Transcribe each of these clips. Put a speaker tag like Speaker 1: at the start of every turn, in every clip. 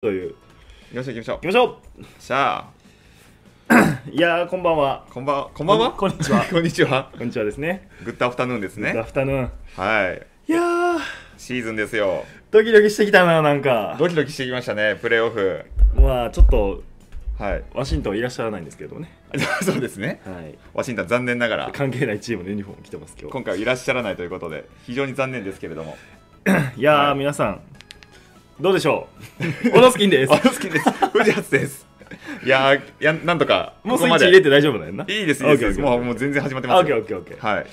Speaker 1: という。
Speaker 2: よし行きましょ
Speaker 1: 行きましょ
Speaker 2: うさ
Speaker 1: ういやー、こんばんは。
Speaker 2: あこんばんこんばんは
Speaker 1: こんこんにちは
Speaker 2: こんにちは
Speaker 1: こんにちはですね。
Speaker 2: グッドアフタヌーンです
Speaker 1: ア
Speaker 2: ね
Speaker 1: フタヌーン。
Speaker 2: はい
Speaker 1: いやー、
Speaker 2: シーズンですよ
Speaker 1: ドキドキしてきたな、なんか。
Speaker 2: ドキドキしてきましたねプレーオフ
Speaker 1: まあ、ちょっと、
Speaker 2: はい
Speaker 1: ワシントンいらっしゃらないんですけどね。
Speaker 2: そうですね
Speaker 1: はい。
Speaker 2: ワシントン残念ながら
Speaker 1: 関係ないチームのユニフォーム着てます、今日。
Speaker 2: 今回はいらっしゃらないということで非常に残念ですけれども
Speaker 1: いやー、
Speaker 2: はい
Speaker 1: 皆さん、どうでしょ うオロスキンです
Speaker 2: あ。好きです藤初ですいやーいやなんとか
Speaker 1: もうスイ
Speaker 2: ここ
Speaker 1: ッ
Speaker 2: ま
Speaker 1: チ
Speaker 2: で
Speaker 1: 入れて大丈夫なんやんな。
Speaker 2: いいですいいですもうも
Speaker 1: う。
Speaker 2: う全然始まって
Speaker 1: あオ
Speaker 2: ま
Speaker 1: ッ
Speaker 2: す
Speaker 1: ケー
Speaker 2: よ
Speaker 1: オッケーオッケー。
Speaker 2: はい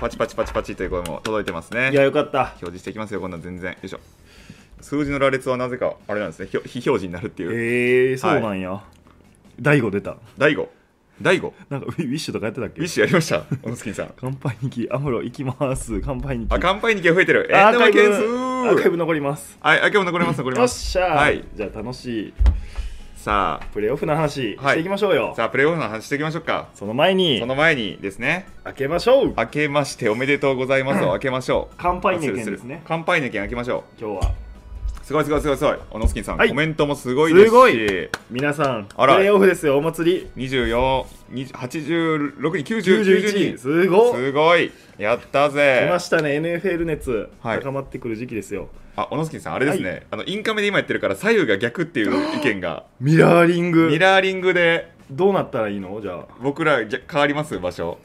Speaker 2: パチパチパチパチという声も届いてますね
Speaker 1: いや、よかった。
Speaker 2: 表示していきますよ、こんなん全然。よいしょ。数字の羅列はなぜか、あれなんですね、ひょ非表示になるっていう。
Speaker 1: えー、そうなんや。大悟出た。
Speaker 2: 大悟、大悟、
Speaker 1: なんかウィウィッシュとかやってたっけ
Speaker 2: ウィッシュやりました、オノスキンさん。
Speaker 1: 乾杯にき、アムロ行きます。乾杯にき。
Speaker 2: あ、乾杯に気が増えてる。え
Speaker 1: ア
Speaker 2: ー、
Speaker 1: ー
Speaker 2: で
Speaker 1: カ
Speaker 2: も
Speaker 1: イ
Speaker 2: いけん
Speaker 1: ブ
Speaker 2: す
Speaker 1: アーカイブ
Speaker 2: ー。
Speaker 1: 残ります。
Speaker 2: はい、あ、今日残ります、残り
Speaker 1: よっ
Speaker 2: ます。
Speaker 1: しゃー、
Speaker 2: はい
Speaker 1: じゃあ楽しい
Speaker 2: さあ、
Speaker 1: プレーオフの話
Speaker 2: はい
Speaker 1: していきましょうよ、
Speaker 2: さあ、プレイオフの話していきましょうか。
Speaker 1: その前に
Speaker 2: その前にですね、
Speaker 1: 開けましょう
Speaker 2: 明けましておめでとうございますを明けましょう。
Speaker 1: 乾杯の意見
Speaker 2: あるる
Speaker 1: ですね
Speaker 2: 乾杯の意見開けましょ
Speaker 1: 今日は
Speaker 2: う。すごいすごいすごいすごい。オノスキンさん、
Speaker 1: はい
Speaker 2: コメントもすごいですし。
Speaker 1: すごい皆さんプ
Speaker 2: あら
Speaker 1: レーオフですよお祭り
Speaker 2: 24、20 86人、90、
Speaker 1: 91
Speaker 2: 90
Speaker 1: 人
Speaker 2: 人。
Speaker 1: すごい
Speaker 2: すごいやったぜ
Speaker 1: 来ましたね NFL 熱
Speaker 2: はい
Speaker 1: 高まってくる時期ですよ、
Speaker 2: あ、小野月さん、あれですね、あのインカメで今やってるから、左右が逆っていう意見が、
Speaker 1: ミラーリン
Speaker 2: ミ
Speaker 1: グ
Speaker 2: ラーリングで
Speaker 1: どうなったらいいのじゃあ
Speaker 2: 僕ら逆変わります、場所、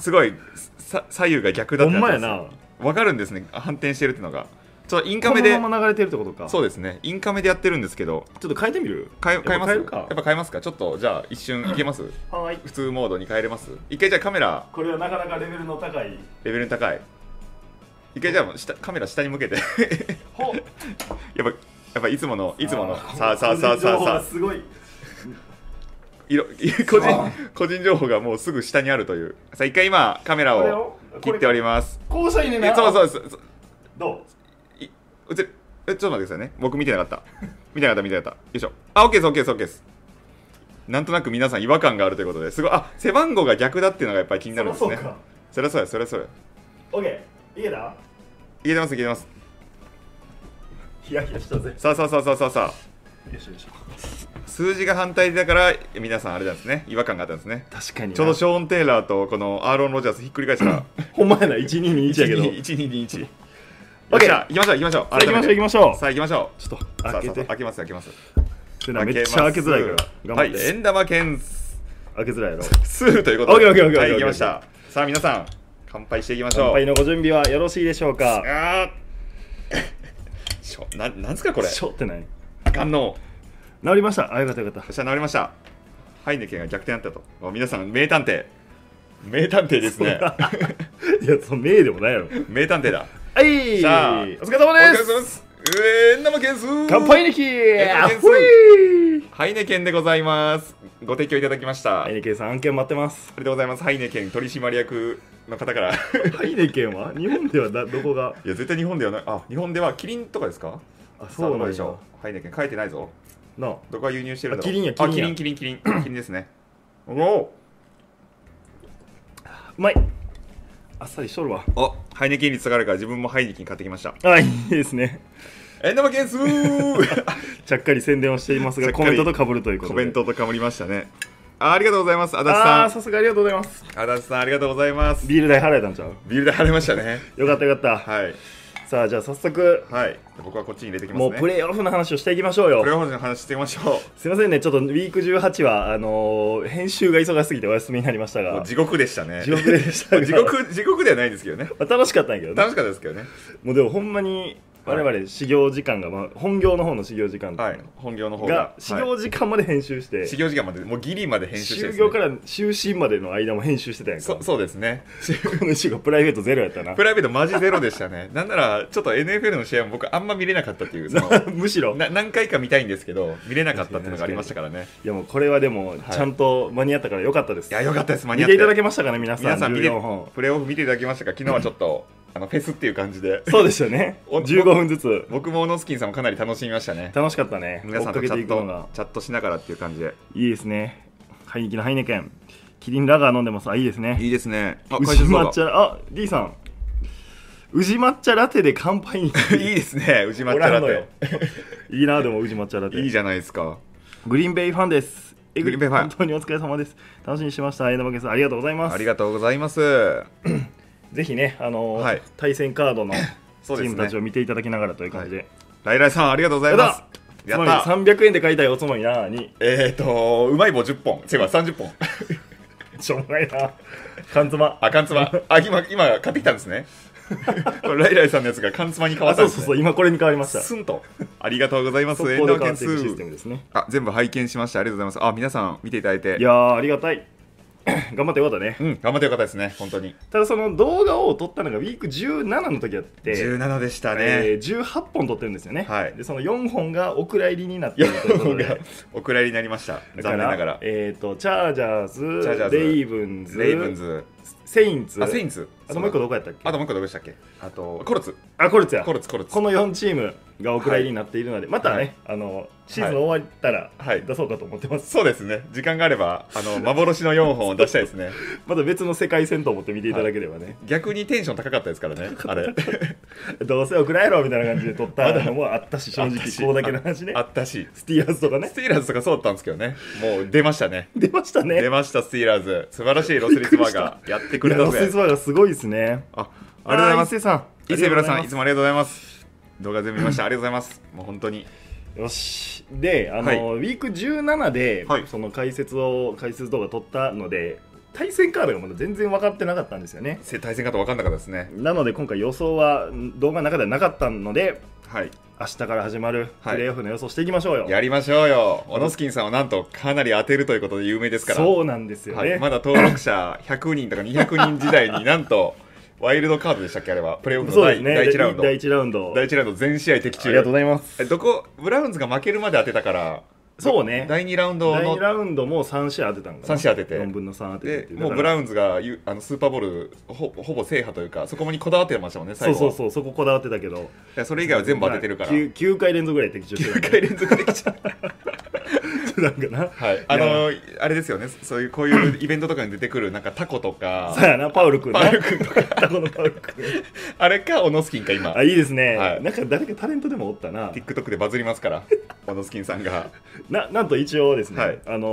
Speaker 2: すごいさ左右が逆だ
Speaker 1: ほ
Speaker 2: った
Speaker 1: ん
Speaker 2: ん
Speaker 1: ま
Speaker 2: で
Speaker 1: や
Speaker 2: す
Speaker 1: な
Speaker 2: わかるんですね、反転してるっていうのが、ちょっとインカ
Speaker 1: こ
Speaker 2: メ
Speaker 1: の
Speaker 2: で、
Speaker 1: まま流れてるってことか
Speaker 2: そうですね、インカメでやってるんですけど、
Speaker 1: ちょっと変えてみる
Speaker 2: 変え変えます
Speaker 1: やっぱ変え
Speaker 2: や
Speaker 1: る
Speaker 2: っぱ変えますか、ちょっとじゃあ、一瞬いけます、
Speaker 1: かはい
Speaker 2: 普通モードに変えれます、一回じゃあ、カメラ、
Speaker 1: これはなかなかレベルの高い
Speaker 2: レベルの高い、一回じゃあ下、カメラ下に向けて、
Speaker 1: ほ
Speaker 2: やっぱ、やっぱいつもの、いつもの、さあさ
Speaker 1: さ
Speaker 2: あ
Speaker 1: あさ
Speaker 2: さあ
Speaker 1: あ
Speaker 2: さ
Speaker 1: さ
Speaker 2: あさあ
Speaker 1: あ。すごい
Speaker 2: いろ個人個人情報がもうすぐ下にあるというさあ一回今カメラ
Speaker 1: これ
Speaker 2: を
Speaker 1: を
Speaker 2: 切っております
Speaker 1: 校舎いね
Speaker 2: えそうそうそうそう
Speaker 1: ど
Speaker 2: い映るえちょっと待ってくださいね僕見てなかった見てなかった見てなかったよいしょあオッケーですオッケーですオッケーですなんとなく皆さん違和感があるということですごいあ背番号が逆だっていうのがやっぱり気になるんですね
Speaker 1: そりゃそうか
Speaker 2: それそうやそれそうや
Speaker 1: うオッケーいけた
Speaker 2: 入れてます入れてます
Speaker 1: ヒヤヒヤしたぜ
Speaker 2: さあさあさあさあさあさ
Speaker 1: よいしょよいしょ
Speaker 2: あ数字が反対だから皆さんあれなんですね違和感があったんですね
Speaker 1: 確かに
Speaker 2: ちょうどショーン・テイラーとこのアーロン・ロジャースひっくり返したら
Speaker 1: ほんまやな1221やけど
Speaker 2: 1221よ
Speaker 1: オッ
Speaker 2: っし
Speaker 1: ケー
Speaker 2: ゃ行きましょう行きましょう
Speaker 1: さあ行きましょう行きましょう
Speaker 2: さあ行きましょう
Speaker 1: ちょっと
Speaker 2: さあ
Speaker 1: 開け
Speaker 2: さあ
Speaker 1: て
Speaker 2: 開けます開けます
Speaker 1: てなめっちゃ開けづらいから頑
Speaker 2: は
Speaker 1: 張っ
Speaker 2: い
Speaker 1: て、
Speaker 2: 円玉券
Speaker 1: 開けづらいやろ
Speaker 2: 数ということ
Speaker 1: オッケーオッケーオッケー
Speaker 2: はい
Speaker 1: オッ
Speaker 2: 行
Speaker 1: ケ
Speaker 2: き
Speaker 1: ー
Speaker 2: ましたさあ皆さん乾杯していきましょ
Speaker 1: 乾
Speaker 2: う
Speaker 1: 杯のご準備はよろしいでしょうか
Speaker 2: あー しょななんすかこれ
Speaker 1: しょってない
Speaker 2: あかんの
Speaker 1: 治りましたあよかったよかっ
Speaker 2: そしたら治りましたハイネケンが逆転あったとお皆さん名探偵名探偵ですね
Speaker 1: た いやその名でもないやろ
Speaker 2: 名探偵だ
Speaker 1: はい
Speaker 2: さあ
Speaker 1: お疲れ様で
Speaker 2: お疲れ様
Speaker 1: す
Speaker 2: です円玉件数
Speaker 1: 乾杯にき
Speaker 2: あ
Speaker 1: ほい
Speaker 2: ハイネケンでございます。ご提供いただきました。
Speaker 1: ハ
Speaker 2: あ
Speaker 1: イ
Speaker 2: り
Speaker 1: ネケンさん案件待ってます
Speaker 2: がとうございます。ハイネケン取締役の方から。い
Speaker 1: ハイネケンは日本ではだどこが
Speaker 2: や、絶対日本ではない。あ、日本ではキリンとかですか
Speaker 1: あ
Speaker 2: さあ
Speaker 1: な
Speaker 2: ど
Speaker 1: ん
Speaker 2: こ
Speaker 1: や
Speaker 2: でしょう。ハイネケン書いてないぞ。
Speaker 1: なあ
Speaker 2: どこが輸入してるんだろ
Speaker 1: あ
Speaker 2: う。
Speaker 1: キリンや
Speaker 2: あ、
Speaker 1: キ
Speaker 2: キ
Speaker 1: リンや
Speaker 2: リン、キリン、キリン。キ リンですね。おお
Speaker 1: うまいあっさりしとるわ
Speaker 2: あ、ハイネケン率下がるから自分もハイネケン買ってきました。
Speaker 1: あいいですね
Speaker 2: エンドマ件数
Speaker 1: ちゃっかり宣伝をしています
Speaker 2: ち
Speaker 1: が
Speaker 2: ゃっ
Speaker 1: コ
Speaker 2: か
Speaker 1: メン
Speaker 2: り
Speaker 1: トと被るということ
Speaker 2: コ
Speaker 1: で
Speaker 2: メントとかぶりましたね。あありがとうございます。足立
Speaker 1: あ
Speaker 2: さ
Speaker 1: あさすがありがとうございます
Speaker 2: ん。足立さん、ありがとうございます。
Speaker 1: ビール代払えたんちゃう
Speaker 2: ビールで晴れましたね。
Speaker 1: よかったよかった、
Speaker 2: はい。
Speaker 1: さあじゃあ早速
Speaker 2: はい。僕はこっちに入れてきますね。
Speaker 1: もうプレーオフの話をしていきましょうよ
Speaker 2: プレイオフの話してみましょう。
Speaker 1: すいませんねちょっとウィーク18はあのー編集が忙しすぎてお休みになりました
Speaker 2: もう
Speaker 1: が
Speaker 2: 地獄でしたね。
Speaker 1: 地獄でしたが
Speaker 2: 地獄地獄ではないですけどね。
Speaker 1: まあ楽しかったんやけどね
Speaker 2: 楽しかったですけどね。
Speaker 1: もうでもほんまに我々修行時間が、まあ、本業の方の修行時間
Speaker 2: はい。本業の方
Speaker 1: が
Speaker 2: が。
Speaker 1: 修
Speaker 2: は
Speaker 1: 行時間まで編集して、
Speaker 2: い修行時間まで、もうギリまで編集してる
Speaker 1: 就
Speaker 2: んですね、
Speaker 1: 業から就寝までの間も編集してたやんか
Speaker 2: そ。そうですね。
Speaker 1: この週がプライベートゼロやったな
Speaker 2: プ。ライベートマジゼロでしたね。 なんなら、ちょっと NFL の試合も僕あんま見れなかったっていう、その
Speaker 1: むしろ。
Speaker 2: な何回か見たいんですけど、見れなかったっていうのがありましたからね。
Speaker 1: いやもうこれはでも、ちゃんと間に合ったから良かったです。
Speaker 2: いや、よかったです、間に
Speaker 1: 見
Speaker 2: 合って
Speaker 1: い
Speaker 2: て
Speaker 1: ただけましたかね、皆さん。
Speaker 2: 皆さん見て
Speaker 1: 14本、
Speaker 2: プレーオフ見ていただきましたか昨日はちょっと、あの、フェスっていう感じで。
Speaker 1: そうでしたね。
Speaker 2: お
Speaker 1: 15分ずつ。
Speaker 2: 僕もオノスキンさんもかなり楽しみましたね。
Speaker 1: 楽しかったね。
Speaker 2: 皆さ
Speaker 1: 追
Speaker 2: んと
Speaker 1: っ
Speaker 2: チ
Speaker 1: かけて
Speaker 2: ャ
Speaker 1: い
Speaker 2: ッ
Speaker 1: くのが
Speaker 2: ト、。チャットしながらっていう感じで。
Speaker 1: いいですね。ハイニキのハイネケン。キリンラガー飲んでます。あ、いいですね。
Speaker 2: いいですね。あ、
Speaker 1: 牛抹茶、あ、D さん。宇治抹茶ラテで乾杯 に
Speaker 2: いいですね宇治抹
Speaker 1: お
Speaker 2: 茶
Speaker 1: ら
Speaker 2: ラ
Speaker 1: んのよ
Speaker 2: テ
Speaker 1: いいなでも宇治抹茶ラテ
Speaker 2: いいじゃないですか
Speaker 1: グリーンベイファンですえ
Speaker 2: グリーンベイファン
Speaker 1: 本当にお疲れ様です楽しみにしましたえなばけさんありがとうございます
Speaker 2: ありがとうございます
Speaker 1: ぜひねあのー
Speaker 2: はい
Speaker 1: 対戦カー ドのチ
Speaker 2: そうで
Speaker 1: ー
Speaker 2: す
Speaker 1: ムた
Speaker 2: ね
Speaker 1: ちを見ていただきながらという感じで、
Speaker 2: ライライさんありがとうございますや
Speaker 1: つま
Speaker 2: っ
Speaker 1: み
Speaker 2: た
Speaker 1: 300円で買いたいおつまみなーに
Speaker 2: えーとうまい棒10本違う30本
Speaker 1: しょうもないな缶つま
Speaker 2: あ缶つまあ今今買ってきたんで すねこれライライさんのやつが缶つまに変わっ
Speaker 1: そう
Speaker 2: たんです、
Speaker 1: そ
Speaker 2: ね、
Speaker 1: うそう今これに変わりました
Speaker 2: スンとありがとうございます
Speaker 1: 速
Speaker 2: 遠
Speaker 1: 攻で
Speaker 2: 慮
Speaker 1: 変わ
Speaker 2: 件
Speaker 1: っていくシステム
Speaker 2: 数
Speaker 1: ですね
Speaker 2: あ全部拝見しましたありがとうございますあ皆さん見ていただいて
Speaker 1: いやーありがたい 頑張ってよかったね
Speaker 2: うん頑張ってよかったですね本当に
Speaker 1: ただその動画を撮ったのがウィーク17の時やって
Speaker 2: 17でした
Speaker 1: えー、18本撮ってるんですよね、
Speaker 2: はい
Speaker 1: でその4本がお蔵入りになっているという
Speaker 2: 4
Speaker 1: こと
Speaker 2: 本
Speaker 1: で
Speaker 2: がお蔵入りになりました
Speaker 1: だ
Speaker 2: 残
Speaker 1: か
Speaker 2: 念ながら
Speaker 1: えー、とチャージャーズ
Speaker 2: チャージャーズ
Speaker 1: レイブンズ
Speaker 2: レイブンズ
Speaker 1: セインツ
Speaker 2: あセインズ
Speaker 1: あともう一個どこやったっけ
Speaker 2: あともう一個どこでしたっけあとコルツ
Speaker 1: あコルツや
Speaker 2: コルツコルツ
Speaker 1: この4チームがお蔵入りになっているので、またね、
Speaker 2: はい
Speaker 1: あのシーズン終わったら
Speaker 2: はい
Speaker 1: 出そうかと思ってます、
Speaker 2: そうですね時間があればあの幻の4本を出したいですね
Speaker 1: また別の世界戦と思って見ていただければね、
Speaker 2: 逆にテンション高かったですからねあれ
Speaker 1: どうせお蔵やろみたいな感じで撮ったのもあったし正
Speaker 2: あった
Speaker 1: 直
Speaker 2: し
Speaker 1: こうだけの話ね
Speaker 2: あったし
Speaker 1: スティーラーズとかね
Speaker 2: スティーラーズとかそうだったんですけどねもう出ましたね
Speaker 1: 出ましたね
Speaker 2: 出ましたスティーラーズ素晴らしいロスリスバーガーやってくれ
Speaker 1: いや
Speaker 2: た
Speaker 1: ロスイ
Speaker 2: ぜ
Speaker 1: スバーがすごいですね
Speaker 2: あありがとうございます
Speaker 1: あー伊勢さん
Speaker 2: 伊勢村さんいつ
Speaker 1: も
Speaker 2: もありがとうございます動画全部見ましたありがとうございますもう本当に
Speaker 1: よしであの、
Speaker 2: はい
Speaker 1: ウィーク17で、
Speaker 2: はい
Speaker 1: その解説を解説動画撮ったので対戦カードがまだ全然分かってなかったんですよね
Speaker 2: せ対戦方分かんなかったですね
Speaker 1: なので今回予想はん動画の中ではなかったので
Speaker 2: はい
Speaker 1: 明日から始まる
Speaker 2: はい
Speaker 1: プレーオフの予想していきましょうよ、
Speaker 2: やりましょうよオノスキンさんはなんとかなり当てるということで有名ですから
Speaker 1: そうなんですよ
Speaker 2: は
Speaker 1: ね、
Speaker 2: い、まだ登録者100人とか200人時代になんとワイルドカードでしたっけあれはプレーオフの
Speaker 1: そうで
Speaker 2: 第,、
Speaker 1: すね
Speaker 2: 第1ラウンド
Speaker 1: 第一ラウンド
Speaker 2: 第1ラウンド全試合的中
Speaker 1: ありがとうございます
Speaker 2: えどこブラウンズが負けるまで当てたから
Speaker 1: そうね
Speaker 2: 第2ラウンド
Speaker 1: 第
Speaker 2: の
Speaker 1: 2ラウンドも3試合当てたんかな
Speaker 2: 三試合当てて
Speaker 1: 4分の3当てて
Speaker 2: で
Speaker 1: っていう
Speaker 2: もう
Speaker 1: だ
Speaker 2: ブ
Speaker 1: から
Speaker 2: ラウンズがゆあのスーパーボールほほぼ制覇というかそこにこだわってましたもんね
Speaker 1: そ
Speaker 2: 最
Speaker 1: う
Speaker 2: 後
Speaker 1: そう
Speaker 2: う
Speaker 1: そうそここだわってたけど
Speaker 2: それ以外は全部当ててるから
Speaker 1: 9,
Speaker 2: 9
Speaker 1: 回連続ぐらい的中してた
Speaker 2: 回連続できちゃ う
Speaker 1: なんかな、
Speaker 2: はいあのあれですよねそういうこういうイベントとかに出てくるなんかタコとか
Speaker 1: さやな、パウル君な。
Speaker 2: パウル君
Speaker 1: タコのパウル君。
Speaker 2: あれかオノスキンか今
Speaker 1: あ、いいですね。
Speaker 2: はい
Speaker 1: なんか誰かタレントでもおったな。
Speaker 2: TikTok でバズります からオノスキンさんが
Speaker 1: ななんと一応ですね、
Speaker 2: はい
Speaker 1: あの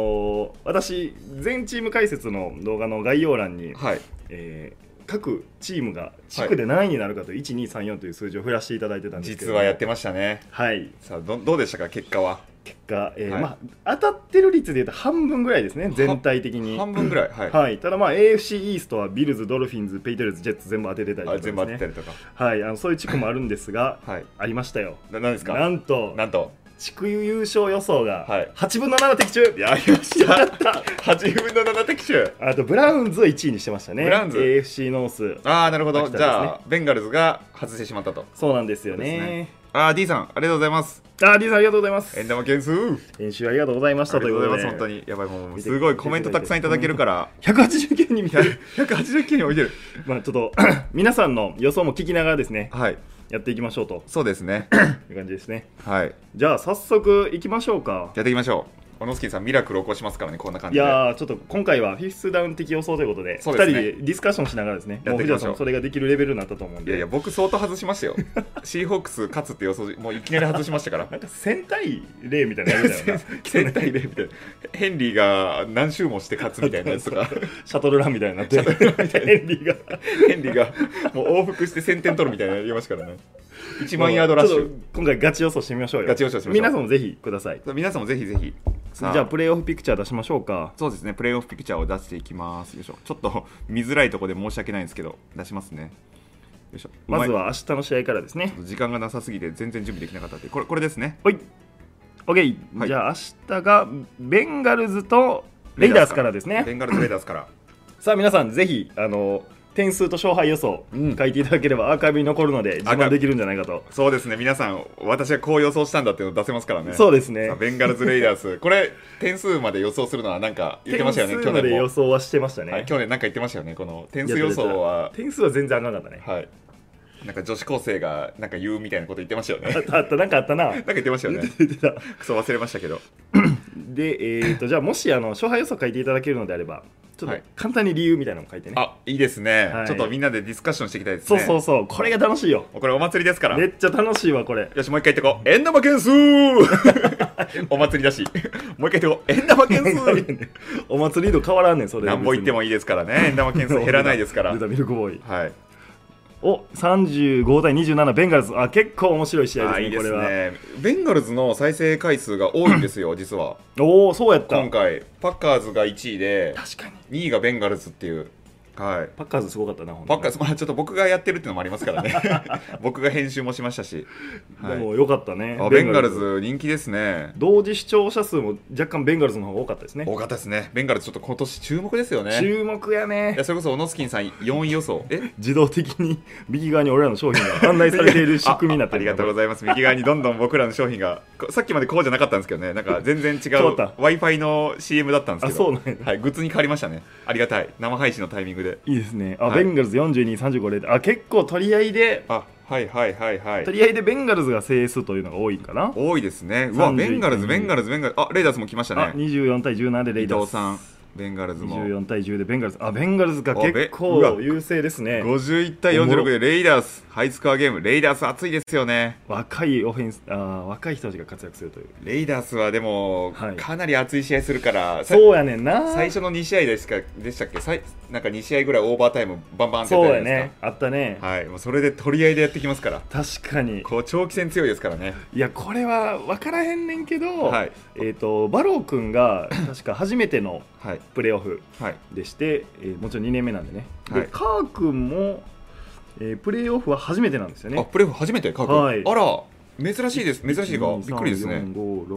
Speaker 1: ー私、全チーム解説の動画の概要欄に、
Speaker 2: はい
Speaker 1: えー各チームが地区で何位になるかという、1、2、3、4という数字を振らせていただいてたんですけ
Speaker 2: 実
Speaker 1: ど、
Speaker 2: はやってましたね
Speaker 1: はい、
Speaker 2: さあどどうでしたか結果は
Speaker 1: 結果、えー
Speaker 2: はい
Speaker 1: まあ、当たってる率でいうと半分ぐらいですね、全体的に。
Speaker 2: 半分ぐらいはい、
Speaker 1: はい、ただ、まあ、AFC イーストはビルズ、ドルフィンズ、ペイテルズ、ジェッツ全部当ててたりと
Speaker 2: あ
Speaker 1: かです、
Speaker 2: 全
Speaker 1: ね、
Speaker 2: 部当てたりとか
Speaker 1: はい、あのそういう地区もあるんですが、
Speaker 2: はい
Speaker 1: ありましたよ。
Speaker 2: ななんですか
Speaker 1: なんと
Speaker 2: なんと
Speaker 1: 地区優勝予想が
Speaker 2: はい
Speaker 1: 8分の7的中、
Speaker 2: やりました8分の7的中
Speaker 1: あとブラウンズを1位にしてましたね
Speaker 2: ブラウンズ
Speaker 1: AFC ノース
Speaker 2: ああなるほど、
Speaker 1: 秋田ですね
Speaker 2: じゃあベンガルズが外してしまったと
Speaker 1: そうなんですよね
Speaker 2: そうですああ D さんありがとうございます
Speaker 1: あー D さんありがとうございます
Speaker 2: 円玉件数あ
Speaker 1: 練習ありがとうございました
Speaker 2: りが
Speaker 1: と
Speaker 2: と
Speaker 1: いうう
Speaker 2: ご
Speaker 1: こ
Speaker 2: ざい
Speaker 1: と
Speaker 2: ま
Speaker 1: です
Speaker 2: 本当にやばいもう
Speaker 1: 見て
Speaker 2: すごいコメントたくさんいただけるから
Speaker 1: 189人見てる
Speaker 2: 189人おいてる
Speaker 1: まあちょっと 皆さんの予想も聞きながらですね
Speaker 2: はい
Speaker 1: やっていきましょうと
Speaker 2: そうですね
Speaker 1: いう感じですね
Speaker 2: はい
Speaker 1: じゃあ早速いきましょうか
Speaker 2: やっていきましょうオノスキンさんミラクル起こしますからねこんな感
Speaker 1: い
Speaker 2: じで
Speaker 1: やーちょっと今回はフィフスダウン的予想ということで
Speaker 2: そうですね
Speaker 1: 2人でディスカッションしながらですね
Speaker 2: や
Speaker 1: も
Speaker 2: っ
Speaker 1: う
Speaker 2: てい
Speaker 1: 藤田
Speaker 2: きましょう
Speaker 1: さんもそれができるレベルになったと思うん
Speaker 2: い
Speaker 1: で
Speaker 2: やいや僕相当外しましたよシーホークス勝つって予想もういきなり外しましたから
Speaker 1: なんか戦隊例みたいなのやる んだよな
Speaker 2: 全体でみたいなヘンリーが何周もして勝つみたいなやつとか
Speaker 1: シャトルランみたいになって、ヘンリーが。
Speaker 2: ヘンリーがもう往復して1000点取るみたいなのやりましたからね1万ヤードラッシ
Speaker 1: ちょっ
Speaker 2: ュ
Speaker 1: と今回ガチ予想してみましょうよ。
Speaker 2: ガチ予想しましょう
Speaker 1: 皆さんもぜひください。
Speaker 2: 皆さんもぜひぜひ
Speaker 1: じ
Speaker 2: さあ
Speaker 1: ゃあ、プレーオフピクチャー出しましょうか。
Speaker 2: そうですねプレーオフピクチャーを出していきますよいしょちょっと見づらいとこで申し訳ないんですけど出しますねよいしょ
Speaker 1: まず
Speaker 2: うい
Speaker 1: は明日の試合からですね。
Speaker 2: 時間がなさすぎて全然準備できなかったってこれこれですね
Speaker 1: ほい。OK、
Speaker 2: はい
Speaker 1: じゃあ、明日がベンガルズとレイダースからです
Speaker 2: ベ
Speaker 1: ね。
Speaker 2: ンガルズレイダースから
Speaker 1: さあ、皆さん、ぜひ、あの、点数と勝敗予想、
Speaker 2: うん
Speaker 1: 書いていただければアーカイブに残るので、自慢できるんじゃないかと。
Speaker 2: そうですね皆さん私がこう予想したんだっていうの出せますからね
Speaker 1: そうですね
Speaker 2: さあ。ベンガルズ・レイダース、これ、点数まで予想するのは、なんか言ってましたよね、
Speaker 1: 点
Speaker 2: 去
Speaker 1: 数まで
Speaker 2: 年
Speaker 1: 予
Speaker 2: も。
Speaker 1: 想はしてましたね。
Speaker 2: はい、去年なんか言ってましたよね、この点
Speaker 1: いや
Speaker 2: 数予想は、
Speaker 1: 点数は全然あかんかったね。
Speaker 2: はい、なんか女子高生がなんか言うみたいなこと言ってましたよね。
Speaker 1: あ
Speaker 2: なん
Speaker 1: ったあった、なんかあった な。
Speaker 2: か言ってましたよね。
Speaker 1: 出てた。
Speaker 2: クソ忘れましたけど。
Speaker 1: で、えー、とじゃあもしあの勝敗予想書いていただけるのであればちょっちょっ
Speaker 2: は
Speaker 1: と
Speaker 2: い
Speaker 1: 簡単に理由みたいなのも書いてね、
Speaker 2: あいいですね、
Speaker 1: はい
Speaker 2: ちょっとみんなでディスカッションしていきたいです
Speaker 1: そ
Speaker 2: ね
Speaker 1: うそうそうこれが楽しいよ
Speaker 2: これお祭りですから
Speaker 1: めっちゃ楽しいわこれ
Speaker 2: よしもう一回言ってこう円玉件数 お祭りだしもう一回言ってこう円玉件 数
Speaker 1: お祭り度変わらんねんそれ
Speaker 2: なんぼ言ってもいいですからね円玉件数減らないですから
Speaker 1: 出たミルクボーイ
Speaker 2: はい
Speaker 1: お35対27ベンガルズあ結構面白い試合
Speaker 2: あいい
Speaker 1: で
Speaker 2: で
Speaker 1: ね
Speaker 2: すす
Speaker 1: これは
Speaker 2: ねベンガルズの再生回数が多いんですよ実は
Speaker 1: おおそうやった
Speaker 2: 今回パッカーズが1位で
Speaker 1: 確かに
Speaker 2: 2位がベンガルズっていうはい
Speaker 1: パッカーズすごかったなほん
Speaker 2: パ
Speaker 1: と
Speaker 2: ッカーズまあちょっと僕がやってるっていうのもありますか らね僕が編集もしましたし、は
Speaker 1: で
Speaker 2: い、
Speaker 1: もよかったね
Speaker 2: あベンガルズ人気ですね
Speaker 1: 同時視聴者数も若干ベンガルズの方が多かったですね
Speaker 2: 多かったですねベンガルズちょっと今年注目ですよね
Speaker 1: 注目や
Speaker 2: い
Speaker 1: ね
Speaker 2: やそれこそオノスキンさん4位予想え
Speaker 1: 自動的に右側に俺らの商品が案内されている仕組みになって
Speaker 2: あありがとう
Speaker 1: ざい
Speaker 2: ございます右側にどんどん僕らの商品がこさっきまでこうじゃなかったんですけどねなんか全然違
Speaker 1: 変わ
Speaker 2: う
Speaker 1: った
Speaker 2: w i f i の CM だったんですけど
Speaker 1: あそうなんや
Speaker 2: はい、グッズに変わりましたねありがたい生配信のタイミングで
Speaker 1: いいですねあ、
Speaker 2: はい
Speaker 1: ベンガルズ42、35、0あ結構取り合いで
Speaker 2: あはいはいはいはい
Speaker 1: 取り合いでベンガルズが制数というのが多いんかな、
Speaker 2: 多いですねうわ
Speaker 1: 31
Speaker 2: ベンガルズベンガルズベンガルズあレイダースも来ました
Speaker 1: あ
Speaker 2: ね
Speaker 1: 24対17でレ
Speaker 2: 伊
Speaker 1: イダー
Speaker 2: 藤
Speaker 1: ス
Speaker 2: さんベンガルズも
Speaker 1: 24対10でベンガルズあベンガルズが
Speaker 2: あべ
Speaker 1: 結
Speaker 2: うわ
Speaker 1: 構優勢ですね
Speaker 2: 51対46でレイダースハイスコアゲームレイダース熱いですよね
Speaker 1: 若いオフェンスあー若い人たちが活躍するという
Speaker 2: レイダースはでも、
Speaker 1: はい
Speaker 2: かなり熱い試合するからさ
Speaker 1: そうやねんな
Speaker 2: 最初の2試合ですかでしたっけさいなんか2試合ぐらいオーバータイムバンバンってや
Speaker 1: そ
Speaker 2: っ
Speaker 1: う
Speaker 2: たじ
Speaker 1: や
Speaker 2: ゃないです
Speaker 1: ね
Speaker 2: か
Speaker 1: あったね
Speaker 2: はい、もうそれで取り合いでやってきますから、
Speaker 1: 確かに
Speaker 2: こう長期戦強いですからね、
Speaker 1: いやこれは分からへんねんけど、
Speaker 2: はい
Speaker 1: えー、とバロー君が確か初めての
Speaker 2: はい、
Speaker 1: プレーオフ
Speaker 2: はい、
Speaker 1: でして、えーもちろん2年目なんでね、
Speaker 2: はい
Speaker 1: でカー君も、えープレーオフは初めてなんですよ
Speaker 2: あ
Speaker 1: ね
Speaker 2: プレーオフ初めて、カー
Speaker 1: はい
Speaker 2: 君、あら、珍しいです、珍しいか、
Speaker 1: 1 2 3
Speaker 2: びっくりですね、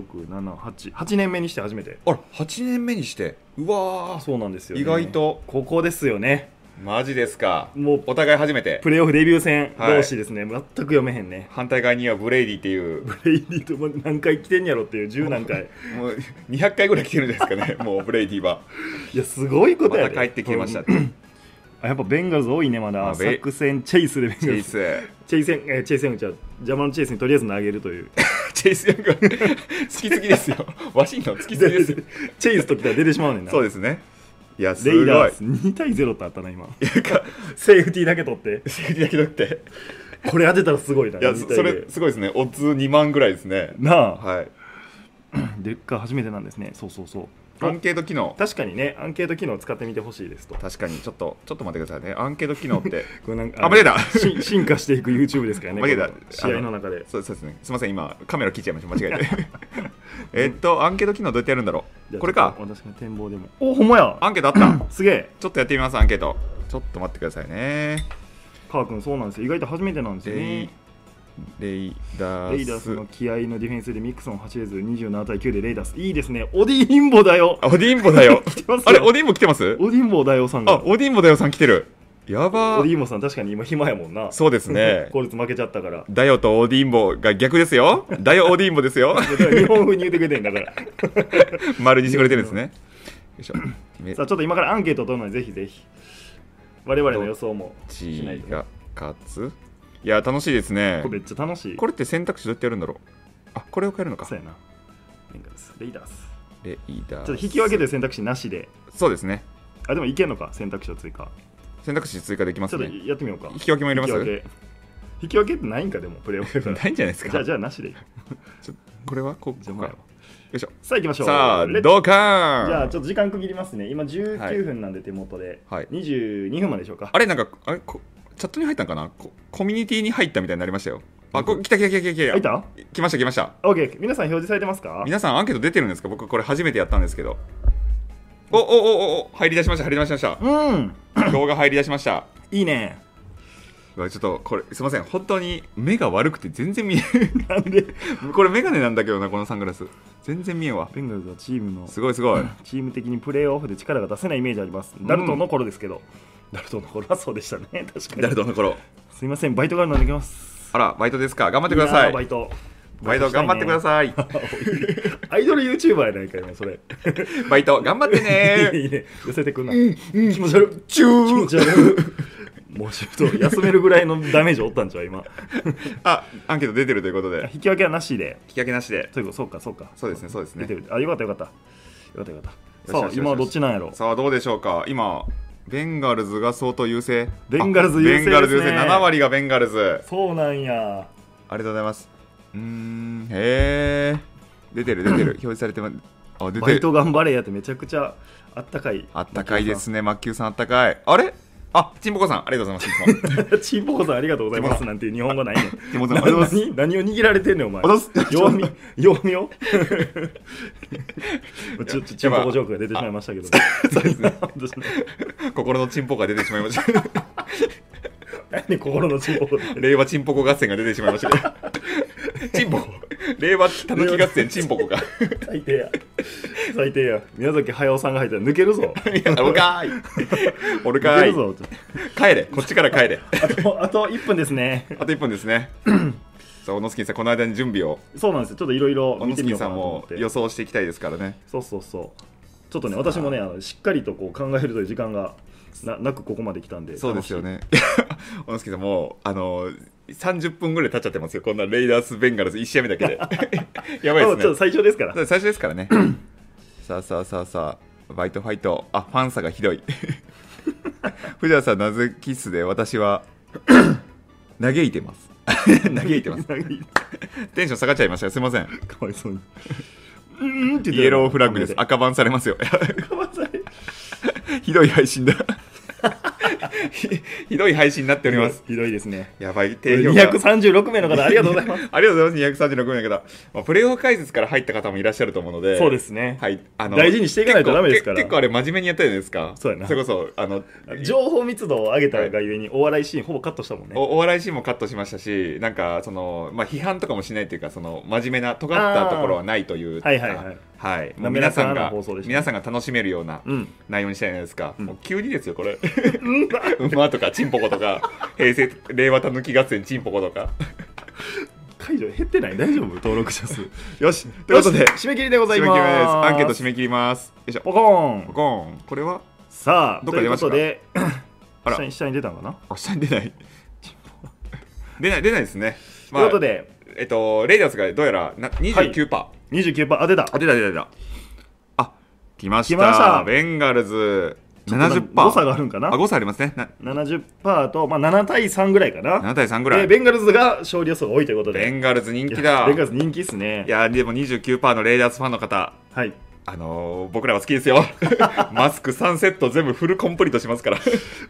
Speaker 1: 45678 8年目にして初めて
Speaker 2: あら、8年目にして、うわー、
Speaker 1: そうなんですよ、ね、
Speaker 2: 意外と、
Speaker 1: ここですよね
Speaker 2: マジですか、
Speaker 1: もう
Speaker 2: お互い初めて、
Speaker 1: プレーオフデビュー戦
Speaker 2: はい
Speaker 1: 同士ですね、全く読めへんね
Speaker 2: 反対側にはブレイディっていう、
Speaker 1: ブレイディとも何回来てんやろっていう十何 回
Speaker 2: もう200回ぐらい来てるんじゃないですかね、もうブレイディは、
Speaker 1: いやすごいこ
Speaker 2: ま
Speaker 1: とや
Speaker 2: た
Speaker 1: で
Speaker 2: 帰ってきました、
Speaker 1: こ
Speaker 2: チ
Speaker 1: れあやっぱベンガルズ多いねま
Speaker 2: まあ
Speaker 1: だ
Speaker 2: ベ
Speaker 1: 作戦チェイスでベンガ
Speaker 2: ェ
Speaker 1: ル
Speaker 2: イ
Speaker 1: ズ
Speaker 2: ス、
Speaker 1: チェイセン、えーチェイセンじゃ邪魔のチェイスにとりあえず投げるという。
Speaker 2: チェイス、なんか、好きすぎですよ、ワシントン、好きすぎですよ、
Speaker 1: チェイスときたら出てしまうねんな。
Speaker 2: そうですね、いや、すご
Speaker 1: レイダ
Speaker 2: い
Speaker 1: ー。ス2対0ってあったな、今。
Speaker 2: か
Speaker 1: セーフティーだけ取って。
Speaker 2: セーフティーだけ取って
Speaker 1: これ当てたらすごいな。
Speaker 2: いや
Speaker 1: 2
Speaker 2: そ
Speaker 1: 対0
Speaker 2: それすごいですねオッズ2万ぐらいですね
Speaker 1: なあ、
Speaker 2: はい
Speaker 1: でっか初めてなんですね。そうそうそう。
Speaker 2: アンケート機能
Speaker 1: 確かにね、アンケート機能使ってみてほしいですと。
Speaker 2: 確かにちょっとちょっと待ってくださいねアンケート機能って
Speaker 1: これなん
Speaker 2: あ間違えた
Speaker 1: し進化していく YouTube ですからね。
Speaker 2: 間違えた
Speaker 1: この試合の中で。
Speaker 2: そうそうですねすいません今カメラ切っちゃいました間違えてえっとアンケート機能どうやってやるんだろ
Speaker 1: じゃ
Speaker 2: う
Speaker 1: あ
Speaker 2: これか
Speaker 1: ちょっと私の展望でも。お、ほんまや
Speaker 2: アンケートあった
Speaker 1: すげえ
Speaker 2: ちょっとやってみますアンケートちょっと待ってくださいね
Speaker 1: カー君そうなんですよ。意外と初めてなんですよ
Speaker 2: レイ
Speaker 1: ね。
Speaker 2: レイダ
Speaker 1: レイ
Speaker 2: ース
Speaker 1: ダースの気合のディフェンスでミクソン走れず27対9でレイダース。いいですね。オディインボだよ。
Speaker 2: あオディンボだよ
Speaker 1: 来てますよ
Speaker 2: あれオディンボ来てます
Speaker 1: オディンボ大王さん
Speaker 2: あ
Speaker 1: が。
Speaker 2: オディンボだよさん来てるやば
Speaker 1: オディンボさん確かに今暇やもんな。
Speaker 2: そうです ね
Speaker 1: 効率負けちゃったから。
Speaker 2: ダヨとオディンボが逆ですよ。ダヨオディンボで すよ。
Speaker 1: 日本風に言うてくれてんだ から。
Speaker 2: 丸にしてくれてるんですね。よいしょ。メ
Speaker 1: さ
Speaker 2: ッ
Speaker 1: あちょっと今からアンケートを取るのでぜひぜひ。我々の予想もしない
Speaker 2: チ
Speaker 1: と。
Speaker 2: が勝つ。いや、楽しいですね
Speaker 1: こ。れめっちゃ楽しい。
Speaker 2: これって選択肢どうやってやるんだろう。あ、これを変えるのか
Speaker 1: そ。うやな。レンガですレイダース。
Speaker 2: レイダース。
Speaker 1: ちょっと引き分けで選択肢なしで。
Speaker 2: そうですね。
Speaker 1: あ、でもいけんのか、選択肢を追加。
Speaker 2: 選択肢追加できま
Speaker 1: ち
Speaker 2: す
Speaker 1: ょっと
Speaker 2: ね。
Speaker 1: やってみようか。
Speaker 2: 引き分けも入れます
Speaker 1: 引き分け。引き分けってないんか、でも、プレーオフだから。
Speaker 2: ないんじゃないです
Speaker 1: じゃ
Speaker 2: か
Speaker 1: あ、。じゃあ、なしでいい。
Speaker 2: ちょこれはここ
Speaker 1: じゃあ、
Speaker 2: か。
Speaker 1: 前
Speaker 2: よ
Speaker 1: は。
Speaker 2: いしょ。
Speaker 1: さあ、行きましょう。
Speaker 2: さあ、
Speaker 1: レッ
Speaker 2: ド
Speaker 1: じゃ
Speaker 2: カ
Speaker 1: あ
Speaker 2: ーン
Speaker 1: ちょっと時間区切りますね。今
Speaker 2: はい
Speaker 1: 19分なんで手元で、
Speaker 2: はい
Speaker 1: 22分まででしょうか。
Speaker 2: あれ、なんか、あれ、こチャットに入ったんかなこコミュニティに入ったみたいになりましたよ。あ、こ来た来た来た来た
Speaker 1: 入
Speaker 2: 来。
Speaker 1: ったた
Speaker 2: 来ました来ました。
Speaker 1: ?OK。皆さん表示されてますか
Speaker 2: 皆さんアンケート出てるんですか僕これ初めてやったんですけどおおおおお入り出しました入り出し ました
Speaker 1: うん。
Speaker 2: 動画入り出しました
Speaker 1: いいね。
Speaker 2: うわちょっとこれすいません本当に目が悪くて全然見え
Speaker 1: なんで、
Speaker 2: ん これ眼鏡なんだけどなこのサングラス全然見えんわ
Speaker 1: ベンガルズはチームの、
Speaker 2: すごいすごい
Speaker 1: チーム的にプレーオフで力が出せないイメージあります。ダルトンの頃ですけど、ダルトンの頃はそうでした ね。確か
Speaker 2: 誰
Speaker 1: に。
Speaker 2: との頃
Speaker 1: すいません、バイトがあるので行きます。
Speaker 2: あらバイトですか頑張ってくださ
Speaker 1: や
Speaker 2: い
Speaker 1: ーバイト。
Speaker 2: バイト頑張ってください
Speaker 1: いね。アイドル YouTuber やないかよ、それ。
Speaker 2: バイト頑張ってね
Speaker 1: いいね。寄せてくんな。気持ち悪い。
Speaker 2: チ
Speaker 1: 気
Speaker 2: ュ
Speaker 1: 持
Speaker 2: ー
Speaker 1: ち悪い。もうちょっと休めるぐらいのダメージおったんちゃう、今。
Speaker 2: あアンケート出てるということで
Speaker 1: 引き分けはなしで。
Speaker 2: 引き分けなしで
Speaker 1: そういうことそうかそうか
Speaker 2: そうですねそうですね
Speaker 1: 出てるあよかったよかったよかったよかったさあ今はどっちなんやろ
Speaker 2: さあどうでしょうか今ベンガルズが相当優勢
Speaker 1: ベンガルズ優勢ですね
Speaker 2: あベンガルズ優勢7割がベンガルズ
Speaker 1: そうなんや
Speaker 2: ありがとうございますうーんへえ出て る出てる表示されてますあ出
Speaker 1: バ
Speaker 2: て
Speaker 1: イ
Speaker 2: る
Speaker 1: ト頑張れやってめちゃくちゃあったかい
Speaker 2: あったかいですねマッキューさんあったかいあれあちんぽこさんありがとうございます いつも
Speaker 1: チンポコさんありがとうございますなんていう日本語ないねん
Speaker 2: ちんぽこさんありがとうございま
Speaker 1: 何
Speaker 2: す
Speaker 1: 何を握られてんねんお前
Speaker 2: あざっす
Speaker 1: 弱み弱み をちょっとチンポコジョークが出てしまいましたけど
Speaker 2: そうですね
Speaker 1: 私の
Speaker 2: 心のちんぽこが出てしまいました
Speaker 1: 何心のチンポコって
Speaker 2: 令和チンポコ合戦が出てしまいまし たけどチンポコ令和たぬき合戦チンポコか
Speaker 1: 最低や最低や宮崎駿さんが入ったら抜ける ぞ
Speaker 2: いやおるかーいおるか
Speaker 1: 抜け
Speaker 2: ー
Speaker 1: る
Speaker 2: い
Speaker 1: ぞ
Speaker 2: 帰れこっちから帰れ
Speaker 1: あとあと1分ですね
Speaker 2: あと1分ですねさあオノスキンさんこの間に準備を
Speaker 1: そうなんですよちょっといろいろ
Speaker 2: オ
Speaker 1: 見
Speaker 2: ノ
Speaker 1: て
Speaker 2: ス
Speaker 1: み
Speaker 2: キ
Speaker 1: よ
Speaker 2: ン
Speaker 1: うか
Speaker 2: さ
Speaker 1: なんと思
Speaker 2: も
Speaker 1: って
Speaker 2: 予想していきたいですからね
Speaker 1: そうそうそうちょっとね私もねあのしっかりとこう考えるという時間がななくここまで来たんで
Speaker 2: そうですよね小野助さんもうあの30分ぐらい経っちゃってますよこんなレイダース・ベンガルズ1試合目 だけでやば
Speaker 1: 楽しい
Speaker 2: い
Speaker 1: あもうち
Speaker 2: です
Speaker 1: ょっ
Speaker 2: ね
Speaker 1: と最初ですから
Speaker 2: 最初 ですからね さあさあさあさあバイトファイトあファン差がひどい 藤田さんなぜキスで私は 嘆いてます 嘆いてます
Speaker 1: 嘆いて
Speaker 2: テンション下がっちゃいましたすいません
Speaker 1: かわいそうにうんって言ってた
Speaker 2: イエローフラッグです
Speaker 1: ご
Speaker 2: 赤バンされますよ
Speaker 1: めんなさい
Speaker 2: ひどい配信だ。 ひひどい配信になっております。
Speaker 1: ひどいですね
Speaker 2: やばい、低評価。
Speaker 1: 236名の方ありがとうござい ます
Speaker 2: ありがとうございます、236名の方。まあ、プレイオフ解説から入った方もいらっしゃると思うので、
Speaker 1: そうですね
Speaker 2: はい、あ
Speaker 1: 大事にしていかないとダメですから
Speaker 2: 結構け結構あれ、真面目にやったじゃないですか。
Speaker 1: そうやな
Speaker 2: それこそ、あの、
Speaker 1: 情報密度を上げたがゆえにお笑いシーンほぼカットしたもんね
Speaker 2: おお笑いシーンもカットしましたし、なんか、その、まあ、批判とかもしないというか、その、真面目な、尖ったところはないというか。
Speaker 1: あーはいはいはい
Speaker 2: はい。もう
Speaker 1: 滑ら
Speaker 2: 皆
Speaker 1: かな
Speaker 2: さんが、
Speaker 1: 放送でしたね
Speaker 2: 皆さんが楽しめるような
Speaker 1: うん
Speaker 2: 内容にしたいじゃないですか。
Speaker 1: ん
Speaker 2: もう急にですよ、これ。馬とか、チンポコとか、平成、令和たぬき合戦、チンポコとか。
Speaker 1: 会場減ってない大丈夫登録者数よ
Speaker 2: よしということで、
Speaker 1: 締め切りでござい
Speaker 2: 締め切り
Speaker 1: ます
Speaker 2: で。
Speaker 1: す
Speaker 2: アンケート締め切ります。よいしょ。
Speaker 1: ポコー
Speaker 2: ポ
Speaker 1: ン
Speaker 2: コーン。これは
Speaker 1: さあ
Speaker 2: どっ
Speaker 1: と
Speaker 2: か
Speaker 1: い
Speaker 2: 出
Speaker 1: う
Speaker 2: ま
Speaker 1: こ
Speaker 2: し
Speaker 1: と
Speaker 2: たか
Speaker 1: で
Speaker 2: あ ら
Speaker 1: 下に下に出たんかな
Speaker 2: あ、下に出ない。出ない、出ないですね。
Speaker 1: ということで
Speaker 2: えっと、レイダースがどうやらな29%。
Speaker 1: 29%あ出た
Speaker 2: あ、出た出た出た。あ、来ました。
Speaker 1: 来ました
Speaker 2: ベンガルズ70%。
Speaker 1: 誤差があるんかな
Speaker 2: あ、誤差ありますね。な
Speaker 1: 70%と、まあ、7対3ぐらいかな
Speaker 2: 7対3ぐら
Speaker 1: で
Speaker 2: い。
Speaker 1: ベンガルズが勝利予想が多いということで
Speaker 2: ベンガルズ人気
Speaker 1: いや
Speaker 2: だ。
Speaker 1: ベンガルズ人気っすね
Speaker 2: いや、でも29%のレイダースファンの方、
Speaker 1: はい
Speaker 2: あのー僕らは好きですよ。 マスク3セット全部フルコンプリートしますから。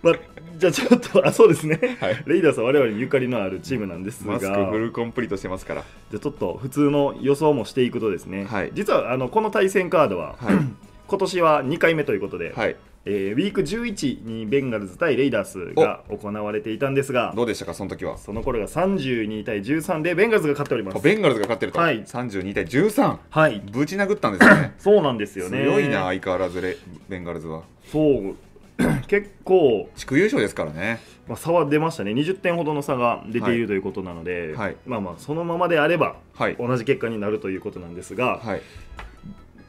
Speaker 1: まあ、じゃあちょっとあそうですね、
Speaker 2: はい
Speaker 1: レイダースは我々にゆかりのあるチームなんですが
Speaker 2: マス
Speaker 1: じ
Speaker 2: ク
Speaker 1: ゃ
Speaker 2: フルコンプリートしてますから。
Speaker 1: あちょっと普通の予想もしていくとですね、
Speaker 2: はい
Speaker 1: 実はあのこの対戦カードは、
Speaker 2: はい。
Speaker 1: 今年は2回目ということで、
Speaker 2: はい。
Speaker 1: えーウィーク11にベンガルズ対レイダースが行われていたんですが
Speaker 2: どうでしたか、その時は。
Speaker 1: その頃が32対13でベンガルズが勝っております
Speaker 2: あベンガルズが勝ってると。
Speaker 1: はい
Speaker 2: 32対13。
Speaker 1: はい。
Speaker 2: ぶち殴ったんですね
Speaker 1: そうなんですよね
Speaker 2: 強いな、相変わらずレベンガルズは。
Speaker 1: そう 結構、
Speaker 2: 地区優勝ですからね。
Speaker 1: まあ、差は出ましたね20点ほどの差が出ているということなので、
Speaker 2: はい
Speaker 1: まあまあそのままであれば
Speaker 2: はい。
Speaker 1: 同じ結果になるということなんですが、
Speaker 2: はい。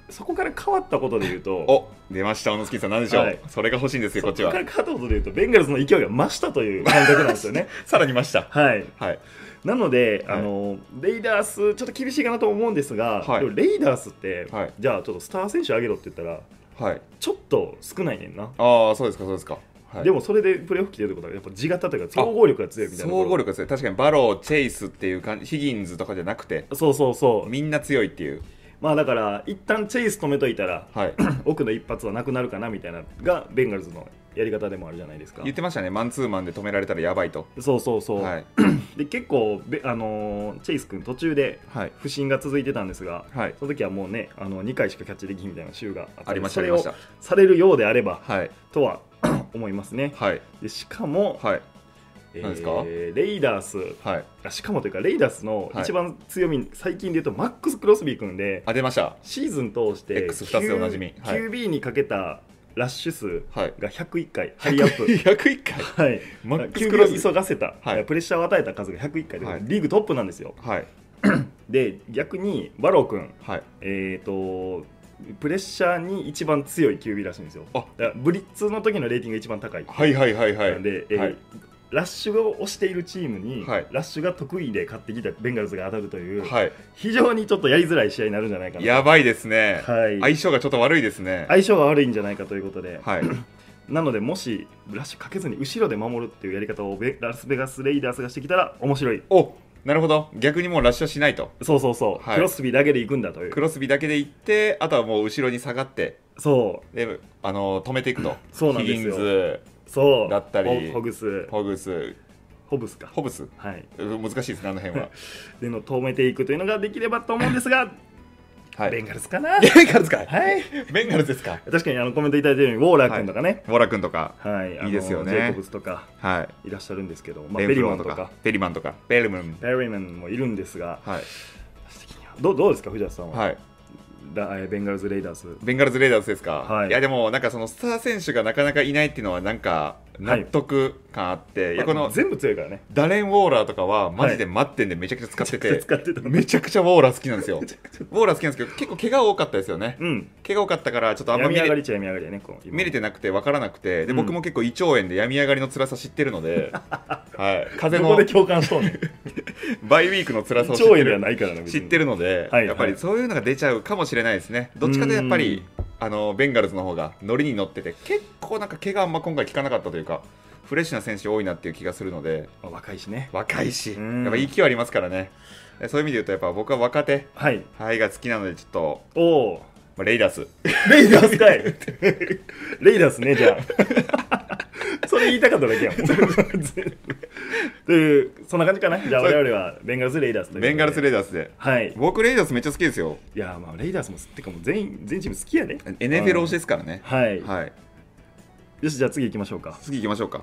Speaker 1: そこから変わったことで言うと、
Speaker 2: お出ました、小野月さん、なんでしょう、
Speaker 1: はい
Speaker 2: それが欲しいんですよ、こ
Speaker 1: そ
Speaker 2: っ
Speaker 1: こ
Speaker 2: ち
Speaker 1: から
Speaker 2: は
Speaker 1: 変。わったことで言うと、ベンガルズの勢いが増したと いう感覚なんですよね。
Speaker 2: さらにました。
Speaker 1: はい、
Speaker 2: はい。
Speaker 1: なので、
Speaker 2: はい
Speaker 1: あのレイダース、ちょっと厳しいかなと思うんですが、
Speaker 2: はい
Speaker 1: でもレイダースって、
Speaker 2: はい
Speaker 1: じゃあちょっとスター選手あげろって言ったら、
Speaker 2: はい。
Speaker 1: ちょっと少ないねんな。
Speaker 2: ああ、そうですか、そうですか。はい、
Speaker 1: でもそれでプレーオフ来てるってことは、やっぱ地型というか、総合力が強いみたいなとこ
Speaker 2: 総
Speaker 1: ろ
Speaker 2: 合力ですね。確かにバロー、チェイスっていう感じ、ヒギンズとかじゃなくて、
Speaker 1: そうそうそう、
Speaker 2: みんな強いっていう。
Speaker 1: まあだから、一旦チェイス止めといた ら、
Speaker 2: はい。
Speaker 1: 奥の一発はなくなるかなみたいなのが、ベンガルズのやり方でもあるじゃないですか
Speaker 2: 言っ。てましたね、マンツーマンで止められたらやばいと。
Speaker 1: そうそうそう、
Speaker 2: はい。
Speaker 1: で結構べ、あのーチェイス君途中で
Speaker 2: はい。
Speaker 1: 不振が続いてたんですが
Speaker 2: はい。
Speaker 1: その時はもうねあの2回しかキャッチできひんみたいな週があった
Speaker 2: ありまし
Speaker 1: そ
Speaker 2: た、あり
Speaker 1: れ
Speaker 2: ま
Speaker 1: を
Speaker 2: した。
Speaker 1: されるようであれば
Speaker 2: はい。
Speaker 1: とは 思いますね
Speaker 2: はい。
Speaker 1: でしかも、
Speaker 2: はい。
Speaker 1: えー
Speaker 2: 何ですか
Speaker 1: レイダース
Speaker 2: はい。
Speaker 1: あしかもというかレイダースの
Speaker 2: はい
Speaker 1: 一番強み、最近で言うとマックス・クロスビー君で
Speaker 2: あ、出ました。
Speaker 1: シーズン通して
Speaker 2: X 二つでおなじみはい
Speaker 1: QB にかけたラッシュ数
Speaker 2: はい。
Speaker 1: が101回、ハイアップ
Speaker 2: 101回。
Speaker 1: はい、
Speaker 2: マ
Speaker 1: マ
Speaker 2: ッ
Speaker 1: ッ
Speaker 2: クスクロス
Speaker 1: 急に急がせた、
Speaker 2: はい
Speaker 1: プレッシャーを与えた数が101回で、
Speaker 2: はい
Speaker 1: リーグトップなんですよ。
Speaker 2: はい。
Speaker 1: で、逆にバロー君、
Speaker 2: はい。
Speaker 1: えー、とプレッシャーに一番強い QB らしいんですよ。
Speaker 2: あ
Speaker 1: だからブリッツの時のレーティングが一番高い。
Speaker 2: はいはいはいはい。
Speaker 1: なんで、えー
Speaker 2: はい
Speaker 1: ラッシュを押しているチームに、
Speaker 2: はい
Speaker 1: ラッシュが得意で勝ってきたベンガルズが当たるという、
Speaker 2: はい、
Speaker 1: 非常にちょっとやりづらい試合になるんじゃないかな
Speaker 2: やばいですね、
Speaker 1: はい
Speaker 2: 相性がちょっと悪いですね。
Speaker 1: 相性が悪いんじゃないかということで、
Speaker 2: はい、
Speaker 1: なのでもしラッシュかけずに後ろで守るっていうやり方をベラスベガス・レイダースがしてきたら面白い
Speaker 2: おなるほど、逆にもうラッシュはしないと、
Speaker 1: そうそうそう、
Speaker 2: はい
Speaker 1: クロスビーだけで行くんだという
Speaker 2: クロスビーだけで行って、あとはもう後ろに下がって、
Speaker 1: そう
Speaker 2: であの止めていくと、
Speaker 1: そうなんですよ
Speaker 2: ヒギンズ、
Speaker 1: そう
Speaker 2: だったり
Speaker 1: ホホグス
Speaker 2: ホグス、
Speaker 1: ホブスか
Speaker 2: ホブス、
Speaker 1: はい
Speaker 2: うん難しいですね、あの 辺は。
Speaker 1: での止めていくというのができればと思うんですが、
Speaker 2: はい、
Speaker 1: ベンガルスか な
Speaker 2: ベンガルズかい
Speaker 1: はい
Speaker 2: ベンガルズですか
Speaker 1: 確かにあのコメントいただいたようにウォーラー君とかね、
Speaker 2: ボラ君とか、
Speaker 1: はいあの
Speaker 2: いいですよね
Speaker 1: ジェイコブスとか
Speaker 2: はい、
Speaker 1: いらっしゃるんですけど、まあ、
Speaker 2: レ
Speaker 1: ベリ
Speaker 2: フ
Speaker 1: モ
Speaker 2: ロ
Speaker 1: ン
Speaker 2: ー
Speaker 1: とか、
Speaker 2: ペリマンとか、ベルムン、
Speaker 1: ベリマンもいるんですが、
Speaker 2: はい、
Speaker 1: どうどうですか、藤田さんは、
Speaker 2: はい、
Speaker 1: だえーベンガルズ・レイダース、
Speaker 2: ベンガルズ・レイダースですか、
Speaker 1: はい
Speaker 2: い、やでも、なんかそのスター選手がなかなかいないっていうのは、なんか納得感あって、い、やこ
Speaker 1: まあ
Speaker 2: の
Speaker 1: 全部強いからね、
Speaker 2: ダレン・ウォーラーとかは、マジで待ってんで、めちゃくちゃ使って て、
Speaker 1: 使ってた
Speaker 2: めちゃくちゃウォーラー好きなんですよ。ウ
Speaker 1: めちゃ
Speaker 2: ォーラー好きなんですけど、結構、怪我多かったですよね。
Speaker 1: うん、
Speaker 2: 怪我多かったから、ちょっとあんま
Speaker 1: 病
Speaker 2: 見
Speaker 1: み上がり
Speaker 2: れ
Speaker 1: っちゃ病み上がりやね、こう今
Speaker 2: 見れてなくて、分からなくて、で、
Speaker 1: うん
Speaker 2: 僕も結構、胃腸炎で病み上がりの辛さ知ってる ので、はい、風
Speaker 1: どこ
Speaker 2: の
Speaker 1: で共感し とんねん、
Speaker 2: バイウィークの辛さを知っ
Speaker 1: 超
Speaker 2: て
Speaker 1: 意では
Speaker 2: る
Speaker 1: ないからね、別
Speaker 2: 知
Speaker 1: に
Speaker 2: ってるので、
Speaker 1: はい
Speaker 2: やっぱりそういうのが出ちゃうかもしれないですね、どっちかというとやっぱりあのベンガルズの方が乗りに乗ってて、結構なんか怪我あんま今回効かなかったというか、フレッシュな選手多いなっていう気がするので、
Speaker 1: まあ若いしね、
Speaker 2: 若いし、やっ
Speaker 1: うん
Speaker 2: ぱ勢いありますからね、そういう意味で言うと、やっぱ僕は若手、
Speaker 1: はい、
Speaker 2: はい、が好きなので、ちょっと、
Speaker 1: おお
Speaker 2: まあレイダース、
Speaker 1: ー、レイダースかい、レイダースね、じゃ あ、それ言いたかっただけやもん。 という、そんな感じかな、じゃあ、
Speaker 2: そう
Speaker 1: 我々はベンガルズ・レイダースということで
Speaker 2: ベンガルズ、レイダースで、
Speaker 1: はい、
Speaker 2: 僕、レイダースめっちゃ好きですよ、
Speaker 1: いやーまあレイダースもってかもう全員全チーム好きやね
Speaker 2: NFL 推しですからね、
Speaker 1: はい、
Speaker 2: はい、
Speaker 1: よしじゃあ次行きましょうか
Speaker 2: 次行きましょ うか。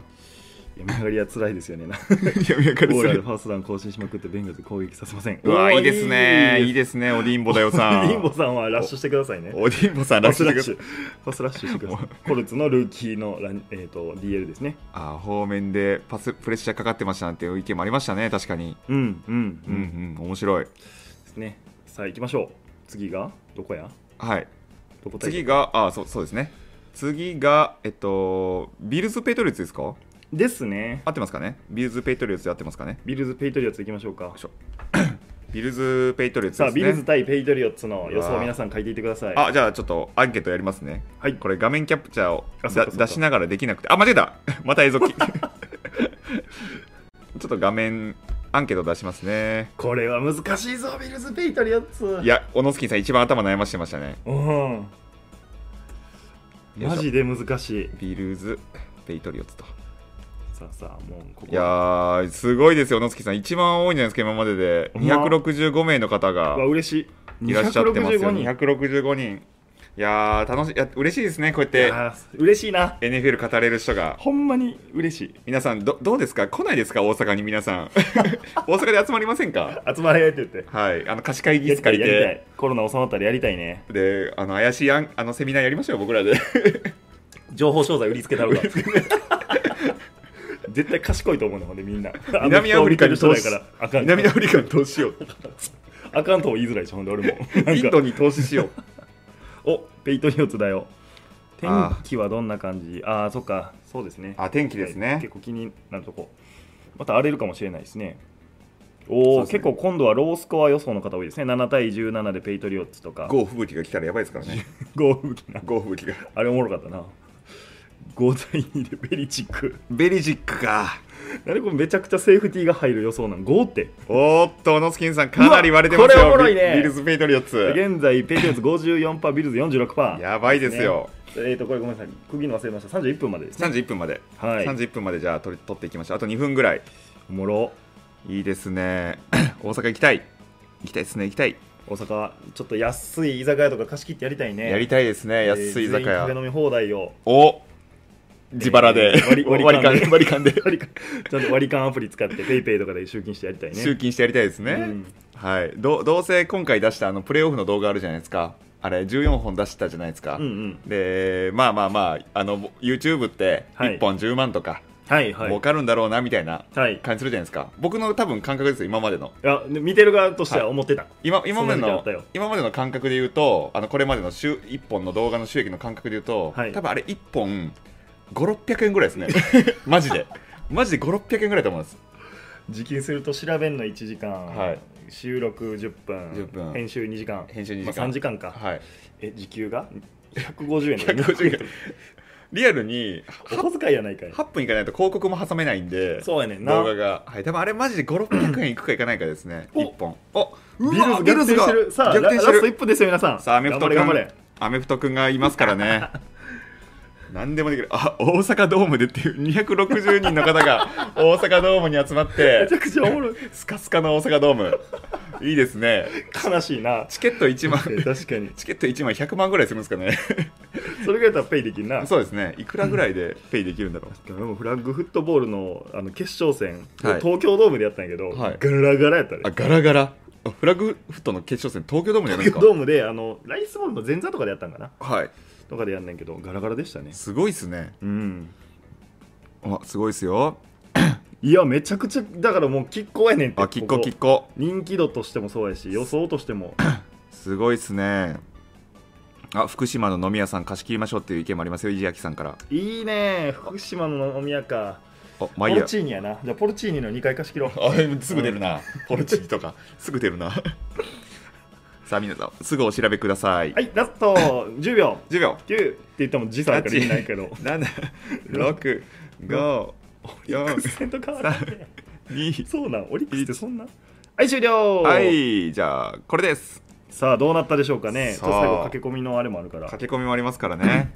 Speaker 1: 読み上がりは辛いですよね な
Speaker 2: 闇明か
Speaker 1: オ
Speaker 2: り
Speaker 1: ー
Speaker 2: す
Speaker 1: ラで
Speaker 2: る
Speaker 1: ファーストダウン更新しまくってベンガルズ攻撃させません
Speaker 2: う
Speaker 1: お
Speaker 2: わ、
Speaker 1: ー
Speaker 2: いいですね、いいですね、おディンボだ よさん。
Speaker 1: リンボさんはラッシュしてください ね
Speaker 2: おディンボさん、
Speaker 1: ファ
Speaker 2: ラッ
Speaker 1: ス
Speaker 2: シ
Speaker 1: トラ
Speaker 2: ュ
Speaker 1: ッシュファストラッシュしてくださいコルツのルーキーのラン、えー、と DL ですね
Speaker 2: あ方面でパスプレッシャーかかってましたなんていう意見もありましたね、確かに。
Speaker 1: うんうんう、
Speaker 2: うんんうん、面白い。
Speaker 1: ですねさあ行きましょう次がどこや
Speaker 2: はい、
Speaker 1: どこ対
Speaker 2: 次が、あそうそうですね。次が、えっと、ビルズ・ペイトリオッツですか
Speaker 1: ですね
Speaker 2: 合ってますかねビルズ・ペイトリオッツで合ってますかね
Speaker 1: ビルズ・ペイトリオッツ行きましょうか
Speaker 2: よいしょビルズ・ペイトリオッツ
Speaker 1: さ
Speaker 2: で
Speaker 1: あ
Speaker 2: すね。
Speaker 1: ビルズ対ペイトリオッツの予想を皆さん書いていってください
Speaker 2: あ、じゃあちょっとアンケートやりますね。
Speaker 1: はい
Speaker 2: これ画面キャプチャーを
Speaker 1: あそっ
Speaker 2: だ
Speaker 1: かそっか
Speaker 2: 出しながらできなくて。あ、間違えた また映像機。ちょっと画面、アンケート出しますね。
Speaker 1: これは難しいぞビルズ・ペイトリオッツ
Speaker 2: いや、小野月さん一番頭悩ましてましたね。
Speaker 1: うんマジで難しい
Speaker 2: ビルズ、ペイトリオッツと。
Speaker 1: さあさあもうここ
Speaker 2: いやー、すごいですよ、野月さん。一番多いんじゃないですか、今までで。
Speaker 1: ほんま
Speaker 2: 265名の方が
Speaker 1: うわ嬉しい
Speaker 2: いらっしゃってますよ。
Speaker 1: 265人い
Speaker 2: 265人。いやー、楽しいいや、嬉しいですね、こうやって
Speaker 1: やー嬉しいな
Speaker 2: NFL 語れる人が。
Speaker 1: ほんまに嬉しい
Speaker 2: 皆さんど、どうですか来ないですか大阪に皆さん。 大阪で集まりませんか
Speaker 1: 集まれって言って
Speaker 2: はい。あの、貸し会議
Speaker 1: や
Speaker 2: 室
Speaker 1: りた
Speaker 2: 借
Speaker 1: い
Speaker 2: り
Speaker 1: やりたい
Speaker 2: て。
Speaker 1: コロナ収まったらやりたいね
Speaker 2: で、あの、怪しいあんあのセミナーやりましょう、僕らで。
Speaker 1: 情報商材売りつけたろうか 絶対賢いと思うねほんでみんな
Speaker 2: 南アフリカに
Speaker 1: 人
Speaker 2: 投
Speaker 1: だ
Speaker 2: 資
Speaker 1: からあかん
Speaker 2: 南アフリカに投資しよう。
Speaker 1: あかんとも言いづらいしほんで俺もなん
Speaker 2: イン
Speaker 1: か
Speaker 2: ドに投資しよう。
Speaker 1: おペイトリオッツだよ天
Speaker 2: あー
Speaker 1: 気はどんな感じああそっかそうですね
Speaker 2: あ、天気です
Speaker 1: はい
Speaker 2: ね
Speaker 1: 結。構気になるとこまた荒れるかもしれないですねお
Speaker 2: そう
Speaker 1: お、
Speaker 2: ですね
Speaker 1: 結構今度はロースコア予想の方多いですね7対17でペイトリオッツとか
Speaker 2: 豪吹雪が来たらやばいですからね。
Speaker 1: 豪雨な
Speaker 2: 豪吹雪が。
Speaker 1: あれおもろかったな5対2でベリチック
Speaker 2: ベリジックか。
Speaker 1: なんでこれめちゃくちゃセーフティーが入る予想なん5って
Speaker 2: おーっと、小野スキンさん、かなり割れてます
Speaker 1: う
Speaker 2: よ。
Speaker 1: わこれおもろいね
Speaker 2: ビビルズ・ペイトリオッツ。
Speaker 1: 現在ペイトリオッツ54%ビルズ46%
Speaker 2: やばいですよ。
Speaker 1: えっ、とこれごめんなさい区切るの忘れました31分までですね
Speaker 2: 31分まで。
Speaker 1: はい
Speaker 2: 31分までじゃあ取り取っていきましょう。あと2分ぐらい。
Speaker 1: おもろ
Speaker 2: いいですね。 大阪行きたい。行きたいですね、行きたい。
Speaker 1: 大阪ちょっと安い居酒屋とか貸し切ってやりたいね
Speaker 2: やりたいですね、安い居酒
Speaker 1: 全員食べ
Speaker 2: 屋。
Speaker 1: 飲み放題を
Speaker 2: お自腹で
Speaker 1: えー割り、
Speaker 2: 割り
Speaker 1: 割り勘 で
Speaker 2: 勘割り勘で
Speaker 1: 割り勘ちゃんと割り勘アプリ使ってペイペイとかで集金してやりたいね
Speaker 2: 集金してやりたいです
Speaker 1: う
Speaker 2: ね
Speaker 1: ん。
Speaker 2: はい。どうどうせ今回出したあのプレーオフの動画あるじゃないですか。あれ、14本出したじゃないですか
Speaker 1: うん。うん
Speaker 2: で、まあまあまあ、あの、YouTube って
Speaker 1: はい
Speaker 2: 1本10万とか、
Speaker 1: はいは
Speaker 2: 儲
Speaker 1: い
Speaker 2: かるんだろうなみたいな
Speaker 1: はい
Speaker 2: 感じするじゃないですか僕の多分感覚ですよ今までの
Speaker 1: いやで見てる側としては思ってた、
Speaker 2: 今今まで
Speaker 1: そんな時あっ
Speaker 2: の
Speaker 1: たよ
Speaker 2: 今までの感覚で言うとあのこれまでの週1本の動画の収益の感覚で言うと、
Speaker 1: はい
Speaker 2: 多分あれ1本5600円ぐらいですねマジでマジで5600円ぐらいだと思います
Speaker 1: 時給すると調べんの1時間、
Speaker 2: はい
Speaker 1: 収録10分
Speaker 2: 10分
Speaker 1: 編集2時間
Speaker 2: 編集2時間
Speaker 1: まあ、3時間か、
Speaker 2: はい
Speaker 1: え時給が150円だよ
Speaker 2: 150円リアルに
Speaker 1: お小遣いやないかい
Speaker 2: 8分いかないと広告も挟めないんで
Speaker 1: そうやねんな
Speaker 2: 動画が、はい、多分あれマジで5600円いくかいかないかですね
Speaker 1: お
Speaker 2: 1本お
Speaker 1: ビルズ逆転してるさあ
Speaker 2: 逆転して
Speaker 1: ララスト
Speaker 2: る
Speaker 1: 1分ですよ皆さん
Speaker 2: さあアメフト
Speaker 1: 頑張れ
Speaker 2: 君
Speaker 1: 頑張れ
Speaker 2: アメフト君がいますからね 何でもできるあ大阪ドームでっていう260人の方が大阪ドームに集まっ
Speaker 1: め
Speaker 2: て
Speaker 1: ちゃくちゃおもろい
Speaker 2: スカスカの大阪ドームいいですね
Speaker 1: 悲しい な
Speaker 2: チケット1万
Speaker 1: 確かに
Speaker 2: チケット1枚100万ぐらいするんですかね
Speaker 1: それぐらいだったらペイできんな
Speaker 2: そうですねいくらぐらいでペイできるんだろう
Speaker 1: でもフラッグフットボールのあの決勝戦、
Speaker 2: はい
Speaker 1: 東京ドームでやったんやけど、
Speaker 2: はい
Speaker 1: ガラガラやったね
Speaker 2: あガラガラあフラッグフットの決勝戦東京ドームじゃない
Speaker 1: 東
Speaker 2: です
Speaker 1: 京
Speaker 2: か
Speaker 1: ドームであのライスボールの前座とかでやったんかな
Speaker 2: はい
Speaker 1: とかでやんねんけどガラガラでしたね
Speaker 2: すごいですね
Speaker 1: うん
Speaker 2: あすごいですよ
Speaker 1: いやめちゃくちゃだからもう拮抗やねんって
Speaker 2: あきっ
Speaker 1: こ
Speaker 2: こ
Speaker 1: こ
Speaker 2: きっこ
Speaker 1: 人気度としてもそうやし予想としても
Speaker 2: すごいですねあ福島の飲み屋さん貸し切りましょうっていう意見もありますよ伊地明さんから
Speaker 1: いいね福島の飲み屋か
Speaker 2: あ
Speaker 1: ポ
Speaker 2: マイヤ
Speaker 1: ルチーニやなじゃあポルチーニの2回貸し切ろう
Speaker 2: あすぐ出るなポルチーとかすぐ出るな さあ皆さんすぐお調べください、
Speaker 1: はいラスト10秒
Speaker 2: 10
Speaker 1: 9
Speaker 2: 秒
Speaker 1: って言っても時差やからいないけど
Speaker 2: 76543
Speaker 1: 100%変わらんね
Speaker 2: 2
Speaker 1: そうなんオリックスってそんなはい終了、
Speaker 2: はいじゃあこれです
Speaker 1: さあどうなったでしょうかねちょ
Speaker 2: さあ
Speaker 1: っと最後駆け込みのあれもあるから
Speaker 2: 駆け込みもありますからね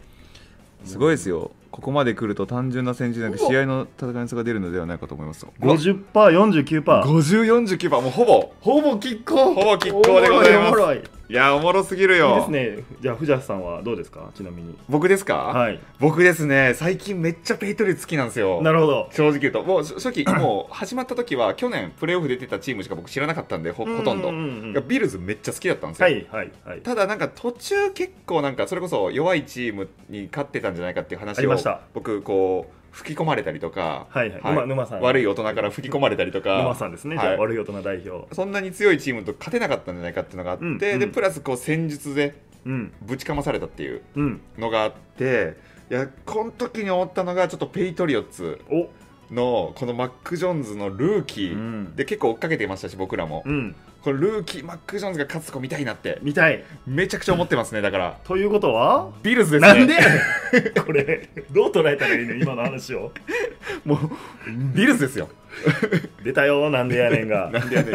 Speaker 2: すごいですよここまで来ると単純な戦術なく
Speaker 1: うわ
Speaker 2: 試合の戦いの差が出るのではないかと思いますよ
Speaker 1: 50%49%
Speaker 2: 5049番もうほぼ
Speaker 1: ほぼ拮抗
Speaker 2: ほぼ拮抗でございます
Speaker 1: おもろいおもろい
Speaker 2: いやおもろすぎる
Speaker 1: いいで
Speaker 2: よ
Speaker 1: すねじゃあ藤田さんはどうですかちなみに
Speaker 2: 僕ですか、
Speaker 1: はい
Speaker 2: 僕ですね最近めっちゃペイトリー好きなんですよ
Speaker 1: なるほど
Speaker 2: 正直言うともう初初期もう始まった時は去年プレーオフ出てたチームしか僕知らなかったんでほほとんど
Speaker 1: ううう
Speaker 2: がビルズめっちゃ好きだったんですよ、
Speaker 1: はいはいはい
Speaker 2: ただなんか途中結構なんかそれこそ弱いチームに勝ってたんじゃないかっていう
Speaker 1: あ
Speaker 2: 話
Speaker 1: り
Speaker 2: を
Speaker 1: ました
Speaker 2: 僕こう吹き込まれたりとか、
Speaker 1: はいはい
Speaker 2: はい
Speaker 1: 沼沼さん
Speaker 2: 悪
Speaker 1: い
Speaker 2: い大人から吹き込まれたりとか
Speaker 1: 沼さんですねじ
Speaker 2: はい
Speaker 1: ゃあ悪い大人代表
Speaker 2: そんなに強いチームと勝てなかったんじゃないかっていうのがあって、
Speaker 1: うんうん
Speaker 2: でプラスこう戦術で
Speaker 1: うん
Speaker 2: ぶちかまされたっていう
Speaker 1: うん
Speaker 2: のがあっていやこの時に思ったのがちょっとペイトリオッツ
Speaker 1: お
Speaker 2: のこのマック・ジョーンズのルー
Speaker 1: う
Speaker 2: キー、
Speaker 1: ん
Speaker 2: で結構追っかけてましたし僕らも、
Speaker 1: うん
Speaker 2: このルーキーマック・ジョーンズが勝つ子見たいなって
Speaker 1: 見たい
Speaker 2: めちゃくちゃ思ってますねだから
Speaker 1: ということは
Speaker 2: ビルズです
Speaker 1: な
Speaker 2: ね
Speaker 1: んでこれどう捉えたらいいの今の話を
Speaker 2: もうビルズですよ
Speaker 1: 出たよなんでやねん が
Speaker 2: なんでやねん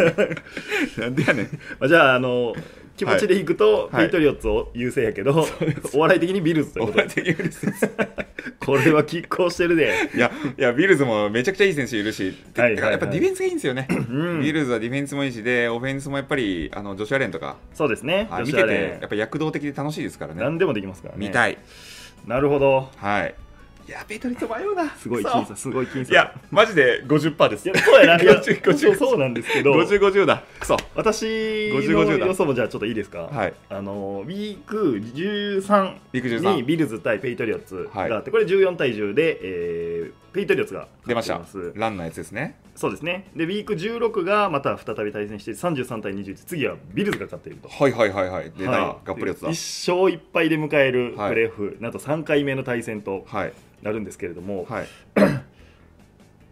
Speaker 2: なんでやねん
Speaker 1: まあじゃああの気持ちでいくと、
Speaker 2: はい
Speaker 1: ペイトリオッツを優勢やけど、お笑い的にビルズという
Speaker 2: お
Speaker 1: こと
Speaker 2: 前
Speaker 1: で
Speaker 2: 的にビルズです
Speaker 1: これは拮抗してるで、
Speaker 2: いやいやビルズもめちゃくちゃいい選手いるし、て
Speaker 1: はいはいはい
Speaker 2: だからやっぱディフェンスがいいんですよね、
Speaker 1: うん
Speaker 2: ビルズはディフェンスもいいしでオフェンスもやっぱりあのジョシュアレンとか
Speaker 1: そうですね
Speaker 2: あ
Speaker 1: 女
Speaker 2: 見
Speaker 1: 子
Speaker 2: て
Speaker 1: ア
Speaker 2: て
Speaker 1: レ
Speaker 2: やっぱ躍動的で楽しいですからね
Speaker 1: 何でもできますからね
Speaker 2: 見たい
Speaker 1: なるほど
Speaker 2: はいいやペイトリッツ迷うな
Speaker 1: すごい
Speaker 2: く
Speaker 1: 僅
Speaker 2: そ
Speaker 1: 差すごい僅差
Speaker 2: いやマジで50%です
Speaker 1: いやそうやない や
Speaker 2: 50 50
Speaker 1: そうそうなんですけど
Speaker 2: 50、50だ。クソ。
Speaker 1: 私の
Speaker 2: 50だ
Speaker 1: 予想もじゃあちょっといいですか、
Speaker 2: はい
Speaker 1: あのウィーク13
Speaker 2: ビク
Speaker 1: に
Speaker 2: 13。
Speaker 1: ビルズ対ペイトリオッツがあって、これ14対10で、えーペイトリオッツが
Speaker 2: 出ま
Speaker 1: 勝
Speaker 2: し
Speaker 1: ってい
Speaker 2: た
Speaker 1: ます。
Speaker 2: ランのやつですね。
Speaker 1: そうですねでウィーク16がまた再び対戦して33対21次はビルズが勝っていると
Speaker 2: はいはいはいはい。出た。
Speaker 1: は
Speaker 2: が
Speaker 1: い
Speaker 2: っぷりやつ
Speaker 1: 1
Speaker 2: だ。
Speaker 1: 勝1敗で迎えるプ
Speaker 2: はい
Speaker 1: レーオフ、なんと3回目の対戦と
Speaker 2: はい。
Speaker 1: なるんですけれども、
Speaker 2: はい。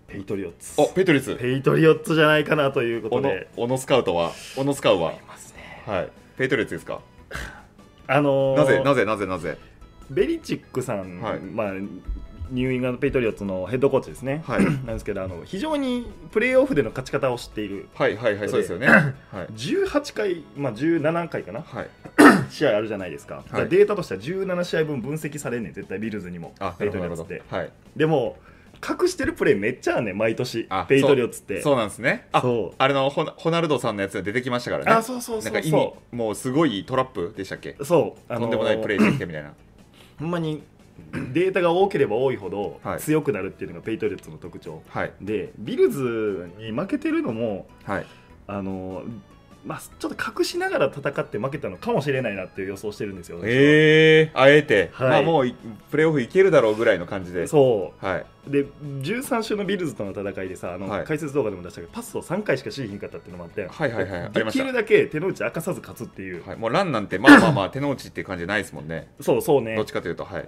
Speaker 1: ペイトリオッツ
Speaker 2: お、ペイトリッツ。
Speaker 1: ペイトリオッツじゃないかなというこ
Speaker 2: オ
Speaker 1: と
Speaker 2: ノ
Speaker 1: で、
Speaker 2: オノスカウトは、オノスカウは。
Speaker 1: ますね
Speaker 2: はい。ペイトリッツですか。
Speaker 1: あのー
Speaker 2: なぜなぜなぜなぜ。
Speaker 1: ベリチックさん、
Speaker 2: はい
Speaker 1: まあ、ニューイングランド・ペイトリオッツのヘッドコーチですね、
Speaker 2: はい。
Speaker 1: なんですけどあの非常にプレーオフでの勝ち方を知っている
Speaker 2: はいはいはい。そうですよね。はい。
Speaker 1: 18回、まあ、17回かな
Speaker 2: はい。
Speaker 1: 試合あるじゃないですか、だからデータとしては17試合分分析されんねん絶対ビルズにも
Speaker 2: あ、な
Speaker 1: ペイ
Speaker 2: る
Speaker 1: ト
Speaker 2: ほ
Speaker 1: リ
Speaker 2: ど
Speaker 1: オ
Speaker 2: な
Speaker 1: ッ
Speaker 2: る
Speaker 1: ツって
Speaker 2: ほど。はい。
Speaker 1: でも隠してるプレーめっちゃあんねん毎年
Speaker 2: あ
Speaker 1: ペイトリオッツって
Speaker 2: そうなんですね。あ
Speaker 1: そ、う
Speaker 2: あれのホナホナルドさんのやつが出てきましたからね。
Speaker 1: あそうそうそ
Speaker 2: な
Speaker 1: うん
Speaker 2: か意
Speaker 1: そ
Speaker 2: 味、もうすごいトラップでしたっけ
Speaker 1: うそうあ
Speaker 2: とんでもないプレイしてきてみ たいな。
Speaker 1: ほんまにデータが多ければ多いほど
Speaker 2: はい
Speaker 1: 強くなるっていうのがペイトリオッツの特徴
Speaker 2: はい。
Speaker 1: でビルズに負けてるのも
Speaker 2: はい。
Speaker 1: あのまあちょっと隠しながら戦って負けたのかもしれないなっていう予想してるんですよ私は
Speaker 2: ええあえて、
Speaker 1: はい
Speaker 2: まあもういプレーオフいけるだろうぐらいの感じで
Speaker 1: そう
Speaker 2: はい
Speaker 1: で13週のビルズとの戦いでさあの、
Speaker 2: はい
Speaker 1: 解説動画でも出したけどパスを3回しかしひんかったっていうのもあって、
Speaker 2: はいはいはいあり
Speaker 1: で
Speaker 2: まし
Speaker 1: き
Speaker 2: た
Speaker 1: るだけ手の内明かさず勝つっていう、
Speaker 2: はい、もうランなんてまあまあまあ手の内っていう感じじゃないですもんね
Speaker 1: そうそうね
Speaker 2: どっちかというとはい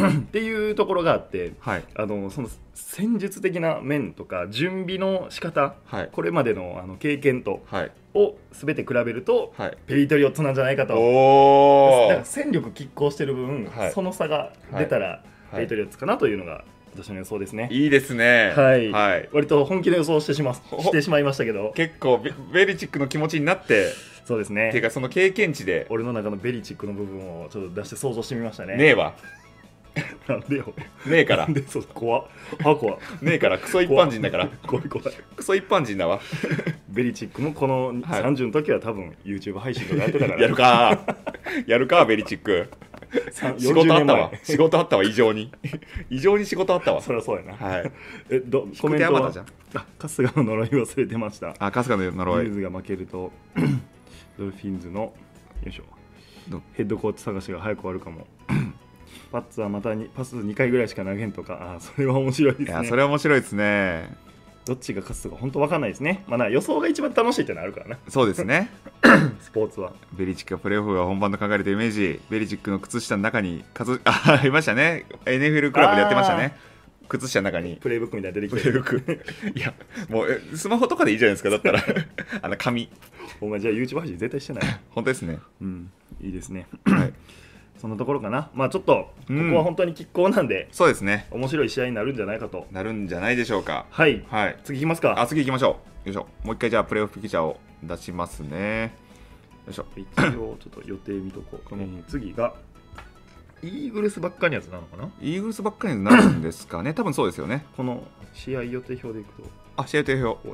Speaker 1: っていうところがあって
Speaker 2: はい
Speaker 1: あのその戦術的な面とか準備の仕方
Speaker 2: はい
Speaker 1: これまでのあの経験と
Speaker 2: はい
Speaker 1: を全て比べると
Speaker 2: はい
Speaker 1: ペイトリオットなんじゃないかと
Speaker 2: お
Speaker 1: だから
Speaker 2: ー
Speaker 1: 戦力拮抗してる分、
Speaker 2: はい
Speaker 1: その差が出たら、
Speaker 2: は
Speaker 1: ペイト
Speaker 2: い
Speaker 1: リオッツかなというのが私の予想ですね。
Speaker 2: いいですね
Speaker 1: はい
Speaker 2: はい
Speaker 1: 割と本気の予想をしてしましてしまいましたけど、
Speaker 2: 結構ベベリチックの気持ちになって
Speaker 1: そうです
Speaker 2: っていう
Speaker 1: ね。
Speaker 2: かその経験値で
Speaker 1: 俺の中のベリチックの部分をちょっと出して想像してみましたね。
Speaker 2: ねえわ
Speaker 1: なんでよ。
Speaker 2: ねえか
Speaker 1: な
Speaker 2: ら
Speaker 1: ん
Speaker 2: ね
Speaker 1: でそう怖っ。あ怖っ。
Speaker 2: えからクソ一般人だから
Speaker 1: 怖い怖い。
Speaker 2: クソ一般人だわ
Speaker 1: ベリチックもこの
Speaker 2: はい
Speaker 1: 30の時は多分 YouTube 配信とかやってたから。
Speaker 2: やるかやるかベリチック
Speaker 1: 三
Speaker 2: 仕事あっ
Speaker 1: 40
Speaker 2: た
Speaker 1: 年
Speaker 2: わ
Speaker 1: 前
Speaker 2: 仕事あったわ異常に異常に仕事あったわ
Speaker 1: そりゃそうやな。
Speaker 2: はい
Speaker 1: えどコ
Speaker 2: コメ
Speaker 1: メン
Speaker 2: ン
Speaker 1: ト
Speaker 2: ト
Speaker 1: は
Speaker 2: はじゃん
Speaker 1: あ春日の呪い忘れてました。
Speaker 2: あ春日の呪
Speaker 1: ビー
Speaker 2: い
Speaker 1: ズが負ける とドルフィンズのよいしょ
Speaker 2: ど
Speaker 1: ヘッドコーチ探しが早く終わるかも パッツはまたにパス2回ぐらいしか投げんとかあーそれは面白いで
Speaker 2: い
Speaker 1: す
Speaker 2: や
Speaker 1: ね
Speaker 2: それは面白いですね
Speaker 1: どっちが勝つとか本当わかんないですねまあな予想が一番楽しいってのあるからな
Speaker 2: そうですね
Speaker 1: スポーツは
Speaker 2: ベリチックがプレーオフが本番と書かれたイメージベリチックの靴下の中にかつあありましたね NFL クラブでやってましたね靴下の中に
Speaker 1: プレイブックみたいなの出て
Speaker 2: プ
Speaker 1: き
Speaker 2: レ
Speaker 1: て
Speaker 2: ーオフ いやもうえスマホとかでいいじゃないですかだったら あの紙
Speaker 1: お前じゃあ YouTube 配信絶対してない
Speaker 2: 本当ですね
Speaker 1: うんいいですね
Speaker 2: はい
Speaker 1: そんなところかなまあちょっとここは本当に拮抗なんで、
Speaker 2: そうですね
Speaker 1: 面白い試合になるんじゃないかと
Speaker 2: なるんじゃないでしょうか
Speaker 1: はい
Speaker 2: はい
Speaker 1: 次いきますか
Speaker 2: あ次行きましょうよいしょもう一回じゃあプレーオフピクチャーを出しますねよいしょ
Speaker 1: 一応ちょっと予定見とこう、
Speaker 2: うん
Speaker 1: えー次がイーグルスばっかりやつなのかな
Speaker 2: イーグルスばっかりになるんですかね多分そうですよね
Speaker 1: この試合予定表でいくと
Speaker 2: あ試合定表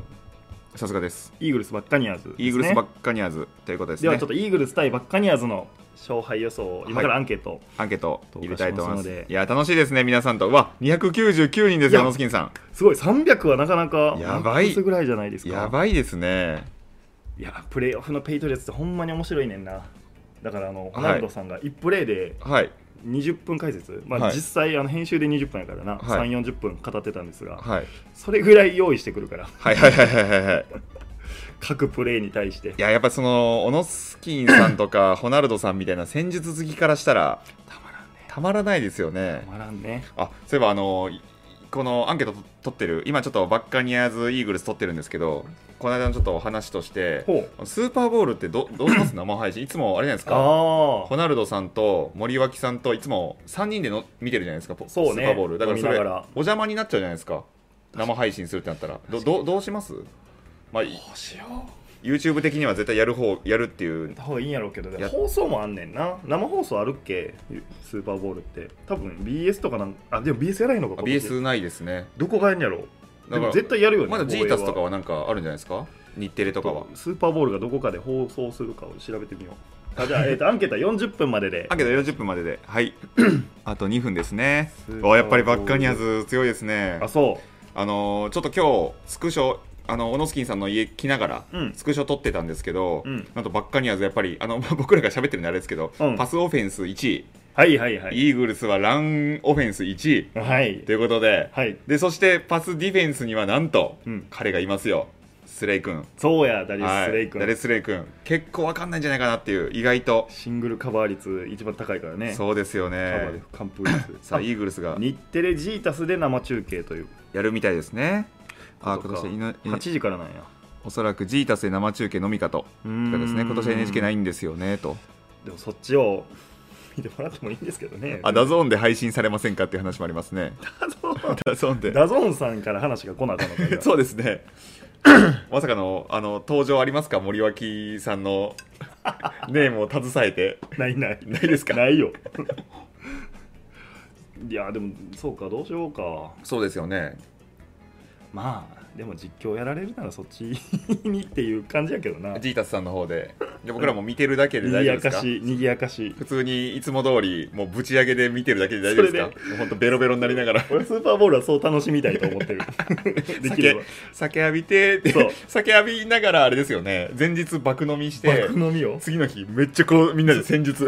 Speaker 2: さすがです
Speaker 1: イーグルスばっかりやつ、
Speaker 2: イーグルス・バッ
Speaker 1: か
Speaker 2: カニアーズということです
Speaker 1: で
Speaker 2: ね
Speaker 1: はちょっとイーグルス対バッカニアーズの勝敗予想を今からアンケート、
Speaker 2: アンケート入れたいと思います
Speaker 1: 投下しますので
Speaker 2: いや楽しいですね皆さんとうわ299人です
Speaker 1: いや
Speaker 2: よノスキンさ
Speaker 1: すごい300はなかなか
Speaker 2: やばい
Speaker 1: マックスぐらいじゃないです
Speaker 2: ん
Speaker 1: か
Speaker 2: やばいですね
Speaker 1: いやプレーオフのペイトリアスってほんまに面白いねんなだからあの
Speaker 2: い
Speaker 1: ホナルドさんが1プレーで
Speaker 2: はい
Speaker 1: 20分解説、ま
Speaker 2: は
Speaker 1: あ、
Speaker 2: い
Speaker 1: 実際あの編集で20分やからな、
Speaker 2: はい
Speaker 1: 3 4 0分語ってたんですが、
Speaker 2: はい
Speaker 1: それぐらい用意してくるから
Speaker 2: はいはいはいはいはいはい
Speaker 1: 各プレーに対して
Speaker 2: いややっぱそのオノスキンさん とかホナルドさんみたいな戦術好きからしたら
Speaker 1: たまらんね
Speaker 2: たまらないですよね
Speaker 1: たまらんね
Speaker 2: あそういえばあのいこのアンケートと取ってる今ちょっとバッカニアーズイーグルス取ってるんですけどこの間のちょっとお話として
Speaker 1: ほう
Speaker 2: スーパーボールってどどうします 生配信いつもあれじゃないですか
Speaker 1: あ
Speaker 2: ホナルドさんと森脇さんといつも3人での見てるじゃないですかポ
Speaker 1: そうね
Speaker 2: スーパーボールだからそ
Speaker 1: 見
Speaker 2: れ
Speaker 1: ながら
Speaker 2: お邪魔になっちゃうじゃないですか生配信するってなったらどどうどうしますまあ、い
Speaker 1: あしよ
Speaker 2: YouTube 的には絶対やる方やるっていう
Speaker 1: う方がいいんやろうけどでも
Speaker 2: や
Speaker 1: 放送もあんねんな生放送あるっけスーパーボールって多分 BS とかなんあでも BS やらへんのか
Speaker 2: あ
Speaker 1: 今年
Speaker 2: BS ないですね
Speaker 1: どこがやんやろ
Speaker 2: だ
Speaker 1: で
Speaker 2: か
Speaker 1: も
Speaker 2: ら
Speaker 1: 絶対やるよね
Speaker 2: まだジータスとか
Speaker 1: は
Speaker 2: はなんかあるんじゃないですか日テレとかは
Speaker 1: スーパーボールがどこかで放送するかを調べてみようあじゃ あ、えー、とアンケートは40分までで
Speaker 2: アンケート40分までで、はい、あと2分ですね
Speaker 1: スー。パー
Speaker 2: おやっぱりバッカニアーズ強いですね
Speaker 1: あ。そ
Speaker 2: あのーちょっと今日スクショあのオノスキンさんの家来ながら、
Speaker 1: うん
Speaker 2: スクショ撮ってたんですけど、
Speaker 1: うん
Speaker 2: なんとバッカニアーズやっぱりあの 僕らが喋ってるんであれですけど、
Speaker 1: うん
Speaker 2: パスオフェンス1位、
Speaker 1: うはいはいはい
Speaker 2: イーグルスはランオフェンス1位
Speaker 1: はい
Speaker 2: ということで、
Speaker 1: はい
Speaker 2: でそしてパスディフェンスにはなんと、
Speaker 1: うん
Speaker 2: 彼がいますよ。スレイ君、
Speaker 1: そうやダリ
Speaker 2: は
Speaker 1: ス・
Speaker 2: い
Speaker 1: スレイ君、
Speaker 2: ダレスレイ君、結構わかんないんじゃないかなっていう意外と、
Speaker 1: シングルカバー率一番高いからね
Speaker 2: そうですよ
Speaker 1: カバー
Speaker 2: ね
Speaker 1: で。完封率
Speaker 2: さあイーグルスが
Speaker 1: 日テレジータスで生中継という
Speaker 2: やるみたいですね。あ
Speaker 1: こと
Speaker 2: 今
Speaker 1: か
Speaker 2: 年いな
Speaker 1: 8時からなんや
Speaker 2: おそらくジータスで生中継のみかと。
Speaker 1: うーん
Speaker 2: ですね、今年 NHK ないんですよねと。
Speaker 1: でもそっちを見てもらってもいいんですけどね
Speaker 2: あ、ダゾーンで配信されませんかっていう話もありますね。
Speaker 1: ダゾーン
Speaker 2: ダゾーンで。
Speaker 1: ダゾーンさんから話が来なかったのか
Speaker 2: そうですね。 まさかのあの登場ありますか森脇さん のネームを携えて。
Speaker 1: ないない
Speaker 2: ないですか
Speaker 1: ないよ いやでもそうかどうしようか
Speaker 2: そうですよね。
Speaker 1: まあでも実況やられるならそっちにっていう感じやけどな
Speaker 2: ジータスさんの方で。で僕らも見てるだけで
Speaker 1: に
Speaker 2: 大
Speaker 1: ぎ
Speaker 2: 丈
Speaker 1: や
Speaker 2: 夫で
Speaker 1: か
Speaker 2: すか
Speaker 1: しにぎやかし
Speaker 2: 普通にいつも通りもうぶち上げで見てるだけで大丈夫ですか
Speaker 1: そ
Speaker 2: もうほんとベロベロになりながら
Speaker 1: 俺スーパーボールはそう楽しみたいと思 ってるできれば
Speaker 2: 酒酒浴びてって
Speaker 1: そう
Speaker 2: 酒浴びながらあれですよね前日爆飲みして
Speaker 1: 爆飲みを
Speaker 2: 次の日めっちゃこうみんなで戦術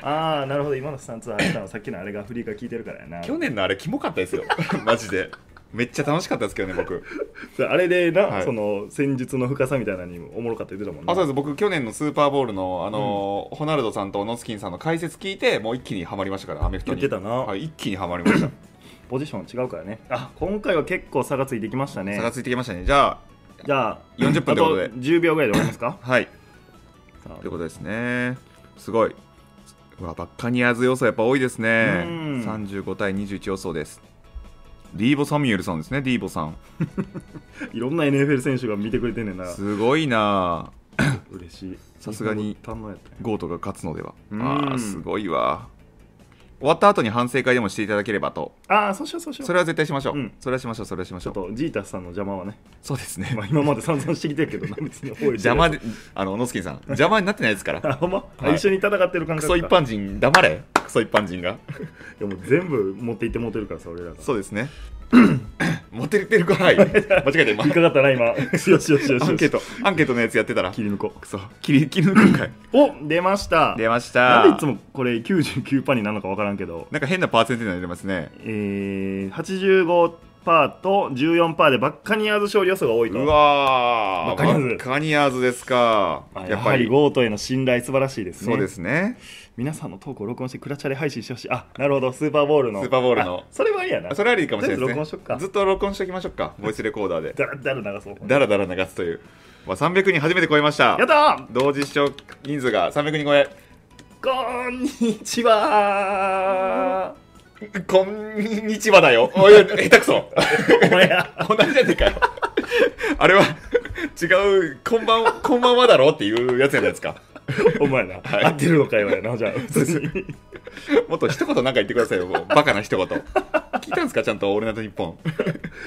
Speaker 1: ああなるほど今のスタンツはあれだわさっきのあれが振りが効いてるからやな
Speaker 2: 去年のあれキモかったですよ マジでめっちゃ楽しかったですけどね僕
Speaker 1: そうあれでな、
Speaker 2: はい
Speaker 1: その戦術の深さみたいなのにもおもろかった言ってたもんな
Speaker 2: あそうです僕去年のスーパーボールの、あのーホナルドさんとノスキンさんの解説聞いてもう一気にはまりましたからアメフト
Speaker 1: 言って
Speaker 2: に
Speaker 1: たな、
Speaker 2: はい、一気にはまりました
Speaker 1: ポジション違うからねあ今回は結構差がついてきましたね
Speaker 2: 差がついてきましたねじゃあ
Speaker 1: じゃあ
Speaker 2: 40分ってことで
Speaker 1: あ10秒ぐらいで終わりますか
Speaker 2: はい
Speaker 1: さ
Speaker 2: という
Speaker 1: あ
Speaker 2: ことですねすごいうわバッカニアーズ予想やっぱ多いですね
Speaker 1: うん
Speaker 2: 35対21予想ですディーボ・サミュエルさんですねディーボさん
Speaker 1: いろんな NFL 選手が見てくれてんねんな
Speaker 2: すごいなあ
Speaker 1: 嬉しい
Speaker 2: さすがに
Speaker 1: 堪能やったね
Speaker 2: ゴートが勝つのでは
Speaker 1: うん
Speaker 2: ああすごいわ終わった後に反省会でもしていただければと
Speaker 1: ああそうしようそうしよう
Speaker 2: それは絶対しましょう、
Speaker 1: うん
Speaker 2: それはしましょうそれはしまし
Speaker 1: ちょ
Speaker 2: ょ
Speaker 1: っ
Speaker 2: う
Speaker 1: とジータスさんの邪魔はね、
Speaker 2: そうですね
Speaker 1: まあ、今まで散々してきてるけどな別に覚えてる
Speaker 2: 邪魔であの小野助さん邪魔になってないですから
Speaker 1: あほんま、あ
Speaker 2: はい
Speaker 1: 一緒に戦ってる感覚
Speaker 2: クソ
Speaker 1: か
Speaker 2: 一般人黙れクソ一般人が
Speaker 1: いやもう全部持っていって持ってるからさ俺らが
Speaker 2: そうですね モテてるかはい間違えてま
Speaker 1: 引っかかったな今よしよしよしよし
Speaker 2: アンケートアンケートのやつやってたら
Speaker 1: 切り抜こ
Speaker 2: クソ切り切り抜くんかいう
Speaker 1: お出ました
Speaker 2: 出まし
Speaker 1: な
Speaker 2: た
Speaker 1: んでいつもこれ99パーになるのか分からんけど、
Speaker 2: なんか変なパーセンテージになりますね
Speaker 1: えー、85パーと14パーでバッカニアーズ勝利予想が多いうと
Speaker 2: わー
Speaker 1: バッカニアーズ
Speaker 2: バッカニアーズですか
Speaker 1: あ
Speaker 2: や
Speaker 1: や
Speaker 2: っ
Speaker 1: っ
Speaker 2: ぱ
Speaker 1: ぱ
Speaker 2: り
Speaker 1: りゴートへの信頼素晴らしいですね
Speaker 2: そうですね
Speaker 1: 皆さんのトークを録音してクラチャレ配信してほしいあなるほどスーパーボールの
Speaker 2: スーパーボール
Speaker 1: あ
Speaker 2: の
Speaker 1: それはありやな
Speaker 2: あそれありかもしれない
Speaker 1: とりあえず録
Speaker 2: で
Speaker 1: 音し
Speaker 2: す
Speaker 1: とく
Speaker 2: ね
Speaker 1: か
Speaker 2: ずっと録音しておきましょうかボイスレコーダーで
Speaker 1: だらだら流そう
Speaker 2: だらだら流すという、まあ、300人初めて超えました
Speaker 1: やった
Speaker 2: 同時視聴人数が300人超
Speaker 1: ー
Speaker 2: え
Speaker 1: こんにちは
Speaker 2: こんにちはだよおい下手くそ
Speaker 1: おや
Speaker 2: 同じじゃねえかよあれは違うこんばんこんばんはだろっていうやつやないですか
Speaker 1: お前な、
Speaker 2: はい
Speaker 1: 合ってるのかよやなじゃあ普 通に
Speaker 2: もっと一言なんか言ってくださいよもうバカな一言聞いたんですかちゃんと「オールナイトニッポン」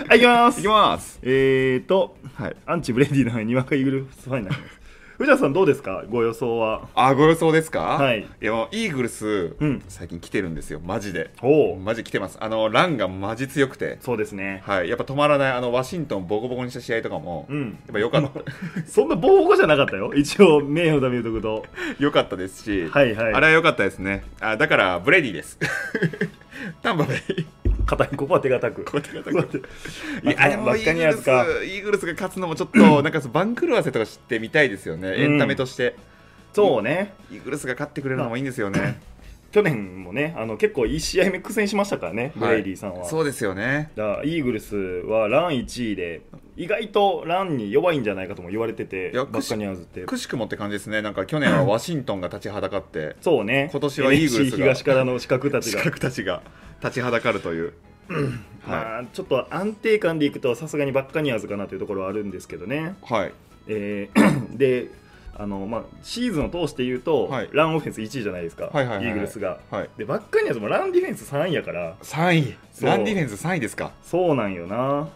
Speaker 1: はい行きま
Speaker 2: い
Speaker 1: す
Speaker 2: きます
Speaker 1: えーと
Speaker 2: はい
Speaker 1: アンチブレディのにわかイーグルスファイ ナルです藤田さんどうですかご予想は
Speaker 2: あご予想ですか
Speaker 1: はい
Speaker 2: いやもうイーグルス、
Speaker 1: うん
Speaker 2: 最近来てるんですよマジで
Speaker 1: おお
Speaker 2: マジ来てますあのランがマジ強くて
Speaker 1: そうですね
Speaker 2: はいやっぱ止まらないあのワシントンボコボコにした試合とかも、
Speaker 1: う
Speaker 2: や
Speaker 1: ん
Speaker 2: っぱ良かった
Speaker 1: そんなボーコじゃなかったよ一応名誉だめ言うとく
Speaker 2: 良かったですし、
Speaker 1: はいはい
Speaker 2: あれは良かったですねあだからブレディです タンバベイ
Speaker 1: と肩にここは手堅く
Speaker 2: こうやってこうやってい
Speaker 1: あ
Speaker 2: やでも
Speaker 1: バ
Speaker 2: イ
Speaker 1: ッカ
Speaker 2: ー
Speaker 1: ニアーズか
Speaker 2: グルスイーグルスが勝つのもちょっとなんかその番狂わせとかしてみたいですよね、エンタメとして
Speaker 1: そうね
Speaker 2: イーグルスが勝ってくれるのもいいんですよね
Speaker 1: 去年もねあの結構いい試合目苦戦しましたからね、ブレイディさんは
Speaker 2: そうですよね
Speaker 1: だからイーグルスはラン1位で意外とランに弱いんじゃないかとも言われてて
Speaker 2: いや
Speaker 1: バッカニアーズって
Speaker 2: くしくもって感じですねなんか去年はワシントンが立ちはだかって
Speaker 1: そうね
Speaker 2: 今年はイーグルスが
Speaker 1: NC 東からの資格たち
Speaker 2: 資
Speaker 1: が
Speaker 2: 格たちが立ちはだかるという、は
Speaker 1: まあ、ちょっと安定感でいくとさすがにバッカニアーズかなというところはあるんですけどね、
Speaker 2: い、はい、
Speaker 1: えー であの、まあ、シーズンを通して言うと、
Speaker 2: はい
Speaker 1: ランオフェンス1位じゃないですか、
Speaker 2: はいはいはいはい
Speaker 1: イーグルスが。
Speaker 2: はい、
Speaker 1: でバッカニアーズもランディフェンス3位やから
Speaker 2: 3位
Speaker 1: そう
Speaker 2: ランディフェンス3位ですか
Speaker 1: そうなんよなだか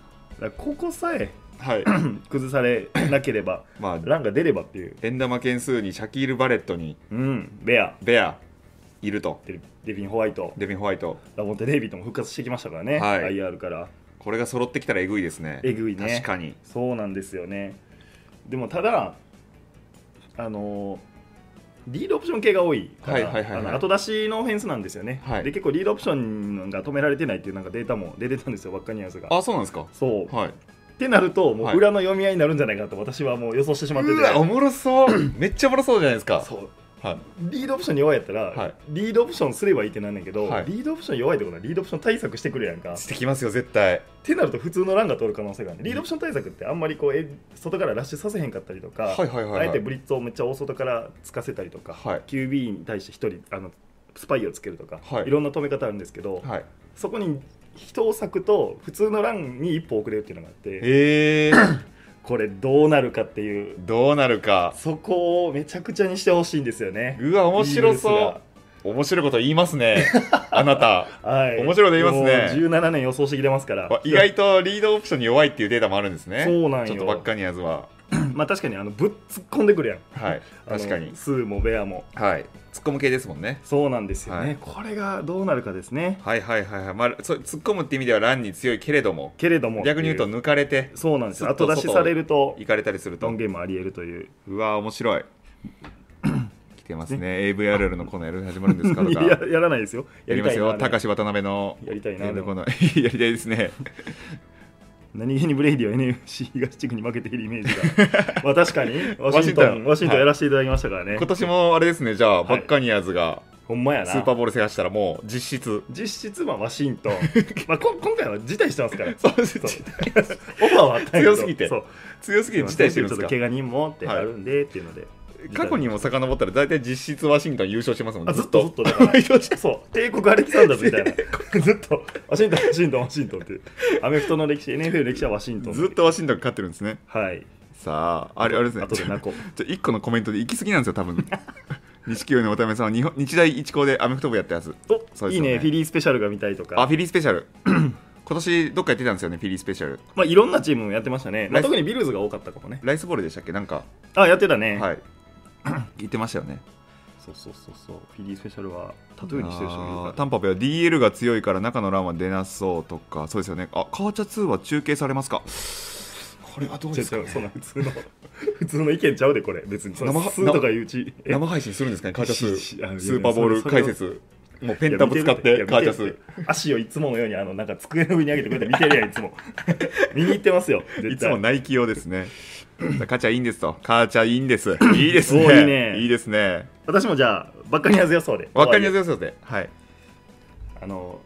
Speaker 1: らここさえ
Speaker 2: はい
Speaker 1: 崩されなければ
Speaker 2: まあ
Speaker 1: ランが出ればっていう、
Speaker 2: 円玉件数にシャキール・バレットに
Speaker 1: うん、ベア
Speaker 2: ベアいると
Speaker 1: デビデビン・ホワイト
Speaker 2: デビン・ホワイト
Speaker 1: ラモンテ・デイビッドも復活してきましたからね、
Speaker 2: はい
Speaker 1: IR から
Speaker 2: これが揃ってきたらえぐいですね
Speaker 1: えぐいね
Speaker 2: 確かに
Speaker 1: そうなんですよねでもただあのリードオプション系が多いから、
Speaker 2: はいはいはいは
Speaker 1: あ
Speaker 2: い
Speaker 1: の後出しのオフェンスなんですよね、
Speaker 2: はい
Speaker 1: で結構リードオプションが止められてないっていうなんかデータも出てたんですよバッカニアーズが
Speaker 2: あそうなんですか
Speaker 1: そう、
Speaker 2: はい
Speaker 1: ってなるとも
Speaker 2: は
Speaker 1: う
Speaker 2: い
Speaker 1: 裏の読み合いになるんじゃないかと私はもう予想してしまってて
Speaker 2: うわおもろそう めっちゃおもろそうじゃないですか
Speaker 1: そう
Speaker 2: はい
Speaker 1: リードオプションに弱いやったら、
Speaker 2: はい
Speaker 1: リードオプションすればいいってなんねんけど、
Speaker 2: はい
Speaker 1: リードオプション弱いってことはリードオプション対策してくるやんかっ
Speaker 2: してきますよ絶対
Speaker 1: てなると普通のランが通る可能性があるねリードオプション対策ってあんまりこうえ外からラッシュさせへんかったりとか、
Speaker 2: はいはいはい
Speaker 1: あ
Speaker 2: は
Speaker 1: えて
Speaker 2: い
Speaker 1: ブリッツをめっちゃ大外からつかせたりとか、
Speaker 2: はい
Speaker 1: QB に対して一人あのスパイをつけるとか、
Speaker 2: はい
Speaker 1: い、ろんな止め方あるんですけど、
Speaker 2: はい
Speaker 1: そこに人を割くと普通のランに一歩遅れるっていうのがあって
Speaker 2: へえ
Speaker 1: これどうなるかっていう
Speaker 2: どうなるか
Speaker 1: そこをめちゃくちゃにしてほしいんですよね。
Speaker 2: うわ面白
Speaker 1: イー
Speaker 2: そ
Speaker 1: グル
Speaker 2: う面白いこと言いま すねあなた
Speaker 1: スがはい、
Speaker 2: 面白いこと言いますね
Speaker 1: もう17年予想してきてますから
Speaker 2: わ意外とリードオプションに弱いっていうデータもあるんですね
Speaker 1: そうなんよ
Speaker 2: ちょっとバッカニアーズは
Speaker 1: まあ確かにあのぶっ突っ込んでくるやん
Speaker 2: はい
Speaker 1: あの
Speaker 2: 確かに
Speaker 1: スーもベアも
Speaker 2: はい突っ込む系ですもんね
Speaker 1: そうなんですよね、
Speaker 2: はい
Speaker 1: これがどうなるかですね
Speaker 2: はいはいはいはい、まあ、そう突っ込むって意味ではランに強いけれども
Speaker 1: けれども
Speaker 2: 逆に言うと
Speaker 1: ってい
Speaker 2: 抜かれて
Speaker 1: うそうなんですよ
Speaker 2: ずっと
Speaker 1: 後出しされると
Speaker 2: 行かれたりする
Speaker 1: ロ
Speaker 2: と
Speaker 1: ンゲームありえるという
Speaker 2: うわ面 白い来てますね AVRL のこのやる始まるんですかと
Speaker 1: い
Speaker 2: か
Speaker 1: ややらないですよ
Speaker 2: やりますよ
Speaker 1: たいなあれ
Speaker 2: 高橋渡辺の
Speaker 1: やりたいな
Speaker 2: えー
Speaker 1: でも
Speaker 2: このやりたいですね
Speaker 1: 何気にブレイディは NFC 東地区に負けているイメージ がまあ確かにワシントン
Speaker 2: ワ
Speaker 1: ワ
Speaker 2: シ
Speaker 1: シン
Speaker 2: ントン
Speaker 1: トンやらせていただきましたからね、
Speaker 2: 今年もあれですねじゃあ、
Speaker 1: い
Speaker 2: バッカニアーズが
Speaker 1: ほんまやな
Speaker 2: スーパーボール制覇したらもう実質
Speaker 1: 実質はワシントン、まあ、こ 今回は辞退してますから
Speaker 2: そうです
Speaker 1: そうオファーはあったんやけど
Speaker 2: 強すぎて
Speaker 1: そう
Speaker 2: 強すぎて辞退してるん
Speaker 1: ちょ
Speaker 2: で
Speaker 1: っと
Speaker 2: すか
Speaker 1: 怪我人もってあるんでっていうので、
Speaker 2: 過去にも遡ったら大体実質ワシントン優勝してますもん
Speaker 1: あずっとずっとだから そう帝国アレキサンダーズみたい なずっとワシントンワシントンワシントンっていうアメフトの歴史 NFL の歴史はワシントン
Speaker 2: ずっとワシントン勝ってるんですね
Speaker 1: はい
Speaker 2: さああれあれですね
Speaker 1: 後で泣こう
Speaker 2: ちょ1個のコメントで行き過ぎなんですよ多 分錦鯉の渡辺さんは日本日大一高でアメフト部やったやつ
Speaker 1: お
Speaker 2: そうですよね
Speaker 1: いいねフィリースペシャルが見たいと
Speaker 2: あ
Speaker 1: か
Speaker 2: フィリースペシャル 今年どっかやってたんですよねフィリースペシャル
Speaker 1: まあいろんなチームやってましたね、ま
Speaker 2: ライ
Speaker 1: あ、
Speaker 2: ス
Speaker 1: 特にビルズが多かったかもね
Speaker 2: ライスボールでしたっけなんか
Speaker 1: あやってたね、
Speaker 2: はい 言ってましたよね
Speaker 1: そうそうそうそうフィリースペシャルはタトゥーにしてる人もい
Speaker 2: あー
Speaker 1: るか
Speaker 2: タンパベは DL が強いから中の欄は出なそうとかそうですよねあカーチャ2は中継されますかこれはど
Speaker 1: ら違う違うそんな普通の普通の意見ちゃうでこれ別にその
Speaker 2: 生
Speaker 1: スーとかいううちえ
Speaker 2: 生配信するんですかねカーチャ
Speaker 1: ししあ
Speaker 2: 2
Speaker 1: の
Speaker 2: スーパーボール解説もうペンタブ使っ
Speaker 1: いや
Speaker 2: て
Speaker 1: 見
Speaker 2: カー
Speaker 1: る
Speaker 2: チ
Speaker 1: よいや
Speaker 2: ャ
Speaker 1: 見てる
Speaker 2: 2
Speaker 1: よ足をいつものようにあのなんか机の上に上げてくれて見てるやんいつ も見に行ってますよ絶対
Speaker 2: いつもナイキ用ですね。カチャいいんですと。カチャいい んです。いいです
Speaker 1: おー
Speaker 2: ね。
Speaker 1: いいね
Speaker 2: ですね。
Speaker 1: 私もじゃあバッカニアーズ予想で
Speaker 2: わかりやす
Speaker 1: とは
Speaker 2: い
Speaker 1: い
Speaker 2: ですよね。はい。
Speaker 1: えあの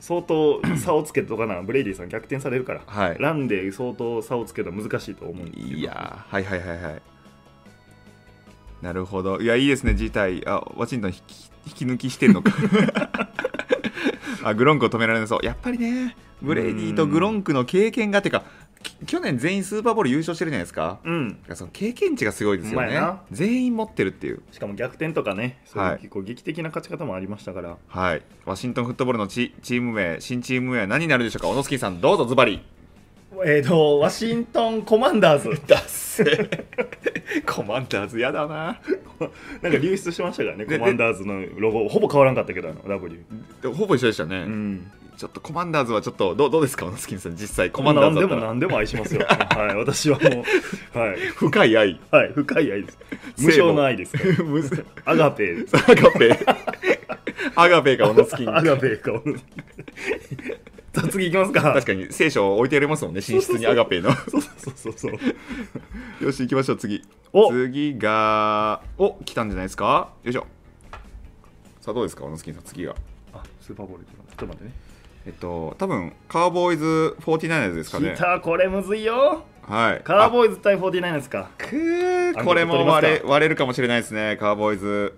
Speaker 1: 相当差をつけてとかなブレイディさん逆転されるから、
Speaker 2: はい
Speaker 1: ランで相当差をつけるのは難しいと思うんですけど
Speaker 2: いやー、はいはいはいはい。なるほど。いや、いいですね、事態。あ、ワシントン引き引き抜きして んのか。あ、グロンクを止められなそう。やっぱりね、ブレイディとグロンクの経験が、てか、き去年全員スーパーボール優勝してるじゃないですか。
Speaker 1: うん
Speaker 2: だからその経験値がすごいですよ
Speaker 1: ほんま
Speaker 2: ね
Speaker 1: やな。
Speaker 2: 全員持ってるっていう。
Speaker 1: しかも逆転とかねそういう
Speaker 2: はい
Speaker 1: 結構劇的な勝ち方もありましたから、
Speaker 2: はい、ワシントンフットボールのチチーム名、新チーム名は何になるでしょうか、小野月さん、どうぞズバリ。
Speaker 1: えっ、とワシントンコマン ダーズ
Speaker 2: だっせコマンダーズ、やだな。
Speaker 1: なんか流出してましたからね
Speaker 2: で
Speaker 1: コマンダーズのロゴほぼ変わらんかったけどあの W
Speaker 2: でもほぼ一緒でしたね、
Speaker 1: うん
Speaker 2: ちょっとコマンダーズはちょっと、どうどうですか、小野月さん、実際、
Speaker 1: コ
Speaker 2: コマ
Speaker 1: マ
Speaker 2: ン
Speaker 1: ンダー
Speaker 2: ダーズ
Speaker 1: ズで
Speaker 2: だった
Speaker 1: も
Speaker 2: ら
Speaker 1: 何でも愛し ますよはい私はもうはい
Speaker 2: 深い愛、
Speaker 1: はい深い愛です無償の愛ですから
Speaker 2: むず
Speaker 1: アガペ
Speaker 2: アガ ペ、アガペか、小野月に、
Speaker 1: アガペかさあ次行きますか
Speaker 2: 確かに聖書を置いてありますもんね、寝室にアガペの。
Speaker 1: そうそうそうそう
Speaker 2: よし、行きましょう、次。
Speaker 1: お
Speaker 2: 次が、お来たんじゃないですか、よいしょ。さあ、どうですか、小野月さん、次が。
Speaker 1: あスーパーボール行きますちょっと待ってね
Speaker 2: えっと、多分カーボーイズ 49ers ですかね
Speaker 1: き。たこれむずいよ
Speaker 2: はい。
Speaker 1: カーボーイズ対49ですか
Speaker 2: あくー
Speaker 1: アンケート
Speaker 2: これも割
Speaker 1: 取
Speaker 2: れ
Speaker 1: ります
Speaker 2: 割れるかもしれないですね、カーボーイズ。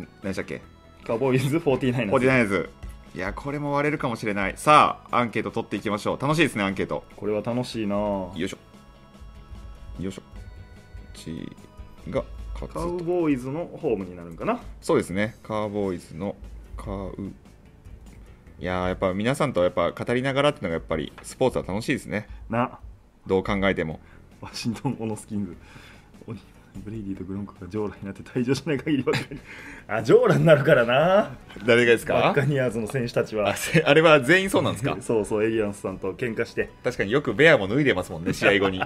Speaker 2: ん何でしたっけ
Speaker 1: カーボーイズ49です
Speaker 2: ?49ers。いや、これも割れるかもしれない。さあ、アンケート取っていきましょう。楽しいですね、アンケート。
Speaker 1: これは楽しいなぁ
Speaker 2: よいしょ。よいしょ。ちが勝
Speaker 1: カウ
Speaker 2: つと。
Speaker 1: ボーイズのホームになるんかな
Speaker 2: そうですね、カーボーイズのカウ。いやーやっぱ皆さんとやっぱ語りながらっていうのがやっぱりスポーツは楽しいですね。
Speaker 1: な
Speaker 2: どう考えても。
Speaker 1: ワシントン・オノスキング鬼ブレイディとグロンクが上来になって退場しない限りはあ上来になるからな
Speaker 2: 誰がですか
Speaker 1: バッカニアーズの選手たちは
Speaker 2: あせあれは全員そうなんです か
Speaker 1: そうそうエイリアンスさんと喧嘩して
Speaker 2: 確かによくベアも脱いでますもんね試合後に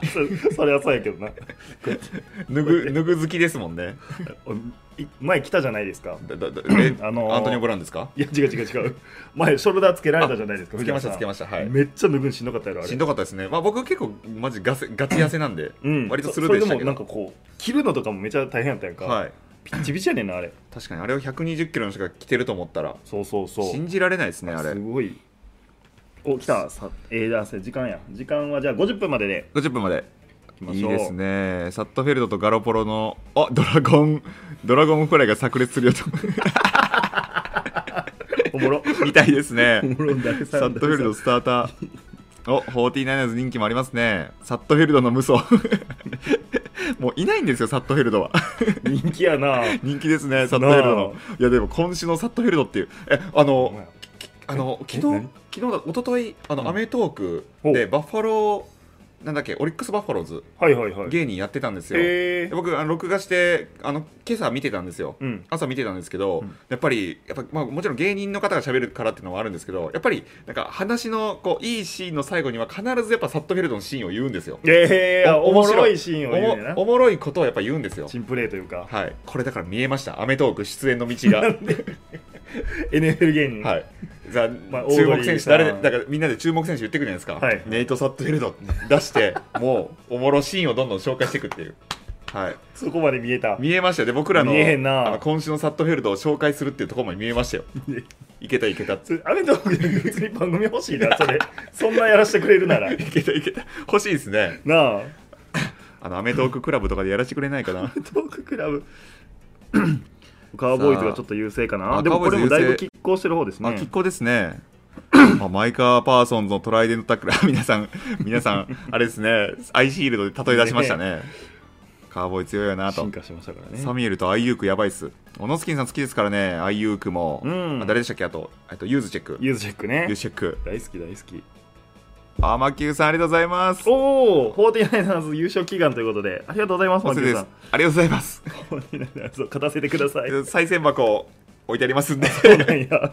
Speaker 1: そそれはそうやけどな
Speaker 2: 脱ぐ脱ぐ好きですもんね
Speaker 1: おい前来たじゃないですか
Speaker 2: だだだえ
Speaker 1: あのー
Speaker 2: アントニオ・ブラウンですか
Speaker 1: いや違う違う違う前ショルダーつけられたじゃないですか
Speaker 2: つけました
Speaker 1: 藤
Speaker 2: つけ
Speaker 1: 原
Speaker 2: ま
Speaker 1: さ
Speaker 2: したはい
Speaker 1: んめっちゃ脱ぐんしんどかったやろあれ
Speaker 2: しんどかったですね、まあ、僕結構マジガセガチ痩せなんで、
Speaker 1: うん
Speaker 2: 割とス
Speaker 1: そ
Speaker 2: ルーで
Speaker 1: そ
Speaker 2: し
Speaker 1: れで
Speaker 2: たけ
Speaker 1: もな
Speaker 2: ど
Speaker 1: んかこう着るのとかもめちゃ大変やったやんか、
Speaker 2: はい、
Speaker 1: ピッチピチやねんなあれ
Speaker 2: 確かにあれを120キロの人が着てると思ったら
Speaker 1: そうそうそう
Speaker 2: 信じられないですねあれ
Speaker 1: すごいお来たさえー、だせ時間や時間はじゃあ50分までで
Speaker 2: 50分まで
Speaker 1: いきま
Speaker 2: い
Speaker 1: し
Speaker 2: い
Speaker 1: ょう
Speaker 2: ですねサットフェルドとガロポロのあドラゴンドラゴンフライが炸裂するよ と
Speaker 1: お もろ
Speaker 2: みたいですね
Speaker 1: おもろ誰さ
Speaker 2: サ
Speaker 1: ん
Speaker 2: ットフェルドスターター。お、49ers 人気もありますね。サットフェルドの無双。 もういないんですよ、サットフェルドは。
Speaker 1: 人気やな
Speaker 2: 人気ですね、サットフェルドの。いや、でも今週のサットフェルドっていう、え、あ
Speaker 1: お前
Speaker 2: の、あの昨
Speaker 1: え
Speaker 2: 日
Speaker 1: 何、
Speaker 2: 昨日だ、一昨日あの、
Speaker 1: うん
Speaker 2: アメトーク
Speaker 1: ほう
Speaker 2: で、バッファロー、なんだっけ、オリックス・バッファローズ、
Speaker 1: はいはいはい
Speaker 2: 芸人やってたんですよ。
Speaker 1: え
Speaker 2: で
Speaker 1: ー、
Speaker 2: 僕、あの録画して、あの今朝見てたんですよ。
Speaker 1: うん
Speaker 2: 朝見てたんですけど、
Speaker 1: うん
Speaker 2: やっぱりやっぱ、まあ、もちろん芸人の方が喋るからっていうのもあるんですけどやっぱりなんか話のこういいシーンの最後には必ずやっぱサットフェルドのシーンを言うんですよ
Speaker 1: えー、あ
Speaker 2: おも
Speaker 1: 面
Speaker 2: ろ
Speaker 1: 白
Speaker 2: い
Speaker 1: いシーンを
Speaker 2: お
Speaker 1: 言う
Speaker 2: も
Speaker 1: ねんな
Speaker 2: おもろいことをやっぱ言うんですよ
Speaker 1: チンプレーというか
Speaker 2: はい これだから見えました『アメトーーク』出演の道が
Speaker 1: NFL 芸人、
Speaker 2: はいさ、
Speaker 1: まあオー
Speaker 2: 注
Speaker 1: ドリ
Speaker 2: 目
Speaker 1: ー
Speaker 2: 選手
Speaker 1: さん
Speaker 2: 誰だからみんなで注目選手言ってくるじゃないですか、
Speaker 1: はい
Speaker 2: ネイト・サットフィールド出してもうおもろシーンをどんどん紹介していくっていう、はい、
Speaker 1: そこまで見えた
Speaker 2: 見えましたよで僕らの
Speaker 1: 見えへんな
Speaker 2: あの今週のサットフィールドを紹介するっていうところも見え ましたよいけたいけたい
Speaker 1: それアメトークで別に番組欲しいなそれそんなやらせてくれるなら
Speaker 2: けたいけた欲しいですね
Speaker 1: なあ
Speaker 2: あのアメトーククラブとかでやらせてくれないかな
Speaker 1: トーククラブ カウボーイズがちょっと優勢か
Speaker 2: さ
Speaker 1: な
Speaker 2: あ
Speaker 1: でもこれも
Speaker 2: カ
Speaker 1: だ
Speaker 2: ウボーイズ優勢
Speaker 1: いぶ拮抗してる方です
Speaker 2: まあ
Speaker 1: ね
Speaker 2: 拮抗ですねあマイカー・パーソンズのトライデントタックル あ皆さん皆さんあれですねアイシールドで例え出しましたねカーボーイ強いよなと
Speaker 1: 進化しましたからね
Speaker 2: サミュエルとアイユークやばいっす。オノスキンさん好きですからね、アイユークも。
Speaker 1: うん
Speaker 2: あ誰でしたっけあと、えっと、ユーズチェック。ユ
Speaker 1: ユーズチェックね
Speaker 2: ーズチェック。
Speaker 1: 大好き大好き
Speaker 2: あ、マキューさんありがとうございます。
Speaker 1: おお49ers 優勝祈願ということでありがとうございます
Speaker 2: お
Speaker 1: マ
Speaker 2: 世
Speaker 1: キ
Speaker 2: 話
Speaker 1: ュ
Speaker 2: です。
Speaker 1: さ
Speaker 2: あ
Speaker 1: ん
Speaker 2: りがとうございます。
Speaker 1: 49ers を勝たせてください
Speaker 2: 再選箱を置いてあります んで。
Speaker 1: いやあ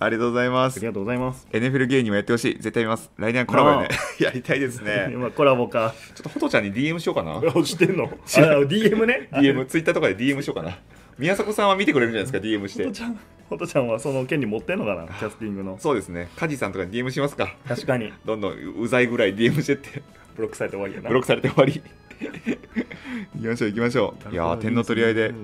Speaker 2: ありがとうございます
Speaker 1: り。がとうございます
Speaker 2: NFL 芸人もやってほしい。絶対見ます。来年はコラボよね
Speaker 1: な。
Speaker 2: やりたいで すね。
Speaker 1: まあコラボか
Speaker 2: ちょっとほとちゃんに DM しようかな。
Speaker 1: 押してんのあ DM ね
Speaker 2: DM、ツイッターとかで DM しようかな。宮迫さんは見てくれるんじゃないですか、DM し
Speaker 1: ホ
Speaker 2: て
Speaker 1: ト。ちゃんホトちゃんはその権利持ってんのかなキャスティング の
Speaker 2: そうですね。カジさんとかに DM しますか。
Speaker 1: 確かに
Speaker 2: どんどんうざいぐらい DM してって。
Speaker 1: ブロックされて終わりやな
Speaker 2: ブロックされて終わり。行きましょう、行きましょう。いやー、点の取り合いで。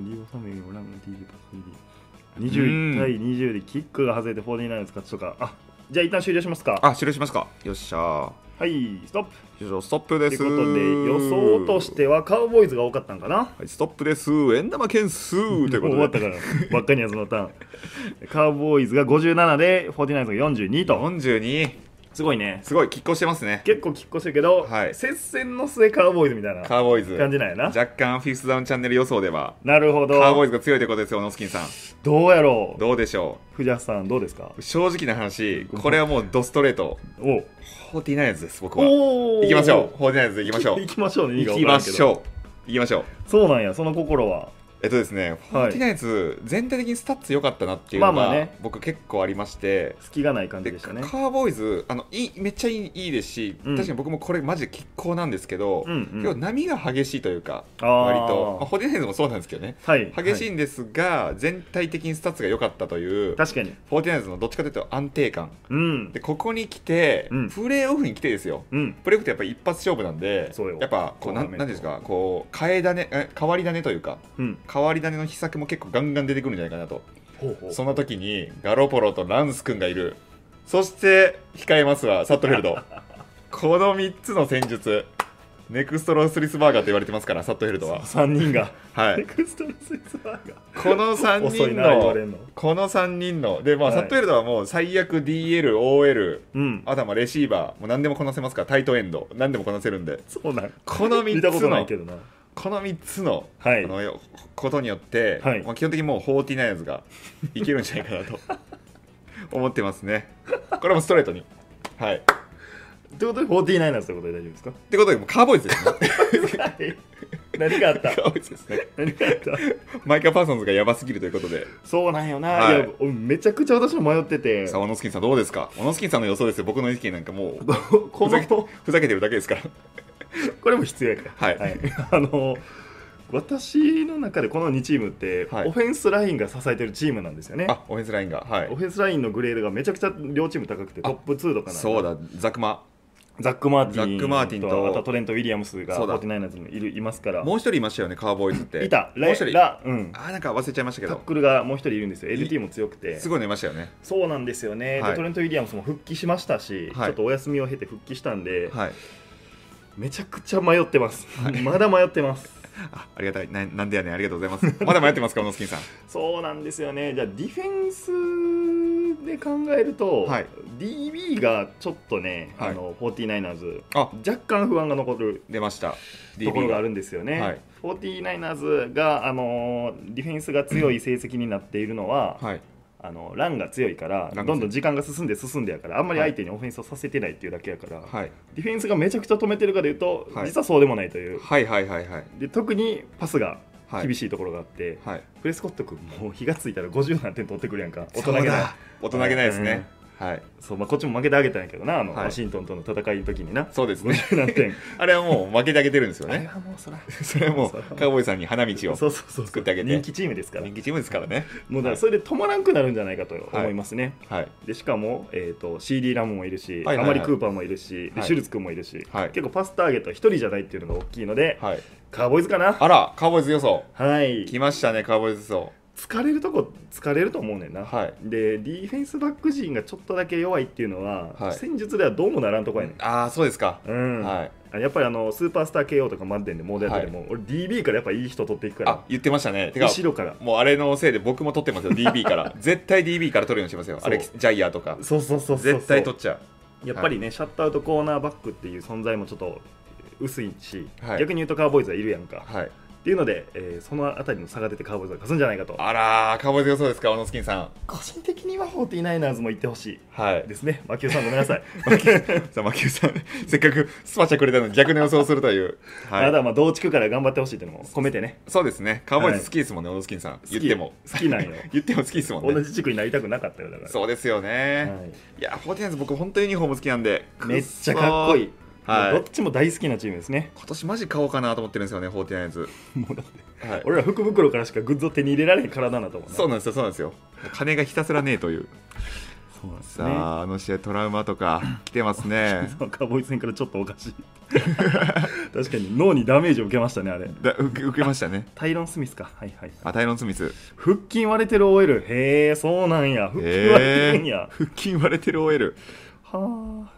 Speaker 1: 20対20でキックが外れて49の勝ちとかあじゃあ一旦終了しますか
Speaker 2: あ、終了しましたか。よっしゃー。
Speaker 1: はいストップ
Speaker 2: よいしょ、ストップで
Speaker 1: とい
Speaker 2: す。
Speaker 1: うことで予想としてはカウボーイズが多かったんかな
Speaker 2: はい。ストップです。円玉件数という
Speaker 1: もう終わっ
Speaker 2: こ
Speaker 1: た
Speaker 2: と
Speaker 1: か
Speaker 2: で。
Speaker 1: らばっかりやそのターンカウボーイズが57で49が42と
Speaker 2: 42。
Speaker 1: すごいね
Speaker 2: すごい、拮抗してますね。
Speaker 1: 結構拮抗してるけど、
Speaker 2: はい
Speaker 1: 接戦の末カウボーイズみたいな
Speaker 2: カーボーイズ。
Speaker 1: 感じなんやな
Speaker 2: 若干、フィフスダウンチャンネル予想では、
Speaker 1: なるほど
Speaker 2: カーボーイズが強いということですよ、ノスキンさん。
Speaker 1: どうやろう
Speaker 2: どうでしょ
Speaker 1: 藤田さんどうですか
Speaker 2: う。正直な話、これはもうドストレート。
Speaker 1: おう
Speaker 2: 49やつです、僕は。
Speaker 1: お
Speaker 2: 行きましょう。49行きましょう。
Speaker 1: 行きましょうね
Speaker 2: 行きまし
Speaker 1: う
Speaker 2: ょう。行きましょう。
Speaker 1: そうなんやその心は
Speaker 2: えっとですね、フォ
Speaker 1: はい
Speaker 2: ーティナイズ全体的にスタッツ良かったなっていうの
Speaker 1: まあまあ
Speaker 2: が
Speaker 1: ね
Speaker 2: 僕結構ありまして、
Speaker 1: 隙がない感じ
Speaker 2: で
Speaker 1: でした
Speaker 2: カ
Speaker 1: ね
Speaker 2: ーボーイズあのいいめっちゃいいいいですし、
Speaker 1: うん
Speaker 2: 確かに僕もこれマジで拮抗なんですけど、
Speaker 1: うんうん
Speaker 2: 今日波が激しいというか
Speaker 1: あー
Speaker 2: 割と、まあ、フォーティナイズもそうなんですけどね
Speaker 1: はい
Speaker 2: 激しい
Speaker 1: は
Speaker 2: んですが、全体的にスタッツが良かったという
Speaker 1: い確かに
Speaker 2: フォーティナイズのどっちかというと安定感
Speaker 1: うん
Speaker 2: でここに来て、
Speaker 1: うん
Speaker 2: プレーオフに来てですよ
Speaker 1: うん
Speaker 2: プレーオフってやっぱり一発勝負なんで
Speaker 1: そうよ
Speaker 2: やっぱこうなん
Speaker 1: トーナメント
Speaker 2: なんていうんですかこう替え種え変わり種というか
Speaker 1: うん
Speaker 2: 変わり種の秘策も結構ガンガン出てくるんじゃないかなと
Speaker 1: ほうほ
Speaker 2: そんな時にガロポロとランス君がいるそして控えますはサットフィール ドこの3つの戦術ネクストロスリスバーガーと言われてますからサットフィールドは、
Speaker 1: 3人が
Speaker 2: は
Speaker 1: ネ
Speaker 2: い、
Speaker 1: クストのスイスバーガ
Speaker 2: この
Speaker 1: ー
Speaker 2: 3
Speaker 1: 遅い
Speaker 2: 人
Speaker 1: な言われ
Speaker 2: の
Speaker 1: んの
Speaker 2: この3人ので、まあ
Speaker 1: はい
Speaker 2: サットフィールドはもう最悪 DLOL
Speaker 1: うん
Speaker 2: あとはまあレシーバーもう何でもこなせますからタイトエンド何でもこなせるんで
Speaker 1: そうなん
Speaker 2: この
Speaker 1: 見
Speaker 2: 3
Speaker 1: たこ
Speaker 2: つ
Speaker 1: とな
Speaker 2: の
Speaker 1: いけどな
Speaker 2: この3つの,、
Speaker 1: はい
Speaker 2: あのよことによって、
Speaker 1: はい
Speaker 2: まあ、基本的にもう49ズがいけるんじゃないかなと 思ってますね。これもストレートに。はい、っ
Speaker 1: ということで49なんてことで大丈夫ですか
Speaker 2: てことでもうカーボーイズですね。
Speaker 1: はい何があった
Speaker 2: カーボーイズですね。
Speaker 1: 何があった
Speaker 2: マイカー・パーソンズがやばすぎるということで、
Speaker 1: そうなんよな、
Speaker 2: はい
Speaker 1: い、や俺めちゃくちゃ私も迷ってて
Speaker 2: さあ、オノスキンさんどうですかオノスキンさんの予想ですよ。僕の意見なんかもう
Speaker 1: こ
Speaker 2: ふざけ
Speaker 1: の
Speaker 2: ふざけてるだけですから。
Speaker 1: これも必要やから
Speaker 2: はい
Speaker 1: あの私の中でこの2チームって、
Speaker 2: はい
Speaker 1: オフェンスラインが支えてるチームなんですよね
Speaker 2: あ、オフェンスラインが。は
Speaker 1: オ
Speaker 2: い。
Speaker 1: フェンスラインのグレードがめちゃくちゃ両チーム高くて
Speaker 2: あ
Speaker 1: トップ2とかなんで
Speaker 2: そうだ、ザクマ。
Speaker 1: ザック・マーティンと
Speaker 2: ザックマーティンと
Speaker 1: あとトレント・ウィリアムスが
Speaker 2: そうだ
Speaker 1: 49ナーズにいるいますから
Speaker 2: もう一人いましたよね、カーボーイズって。
Speaker 1: いた
Speaker 2: もう
Speaker 1: レ
Speaker 2: 一人。あ
Speaker 1: ラ、うん、
Speaker 2: ー、なんか忘れちゃいましたけ
Speaker 1: タッ
Speaker 2: ど。
Speaker 1: クルがもう一人いるんですよ
Speaker 2: い
Speaker 1: LT も強くて
Speaker 2: すごいのいましたよね。
Speaker 1: そうなんですよね、
Speaker 2: はい
Speaker 1: でトレント・ウィリアムスも復帰しましたし、
Speaker 2: はい
Speaker 1: ちょっとお休みを経て復帰したんで、
Speaker 2: はい。
Speaker 1: めちゃくちゃ迷ってます、まだ迷ってます
Speaker 2: あありがたいな。なんでやねん、ありがとうございます。まだ迷ってますか、小野スキンさん。
Speaker 1: そうなんですよねじゃあディフェンスで考えると、
Speaker 2: はい
Speaker 1: DB がちょっとね、
Speaker 2: はい
Speaker 1: あの 49ers
Speaker 2: あ
Speaker 1: 若干不安が残る
Speaker 2: 出ました。
Speaker 1: ところがあ
Speaker 2: る。
Speaker 1: るんですよね、
Speaker 2: はい
Speaker 1: 49ers があのーディフェンスが強い成績になっているのは、
Speaker 2: はい。
Speaker 1: あのランが強いから
Speaker 2: ランが強い
Speaker 1: どんどん時間が進んで進んでやからあんまり相手にオフェンスをさせてないっていうだけやから、
Speaker 2: はい。
Speaker 1: ディフェンスがめちゃくちゃ止めてるかでいうと、
Speaker 2: はい
Speaker 1: 実はそうでもないという
Speaker 2: はいはいはいはい。
Speaker 1: で特にパスが
Speaker 2: はい。
Speaker 1: 厳
Speaker 2: しい。
Speaker 1: しいところがあって、
Speaker 2: はい。
Speaker 1: プレスコット君もう火がついたら50何点取ってくるやんか大人
Speaker 2: そう
Speaker 1: げない
Speaker 2: だ大人げないですね。はい
Speaker 1: そうまあ、こっちも負けてあげたんやけどなあの、
Speaker 2: はい
Speaker 1: ワシントンとの戦いの時 にな
Speaker 2: そうですね
Speaker 1: なんてん
Speaker 2: あれはもう負けてあげてるんですよ
Speaker 1: あれ
Speaker 2: ね
Speaker 1: は もうそら
Speaker 2: それは もうカウボーイさんに花道を
Speaker 1: そうそうそう
Speaker 2: 作ってあげて
Speaker 1: 人気チームですから
Speaker 2: 人気チームですからね
Speaker 1: もうだからそれで止まらんくなるんじゃないかと思いますね、
Speaker 2: はい
Speaker 1: でしかも、えー、と CD ラムもいるし、
Speaker 2: はいはいはい
Speaker 1: アマリ・クーパーもいるし、で
Speaker 2: はい
Speaker 1: シュルツ君もいるし、
Speaker 2: はい
Speaker 1: 結構パスターゲットは1人じゃないっていうのが大きいので、
Speaker 2: はい
Speaker 1: カーボーイズかな
Speaker 2: あらカウボーイズ予想
Speaker 1: はい
Speaker 2: 来ましたねカウボーイズ予想
Speaker 1: 疲れるとこ疲れると思うねんな、
Speaker 2: はい
Speaker 1: でディフェンスバック陣がちょっとだけ弱いっていうのは、
Speaker 2: はい
Speaker 1: 戦術ではどうもならんとこやねん、
Speaker 2: ああそうですか
Speaker 1: うん
Speaker 2: はい
Speaker 1: あやっぱりあのスーパースター KO とかマッデンでモードやってても、俺 DB からやっぱいい人取っていくか
Speaker 2: あ
Speaker 1: ら
Speaker 2: 言ってましたねてか
Speaker 1: 後ろから
Speaker 2: もうあれのせいで僕も取ってますよ DB から絶対 DB から取るようにしますよ
Speaker 1: そう
Speaker 2: アレックスジャイアーとか
Speaker 1: そうそうそうそうそう
Speaker 2: 絶対取っちゃ
Speaker 1: やっぱりね、シャットアウトコーナーバックっていう存在もちょっと薄いし、
Speaker 2: はい
Speaker 1: 逆に言うとカーボーイズはいるやんか、
Speaker 2: うはい
Speaker 1: っていうので、えーそのあたりの差が出てカーボーイズが勝つんじゃないかと
Speaker 2: あらーカウボーイズ予想ですか小野スキンさん
Speaker 1: 個人的には49ーズも行ってほし
Speaker 2: はい
Speaker 1: いですねマキオさんごめんなさい、
Speaker 2: さあ、マキューさん、せっかくスパチャくれたのに逆の予想をするという。
Speaker 1: た
Speaker 2: は
Speaker 1: だ
Speaker 2: い。
Speaker 1: まあ同地区から頑張ってほしいっていうのも込めてね
Speaker 2: そうですね。カウボーイズ好きですもんね、小野スキンさん。
Speaker 1: 好き
Speaker 2: 言っても。
Speaker 1: 好きなんよ
Speaker 2: 言っても好きですもん
Speaker 1: 同
Speaker 2: ね。
Speaker 1: じ地区になりたくなかったよだから
Speaker 2: そうですよね。
Speaker 1: はい
Speaker 2: いや、フォーティナンズ僕、本当にユニフォーム好きなんで。
Speaker 1: めっちゃかっこいい
Speaker 2: くそー。は
Speaker 1: もうどっ。
Speaker 2: い
Speaker 1: ちも大好きなチームですね
Speaker 2: 今年マジ買おうかなと思ってるんですよね、フォーティナンズ。
Speaker 1: もうだって
Speaker 2: はい。
Speaker 1: 俺ら福袋からしかグッズを手に入れられへん体だと思うな
Speaker 2: そうなんですよ、そうなんですよ。金がひたすらねえという。
Speaker 1: そうなんです
Speaker 2: さ
Speaker 1: ね
Speaker 2: あ、あの試合トラウマとか来てますね。
Speaker 1: そうカーボーイズ戦からちょっとおかしい確かに脳にダメージを受けましたねあれ
Speaker 2: だ受け受けましたね。
Speaker 1: タイロン・スミスかはいはい
Speaker 2: あ、タイロン・スミス。
Speaker 1: 腹筋割れてる OL へえそうなんや腹筋割れてるんや、
Speaker 2: えー腹筋割れてる OL。
Speaker 1: はあ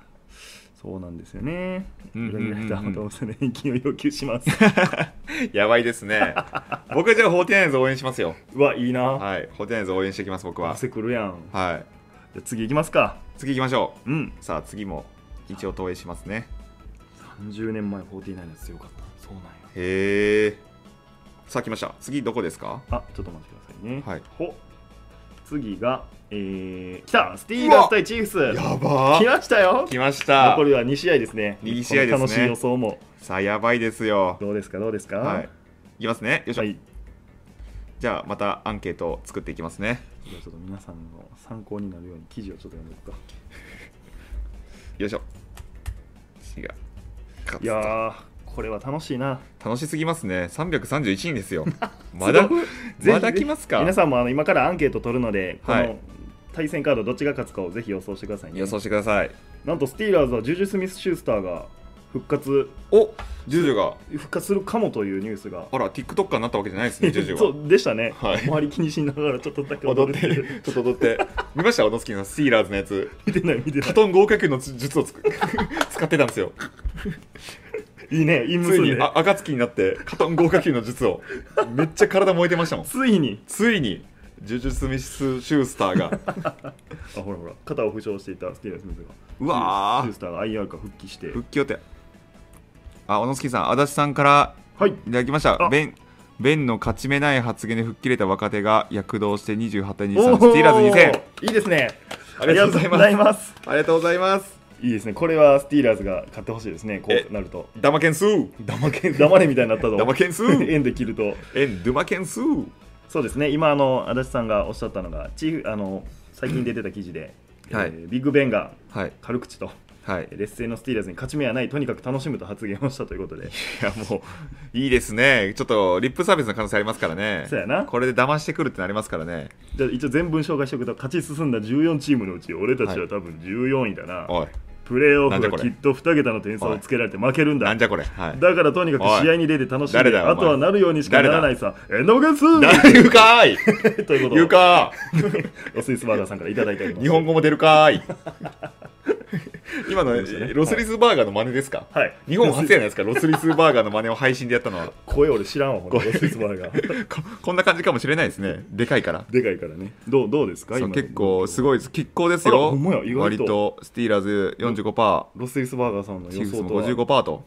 Speaker 1: そうなんですよね
Speaker 2: うんうんうんうん
Speaker 1: 裏切られた動物の返金を要求します
Speaker 2: やばいですね。僕じゃあ、フォーティナイズ応援しますよ。
Speaker 1: うわいいな、
Speaker 2: はい。フォーティナイズ応援していきます、僕は。
Speaker 1: 汗くるやん
Speaker 2: はい。
Speaker 1: じゃあ次行きますか
Speaker 2: 次行きましょ
Speaker 1: うん
Speaker 2: う。さあ、次も一応投影しますね。
Speaker 1: 30年前49のやつ強かったそうなんや
Speaker 2: へえ。さあ、来ました。次、どこですか
Speaker 1: あちょっとお待ちくださいね
Speaker 2: はい
Speaker 1: ほ次がえー、来たスティーガース対チーフス
Speaker 2: やば
Speaker 1: 来ましたよ
Speaker 2: 来ました
Speaker 1: 残。りは2試合ですね
Speaker 2: 二試合
Speaker 1: この
Speaker 2: ですね
Speaker 1: 楽しい予想も
Speaker 2: さあ、やばいですよ。
Speaker 1: どうですかどうですか
Speaker 2: はい。いきますね。よいしょ。
Speaker 1: はい
Speaker 2: じゃあ、またアンケートを作っていきますね。
Speaker 1: じゃあちょっと皆さんの参考になるように記事をちょっと読んでいくか
Speaker 2: よいしょ。違う。勝つ
Speaker 1: いやーこれは楽しいな
Speaker 2: 楽しすぎますね。331人で すよ。まだ
Speaker 1: すごい、ぜひ
Speaker 2: まだ来ますか
Speaker 1: 皆さんもあの今からアンケート取るので、こ
Speaker 2: はい
Speaker 1: の対戦カードどっちが勝つかをぜひ予想してくださいね
Speaker 2: 予。想してください。
Speaker 1: なんとスティーラーズはジュジュ・スミス・シュースターが復活
Speaker 2: おジュジュが。
Speaker 1: 復活するかもというニュースが。
Speaker 2: あら、TikToker になったわけじゃないですね、ジュ ジュは。
Speaker 1: そうでしたね、
Speaker 2: はい
Speaker 1: 周り気にしながらちょっとだけ
Speaker 2: 踊
Speaker 1: 踊る
Speaker 2: って
Speaker 1: て
Speaker 2: るちょっと踊って見ましたオノスキーのスティーラーズのやつ
Speaker 1: 見てない見てな
Speaker 2: カ
Speaker 1: い
Speaker 2: トン合格の術をつく 使ってたんですよ
Speaker 1: いいねインム ス
Speaker 2: つい
Speaker 1: で
Speaker 2: にあ暁になってカトン合格の術をめっちゃ体燃えてましたもん
Speaker 1: ついに
Speaker 2: ついにジュジュ・スミス・シュースター が
Speaker 1: あほらほら肩を負傷していたスティーラー・スミスが
Speaker 2: うわ
Speaker 1: シュー
Speaker 2: ー
Speaker 1: スターが IR から復帰して
Speaker 2: 復帰予定あオノスキーさん足立さんから
Speaker 1: はい
Speaker 2: いただきました
Speaker 1: あ
Speaker 2: ベンベンの勝ち目ない発言で吹っ切れた若手が躍動して28対
Speaker 1: お
Speaker 2: 23スティーラーズ2000
Speaker 1: いいですね
Speaker 2: ありがとうございます
Speaker 1: ありがとうございます
Speaker 2: ありがとうございます
Speaker 1: いいですねこれはスティーラーズが勝ってほしいですねこ
Speaker 2: え
Speaker 1: うなると
Speaker 2: ダマケンスー
Speaker 1: 黙け黙れみたいになったぞ
Speaker 2: ダ マケンスー
Speaker 1: 円で切ると
Speaker 2: エンドゥマケンスー
Speaker 1: そうですね今あの足立さんがおっしゃったのがチーフあの最近出てた記事で、
Speaker 2: はい
Speaker 1: えービッグベンが
Speaker 2: はい
Speaker 1: 軽口と
Speaker 2: はい
Speaker 1: 劣勢のスティーラーズに勝ち目はないとにかく楽しむと発言をしたということで
Speaker 2: いやもういいですねちょっとリップサービスの可能性ありますからね
Speaker 1: そうやな
Speaker 2: これで騙してくるってなりますからね
Speaker 1: じゃあ一応全文紹介しておくと勝ち進んだ14チームのうち俺たちは多分14位だな、
Speaker 2: おい
Speaker 1: プレーオ
Speaker 2: な
Speaker 1: フ
Speaker 2: んじゃこ
Speaker 1: は
Speaker 2: れ
Speaker 1: きっと2桁の点差をつけられて負けるんだ
Speaker 2: なんじゃこれはい
Speaker 1: だからとにかく試合に出て楽しん
Speaker 2: 誰
Speaker 1: で
Speaker 2: だよお前
Speaker 1: あとはなるようにしかならないさえのぐす
Speaker 2: 誰言うかー い
Speaker 1: ということ
Speaker 2: 言う
Speaker 1: を
Speaker 2: か
Speaker 1: スイスバーガーさんからいただいております
Speaker 2: ー日本語も出るかーい今のロスリスバーガーの真似ですか、
Speaker 1: はい
Speaker 2: 日本初やないですかロスリスバーガーの真似を配信でやったのは
Speaker 1: 声俺知らんわほんとロスイスバーガー
Speaker 2: ここんな感じかもしれないですねでかいから
Speaker 1: でかいからねどうどうですか
Speaker 2: そう
Speaker 1: 今
Speaker 2: 結構す
Speaker 1: い
Speaker 2: ごいです拮抗です
Speaker 1: あら
Speaker 2: よ
Speaker 1: ほんまや意外と
Speaker 2: 割とスティーラーズ45%
Speaker 1: ロスイスバーガーさんの
Speaker 2: チ
Speaker 1: 予
Speaker 2: ーフス
Speaker 1: 想
Speaker 2: も
Speaker 1: とは
Speaker 2: 55%と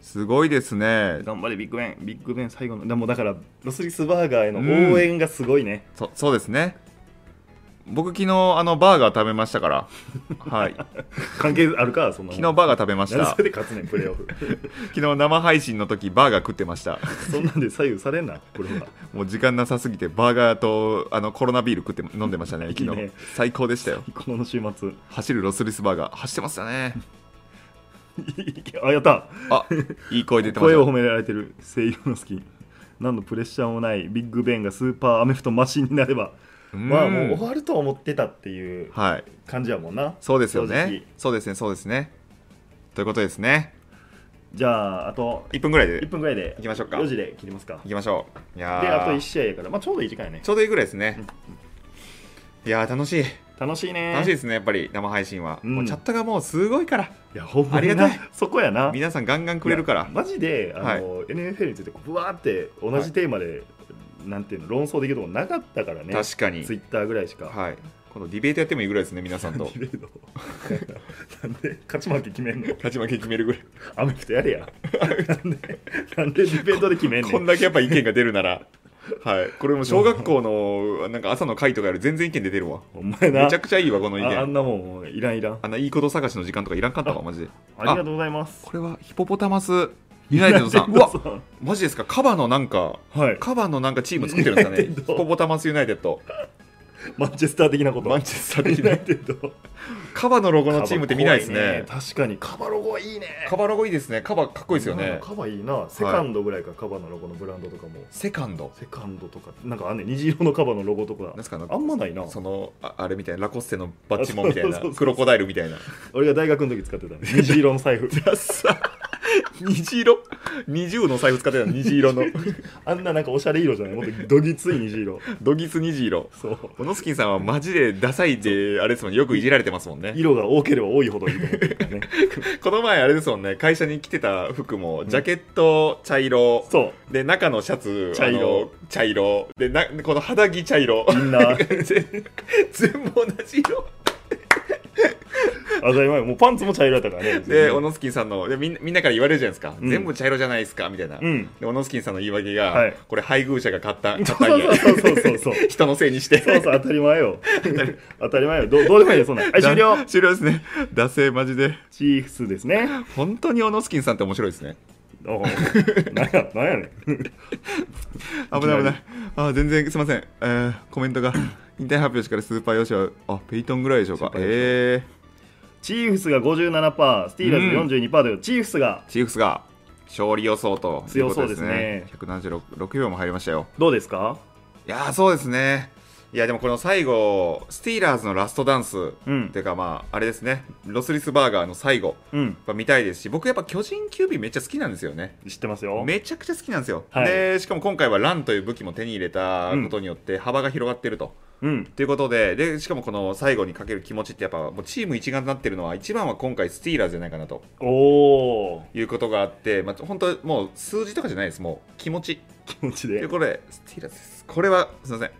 Speaker 2: すごいですね
Speaker 1: 頑張れビッグベンビッグベン最後のでもだからロスイスバーガーへの応援がすごいね、
Speaker 2: そそうですね僕昨日あのバーガー食べまし たからはい
Speaker 1: 関係あるかそんなもん
Speaker 2: 昨日バーガー食べまし
Speaker 1: 何
Speaker 2: た
Speaker 1: それで勝つねんプレーオフ
Speaker 2: 昨日生配信の時バーガー食ってました
Speaker 1: そんなんで左右されんなこれは
Speaker 2: もう時間なさすぎてバーガーとあのコロナビール食って飲んでましたね昨日
Speaker 1: いいね
Speaker 2: 最高でしたよ
Speaker 1: この週末
Speaker 2: 走るロスリスバーガー走ってましたね
Speaker 1: あやった
Speaker 2: あいい声出てまし
Speaker 1: 声
Speaker 2: た
Speaker 1: を褒められてる声優の好き何のプレッシャーもないビッグベンがスーパーアメフトマシンになれば
Speaker 2: うん
Speaker 1: まあもう終わると思ってたっていう
Speaker 2: はい
Speaker 1: 感じやもんな
Speaker 2: そうですよ
Speaker 1: 正直
Speaker 2: ねそうですねそうですねということですね
Speaker 1: じゃああと
Speaker 2: 1分ぐらいで
Speaker 1: 1分ぐらいで
Speaker 2: 行きましょうか
Speaker 1: 4時で切りますか
Speaker 2: いきましょういやー
Speaker 1: であと1試合やからまあちょうどいい時間やね
Speaker 2: ちょうどいいぐらいですね、いやー楽しい
Speaker 1: 楽しいね
Speaker 2: 楽しいですねやっぱり生配信は、
Speaker 1: うん
Speaker 2: もうチャットがもうすごいから
Speaker 1: いやほんま
Speaker 2: あり
Speaker 1: に
Speaker 2: が
Speaker 1: な
Speaker 2: たい
Speaker 1: そこやな
Speaker 2: 皆さんガンガンくれるか
Speaker 1: い
Speaker 2: ら
Speaker 1: やマジであの、NFL についてこうぶわーって同じテーマで、なんていうの論争できるとこなかったからね
Speaker 2: 確かに
Speaker 1: ツイッターぐらいしか、
Speaker 2: はい今度ディベートやってもいいぐらいですね皆さん と
Speaker 1: ディベートなんで勝ち負け決めんの
Speaker 2: 勝ち負け決めるぐらい
Speaker 1: アメフトやれ やなんでなんでディベートで決めんね
Speaker 2: こん
Speaker 1: ん
Speaker 2: だけやっぱ意見が出るならはいこれも小学校のなんか朝の会とかより全然意見出てるわ
Speaker 1: お前な
Speaker 2: めちゃくちゃいいわこの意
Speaker 1: ああん
Speaker 2: 見
Speaker 1: なもんもういらんいらん
Speaker 2: あんないいこと探しの時間とかいらんかったわマジで
Speaker 1: ありがとうございます
Speaker 2: これはヒポポタマスユナイテッド さんうわマジですかカバのなんか
Speaker 1: はい
Speaker 2: カバのなんかチーム作ってるんですかね
Speaker 1: ユナイテ
Speaker 2: ヒ
Speaker 1: ッド
Speaker 2: ポポタマスユナイテッド
Speaker 1: マンチェスター的なこと
Speaker 2: マンチェスター
Speaker 1: ユ
Speaker 2: 的
Speaker 1: ナ
Speaker 2: な
Speaker 1: イテッド
Speaker 2: カバのロゴのチームって見ないですね
Speaker 1: カバ怖確かにカバロゴいいね
Speaker 2: カバロゴいいですねカバかっこいいですよ
Speaker 1: 今の
Speaker 2: ね
Speaker 1: カバいいなセカンドぐらいからカバのロゴのブランドとかも、
Speaker 2: セカンド
Speaker 1: セカンドとかなんかあんね虹色のカバのロゴとか
Speaker 2: なんすかの
Speaker 1: あんまないな
Speaker 2: そのああれみたいなラコステのバッチモンみたい
Speaker 1: あそう
Speaker 2: な
Speaker 1: そうそうそう
Speaker 2: クロコダイルみたいな
Speaker 1: 俺が大学の時使ってたね虹色の財布
Speaker 2: ダッサ虹色二重の財布使ってたの 虹色の
Speaker 1: あんななんかおしゃれ色じゃないもっとどぎつい虹色
Speaker 2: ドギツ虹色
Speaker 1: そう
Speaker 2: オノスキンさんはマジでダサいってあれですもんねよくいじられてますもんね
Speaker 1: 色が多ければ多いほどいいと思ってるからね
Speaker 2: この前あれですもんね会社に着てた服もジャケット茶色
Speaker 1: そ
Speaker 2: で中のシャツ
Speaker 1: 茶色
Speaker 2: あの茶色でなこの肌着茶色
Speaker 1: うみんなあ
Speaker 2: 全部同じ色
Speaker 1: 当たり前もうパンツも茶色だったからね
Speaker 2: で、オノスキンさんのでみん、みんなから言われるじゃないですか、
Speaker 1: うん
Speaker 2: 全部茶色じゃないですかみたいな、
Speaker 1: うん
Speaker 2: でオノスキンさんの言い訳が、
Speaker 1: はい
Speaker 2: これ、配偶者が買った、買っ
Speaker 1: そ
Speaker 2: たん
Speaker 1: う
Speaker 2: や
Speaker 1: そうそうそうそう
Speaker 2: 人のせいにして、
Speaker 1: そうそう当たり前 よ当たり前よどうどうでもいいよそ んなんはい終了
Speaker 2: だ終了ですね、惰性、マジで、
Speaker 1: チーフスですね
Speaker 2: 本当にオノスキンさんって面白いですね、
Speaker 1: おうなんやなんやねん
Speaker 2: 危ない、危ない、あ全然すみません、えーコメン トが、引退発表してからスーパーヨシは、あペイトンぐらいでしょうか、
Speaker 1: スーパーヨシ
Speaker 2: え
Speaker 1: チーフスが57%スティーラーズ42%だよ、チーフスが
Speaker 2: ー、チーフスが勝利予想ということですね、176票も入りましたよ。
Speaker 1: どうですか
Speaker 2: いやーそうですねいやでもこの最後スティーラーズのラストダンス、
Speaker 1: うん
Speaker 2: っていうかまああれですねロスリスバーガーの最後
Speaker 1: うん
Speaker 2: やっぱ見たいですし僕やっぱ巨人キュービーめっちゃ好きなんですよね
Speaker 1: 知ってますよ
Speaker 2: めちゃくちゃ好きなんですよ、
Speaker 1: はい
Speaker 2: でしかも今回はランという武器も手に入れたことによって幅が広がってると、
Speaker 1: うん
Speaker 2: ということででしかもこの最後にかける気持ちってやっぱもうチーム一丸となってるのは一番は今回スティーラーズじゃないかなと
Speaker 1: おお
Speaker 2: いうことがあって、まあ、本当もう数字とかじゃないですもう気持ち
Speaker 1: 気持ち
Speaker 2: とい
Speaker 1: で
Speaker 2: うことでスティーラーズですこれはすいません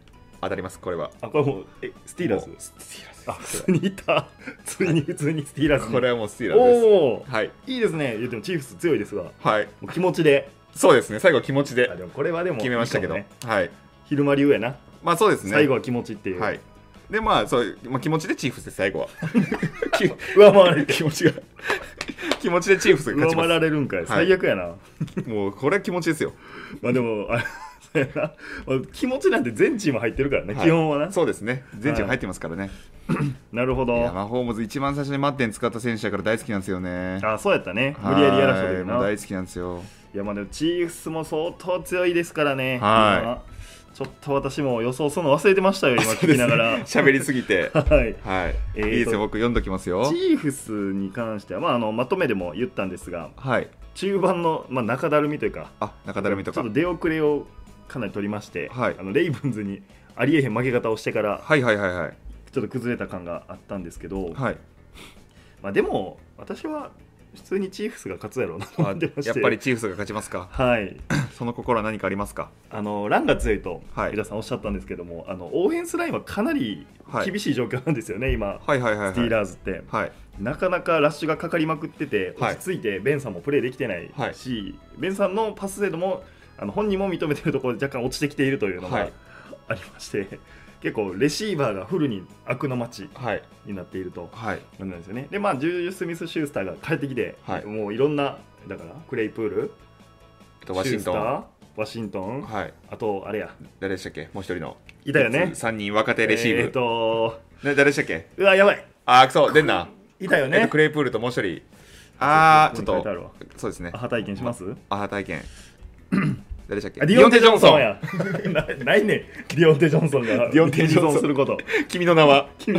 Speaker 2: 当たりますこれは
Speaker 1: あこれもうえスティーラーズ
Speaker 2: もうスティーラーズ
Speaker 1: あ普通にい たついに普通にスティーラーズに
Speaker 2: これはもうスティーラーズで
Speaker 1: おお
Speaker 2: すはい
Speaker 1: いいですね言ってもチーフス強いですがも
Speaker 2: はい、
Speaker 1: う気持ちで
Speaker 2: そうですね最後気持ちで
Speaker 1: あでもこれはでも
Speaker 2: 決めましたけど
Speaker 1: いいかもね
Speaker 2: はい
Speaker 1: 昼間流やな、
Speaker 2: まあそうですね
Speaker 1: 最後は気持ちっていう、
Speaker 2: はいでまあそうまあ、気持ちでチーフスです最後はき
Speaker 1: 上回れ
Speaker 2: 気持ちが 気持ちでチーフスが
Speaker 1: 上
Speaker 2: 勝ち
Speaker 1: 回
Speaker 2: ま
Speaker 1: られるんかい、最悪やな
Speaker 2: すもうこれは気持ちですよ
Speaker 1: まあでもあそうやなまあ気持ちなんて全チーム入ってるからね、
Speaker 2: はい
Speaker 1: 基本はな
Speaker 2: そうですね全チーム入ってますからね、
Speaker 1: なるほ
Speaker 2: い、
Speaker 1: ど
Speaker 2: やマホームズ一番最初にマッテン使った選手だから大好きなんですよね
Speaker 1: あそうやったね無理やりやらせた
Speaker 2: はい
Speaker 1: 時
Speaker 2: もう
Speaker 1: な
Speaker 2: 大
Speaker 1: い
Speaker 2: 好きなんですよ
Speaker 1: やまあでもチーフスも相当強いですからね
Speaker 2: はい
Speaker 1: 今ちょっと私も予想するの忘れてましたよ今聞きながら、
Speaker 2: 喋りすぎて
Speaker 1: はい
Speaker 2: はい、
Speaker 1: えーと
Speaker 2: いいですよ僕読んどきますよ
Speaker 1: チーフスに関しては、まあ、あのまとめでも言ったんですが
Speaker 2: はい
Speaker 1: 中盤の、まあ、中だるみというか
Speaker 2: あ中だるみと
Speaker 1: ちょ
Speaker 2: か
Speaker 1: っと出遅れをかなり取りまして、
Speaker 2: はい
Speaker 1: あのレイブンズにありえへん負け方をしてから
Speaker 2: はいはいはいはい
Speaker 1: ちょっと崩れた感があったんですけど、
Speaker 2: はい
Speaker 1: まあ、でも私は普通にチーフスが勝つやろうなと思
Speaker 2: あ
Speaker 1: ってまして
Speaker 2: やっぱりチーフスが勝ちま すか
Speaker 1: はい、
Speaker 2: その心は何かありますか
Speaker 1: あのランが強いと
Speaker 2: はい
Speaker 1: 皆さんおっしゃったんですけども、あのオフェンスラインはかなり
Speaker 2: はい
Speaker 1: 厳しい状況なんですよね、今、
Speaker 2: はいはいはいはい
Speaker 1: スティーラーズって、
Speaker 2: はい
Speaker 1: なかなかラッシュがかかりまくってて、
Speaker 2: はい
Speaker 1: 落ち着いてベンさんもプレーできてない
Speaker 2: はい
Speaker 1: し、ベンさんのパス精度もあの本人も認めてるところで若干落ちてきているというのが
Speaker 2: は
Speaker 1: あ
Speaker 2: い
Speaker 1: りまして、結構レシーバーがフルに悪の街
Speaker 2: はい
Speaker 1: になっていると
Speaker 2: はい
Speaker 1: なんですよねでまあジュース・ミス・シュースターが帰ってきて、
Speaker 2: はい
Speaker 1: もういろんなだからクレイプール
Speaker 2: あとワシント
Speaker 1: シュースタ
Speaker 2: ン
Speaker 1: ーワシントン
Speaker 2: はい
Speaker 1: あとあれや
Speaker 2: 誰でしたっけもう一人の
Speaker 1: いたよね
Speaker 2: 三人若手レシーブ、
Speaker 1: えっ、と
Speaker 2: ね誰でしたっけ
Speaker 1: うわやばい
Speaker 2: あーくそ出んな、
Speaker 1: いたよ
Speaker 2: えっ
Speaker 1: ね
Speaker 2: と、クレイプールともう一人あーち
Speaker 1: こ
Speaker 2: ょ
Speaker 1: こに書い
Speaker 2: っ
Speaker 1: てあ
Speaker 2: と
Speaker 1: るわ
Speaker 2: そうですね
Speaker 1: アハ体験します
Speaker 2: アハ 体験誰でしたっけ
Speaker 1: あディオンテ・ジョンソンや なないねディオンテ・ジョンソンが
Speaker 2: ディオンテジョンソン
Speaker 1: 依存すること
Speaker 2: 君の名は
Speaker 1: ディ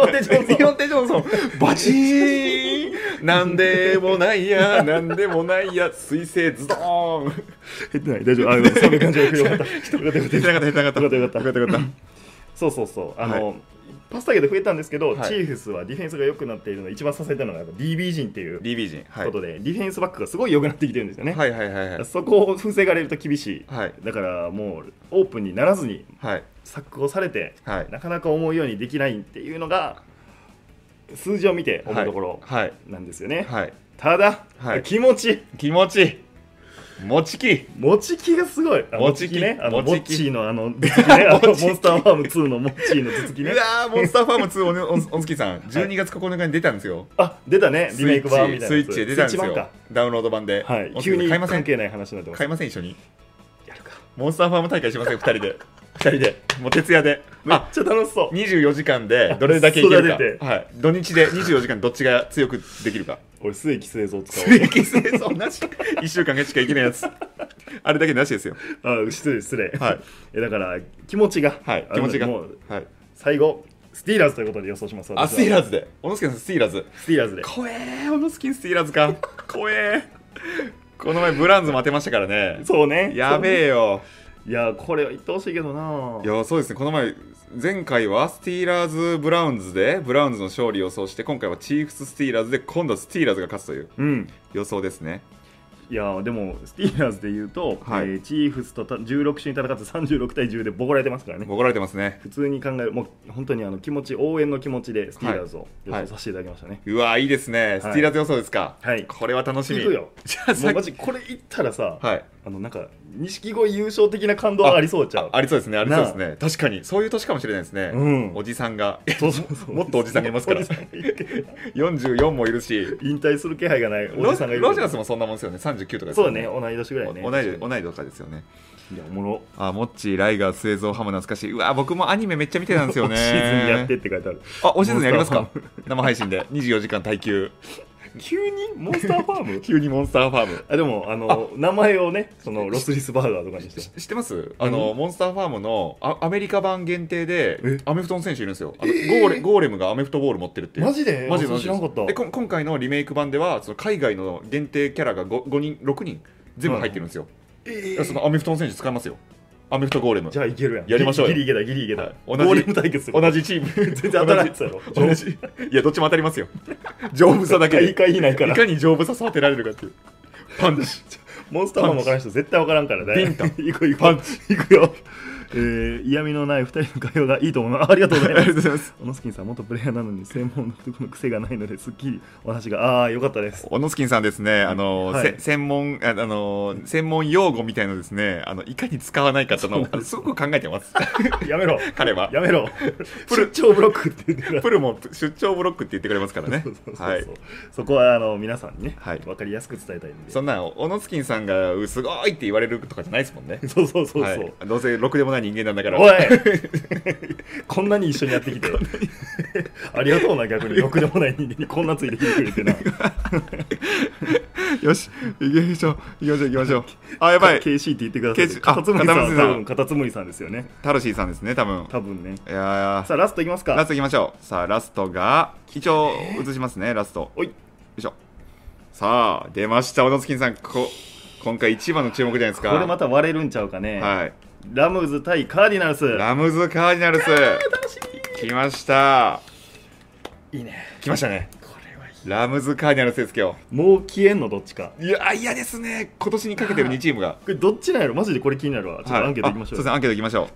Speaker 1: オンテ・ジョンソ
Speaker 2: ディオ
Speaker 1: ン
Speaker 2: ンテ・ジョンソンバチーンなんでもないやなんでもないや彗星ズドーン
Speaker 1: 減ってない大丈夫あそんな感じでよかったよかった
Speaker 2: 出
Speaker 1: よ
Speaker 2: て
Speaker 1: かっ
Speaker 2: なかった出てなかった
Speaker 1: よかったよかった
Speaker 2: よかったよかった
Speaker 1: そうそうそうあの、
Speaker 2: は
Speaker 1: パスタゲで増えたんですけど、
Speaker 2: はい
Speaker 1: チーフスはディフェンスが良くなっているので一番支えたのがやっぱ DB 陣っていう
Speaker 2: た DB 陣は
Speaker 1: こ
Speaker 2: い
Speaker 1: とで、ディフェンスバックがすごい良くなってきてるんですよね、
Speaker 2: はいはいはいはい
Speaker 1: そこを防がれると厳しい、
Speaker 2: はい
Speaker 1: だからもうオープンにならずに
Speaker 2: はい
Speaker 1: サックをされて、
Speaker 2: はい
Speaker 1: なかなか思うようにできないっていうのが数字を見て思うところ
Speaker 2: はい
Speaker 1: なんですよね、
Speaker 2: はい
Speaker 1: ただ、
Speaker 2: はい
Speaker 1: 気持ち
Speaker 2: 気持ちいい持ちき
Speaker 1: 持ち気がすごいあ
Speaker 2: 持ち気
Speaker 1: 持ねあのモ
Speaker 2: 持
Speaker 1: ッ
Speaker 2: ち気
Speaker 1: チーのあの頭突きねあのモ
Speaker 2: 持
Speaker 1: ン
Speaker 2: ち気
Speaker 1: スターファーム2のモッチーの頭突き
Speaker 2: う
Speaker 1: ね
Speaker 2: わーモンスターファーム2おねおんおんすきさん12月9日に出たんですよ
Speaker 1: あ出たね
Speaker 2: ス
Speaker 1: リメ
Speaker 2: イ
Speaker 1: イク版み
Speaker 2: ッ
Speaker 1: た
Speaker 2: チ
Speaker 1: いなや
Speaker 2: スイ
Speaker 1: つ
Speaker 2: ッチで出たんです
Speaker 1: スイッチ
Speaker 2: よ
Speaker 1: 版
Speaker 2: ダウンロード版で
Speaker 1: かはい
Speaker 2: おんす
Speaker 1: 急
Speaker 2: けさん
Speaker 1: に
Speaker 2: 買いませ
Speaker 1: 関
Speaker 2: ん
Speaker 1: 係ない話になってます
Speaker 2: 買いません一緒に
Speaker 1: やるか
Speaker 2: モンスターファーム大会しません2人で2 人でもう徹夜で
Speaker 1: めっ
Speaker 2: あ
Speaker 1: ちゃ楽しそう
Speaker 2: 24時間でどれだけいける
Speaker 1: あ育てて
Speaker 2: か、はい、土日で24時間どっちが強くでき るか
Speaker 1: 俺末木製造使おう
Speaker 2: 水気清掃なし1週間しかいけないやつあれだけなしですよ
Speaker 1: あ失礼失礼、
Speaker 2: はい
Speaker 1: えだから気持ちが、
Speaker 2: はい
Speaker 1: あ
Speaker 2: 気持ちが
Speaker 1: もう
Speaker 2: はい
Speaker 1: 最後スティーラーズということで予想します
Speaker 2: あスティーラ
Speaker 1: ー
Speaker 2: ーズで小野助さんスティーラーズ
Speaker 1: ズスティーラーズで
Speaker 2: 怖え小野助スティーラーズか怖えこの前ブランズも当てましたからね
Speaker 1: そうね
Speaker 2: やべえよ
Speaker 1: えいやこれは言ってほしいけどない
Speaker 2: やそうですねこの前前回はスティーラーズ・ブラウンズでブラウンズの勝利を予想して今回はチーフス・スティーラーズで今度はスティーラーズが勝つという
Speaker 1: うん
Speaker 2: 予想ですね
Speaker 1: いやでもスティーラーズで言うと、
Speaker 2: はい
Speaker 1: えーチーフスとた16週に戦って36対10でボコられてますからね
Speaker 2: 怒られてますね
Speaker 1: 普通に考えるもう本当にあの気持ち応援の気持ちでスティーラーズを予想させていただきましたね、
Speaker 2: うわいいですねスティーラーズ予想ですか
Speaker 1: はい
Speaker 2: これは楽しみ
Speaker 1: 行くよ
Speaker 2: じゃあ
Speaker 1: も
Speaker 2: さ
Speaker 1: う
Speaker 2: っ
Speaker 1: マ
Speaker 2: き
Speaker 1: ジこれ言ったらさ、
Speaker 2: はい
Speaker 1: あのなんか錦鯉優勝的な感動ありそうちゃう
Speaker 2: ありそうですねありそうですね確かにそういう年かもしれないですね
Speaker 1: うん
Speaker 2: おじさんが
Speaker 1: そうそう そう
Speaker 2: もっとおじさんがいますから
Speaker 1: おじさんがいる
Speaker 2: 44もいるし
Speaker 1: 引退する気配がないお
Speaker 2: ロ
Speaker 1: じ
Speaker 2: ジ
Speaker 1: さんがいる
Speaker 2: ロジャースもそんなもんですよね39とかです
Speaker 1: そう
Speaker 2: よ
Speaker 1: だね同い年ぐらいね
Speaker 2: お同い同いとかですよね
Speaker 1: いやおもろ
Speaker 2: あモッチーライガー末蔵ハム懐かしいうわ僕もアニメめっちゃ見てたんですよね
Speaker 1: シーズンやってって書いてある
Speaker 2: あ、おしずにやります
Speaker 1: モン
Speaker 2: か
Speaker 1: ス
Speaker 2: 生配信で24時間耐久
Speaker 1: 急にモンスターファーム
Speaker 2: 急にモンスターファーム
Speaker 1: あでもあの名前をねそのロスリスバーガーとかにして
Speaker 2: 知ってますあの、モンスターファームのあアメリカ版限定で
Speaker 1: え
Speaker 2: アメフトの選手いるんですよあの、
Speaker 1: えー
Speaker 2: ゴーレゴーレムがアメフトボール持ってるっていう
Speaker 1: マジで
Speaker 2: マジで
Speaker 1: あ知らんかった
Speaker 2: でこん今回のリメイク版ではその海外の限定キャラが 5, 五人6人全部入ってるんですよ、
Speaker 1: え
Speaker 2: いやそのアメフトの選手使いますよアメフトゴーレム
Speaker 1: じゃあいけるやん
Speaker 2: やりましょうよ
Speaker 1: ギリいけたギリいけた、
Speaker 2: はい
Speaker 1: 同
Speaker 2: 同
Speaker 1: じ
Speaker 2: じ
Speaker 1: ゴーレム対決する
Speaker 2: 同じチーム全
Speaker 1: 全然当たらんやつやろ
Speaker 2: 同 じいやどっちも当たりますよ丈夫さだけで
Speaker 1: 一回以内から
Speaker 2: いかに丈夫ささ当てられるかっていうパンチ
Speaker 1: モンスターファンも分からん人絶対分からんからね
Speaker 2: ビンタ
Speaker 1: 行く行くパンチ行くよえー、嫌味のない2人の会話がいいと思うなありがとうござい
Speaker 2: あ
Speaker 1: ま
Speaker 2: りがとう
Speaker 1: す
Speaker 2: ございます
Speaker 1: 小野スキンさん元プレイヤーなのに専門独特の癖がないのですっきりお話がああーよかったです
Speaker 2: 小野スキンさんですね、あの、
Speaker 1: はい
Speaker 2: せ専門ああの専門用語みたいのですね、あのいかに使わないかとのあのすごく考えてます。
Speaker 1: やめろ
Speaker 2: 彼は
Speaker 1: やめ ろ
Speaker 2: プル
Speaker 1: 出張ブロックって言ってくれ
Speaker 2: プルも出張ブロックって言ってくれますからね
Speaker 1: そうそう。そう
Speaker 2: はい。
Speaker 1: そこはあの皆さんにね、
Speaker 2: はい
Speaker 1: 分かりやすく伝えたいんで
Speaker 2: そんな小野スキンさんがうすごいって言われるとかじゃないですもんね。
Speaker 1: そうそうそうそう、
Speaker 2: はい。どうせろくでもない人間なんだから。
Speaker 1: おい こんなに一緒にやってき てありがとうな逆にろくでもない人間にこんなついてきてくれて な
Speaker 2: よし行きましょう行きましょう行きましょう。あやばい。
Speaker 1: KC って言ってください
Speaker 2: ケイシ
Speaker 1: カタツムリさんは
Speaker 2: あカタツムリさん
Speaker 1: 多分カタツムリさんですよね
Speaker 2: タロシーさんですね多分。
Speaker 1: 多分ね
Speaker 2: いやー
Speaker 1: さあラストいきますか
Speaker 2: ラスト行きましょう。さあラストが一応映しますねラスト。
Speaker 1: おい
Speaker 2: よいしょさあ出ました小野月さんこ今回一番の注目じゃないですか
Speaker 1: これまた割れるんちゃうかね、
Speaker 2: はい
Speaker 1: ラムズ対カーディナルス
Speaker 2: ラムズ・カーディナルス来ました
Speaker 1: いいね
Speaker 2: 来ましたね
Speaker 1: これはいい
Speaker 2: ラムズ・カーディナルスです今
Speaker 1: もう消えんのどっちか
Speaker 2: 日いや嫌ですね今年にかけてる2チームが
Speaker 1: これどっちなんやろマジでこれ気になるわちょっとアンケートいきましょう
Speaker 2: はいあそうですねアンケートいきましょ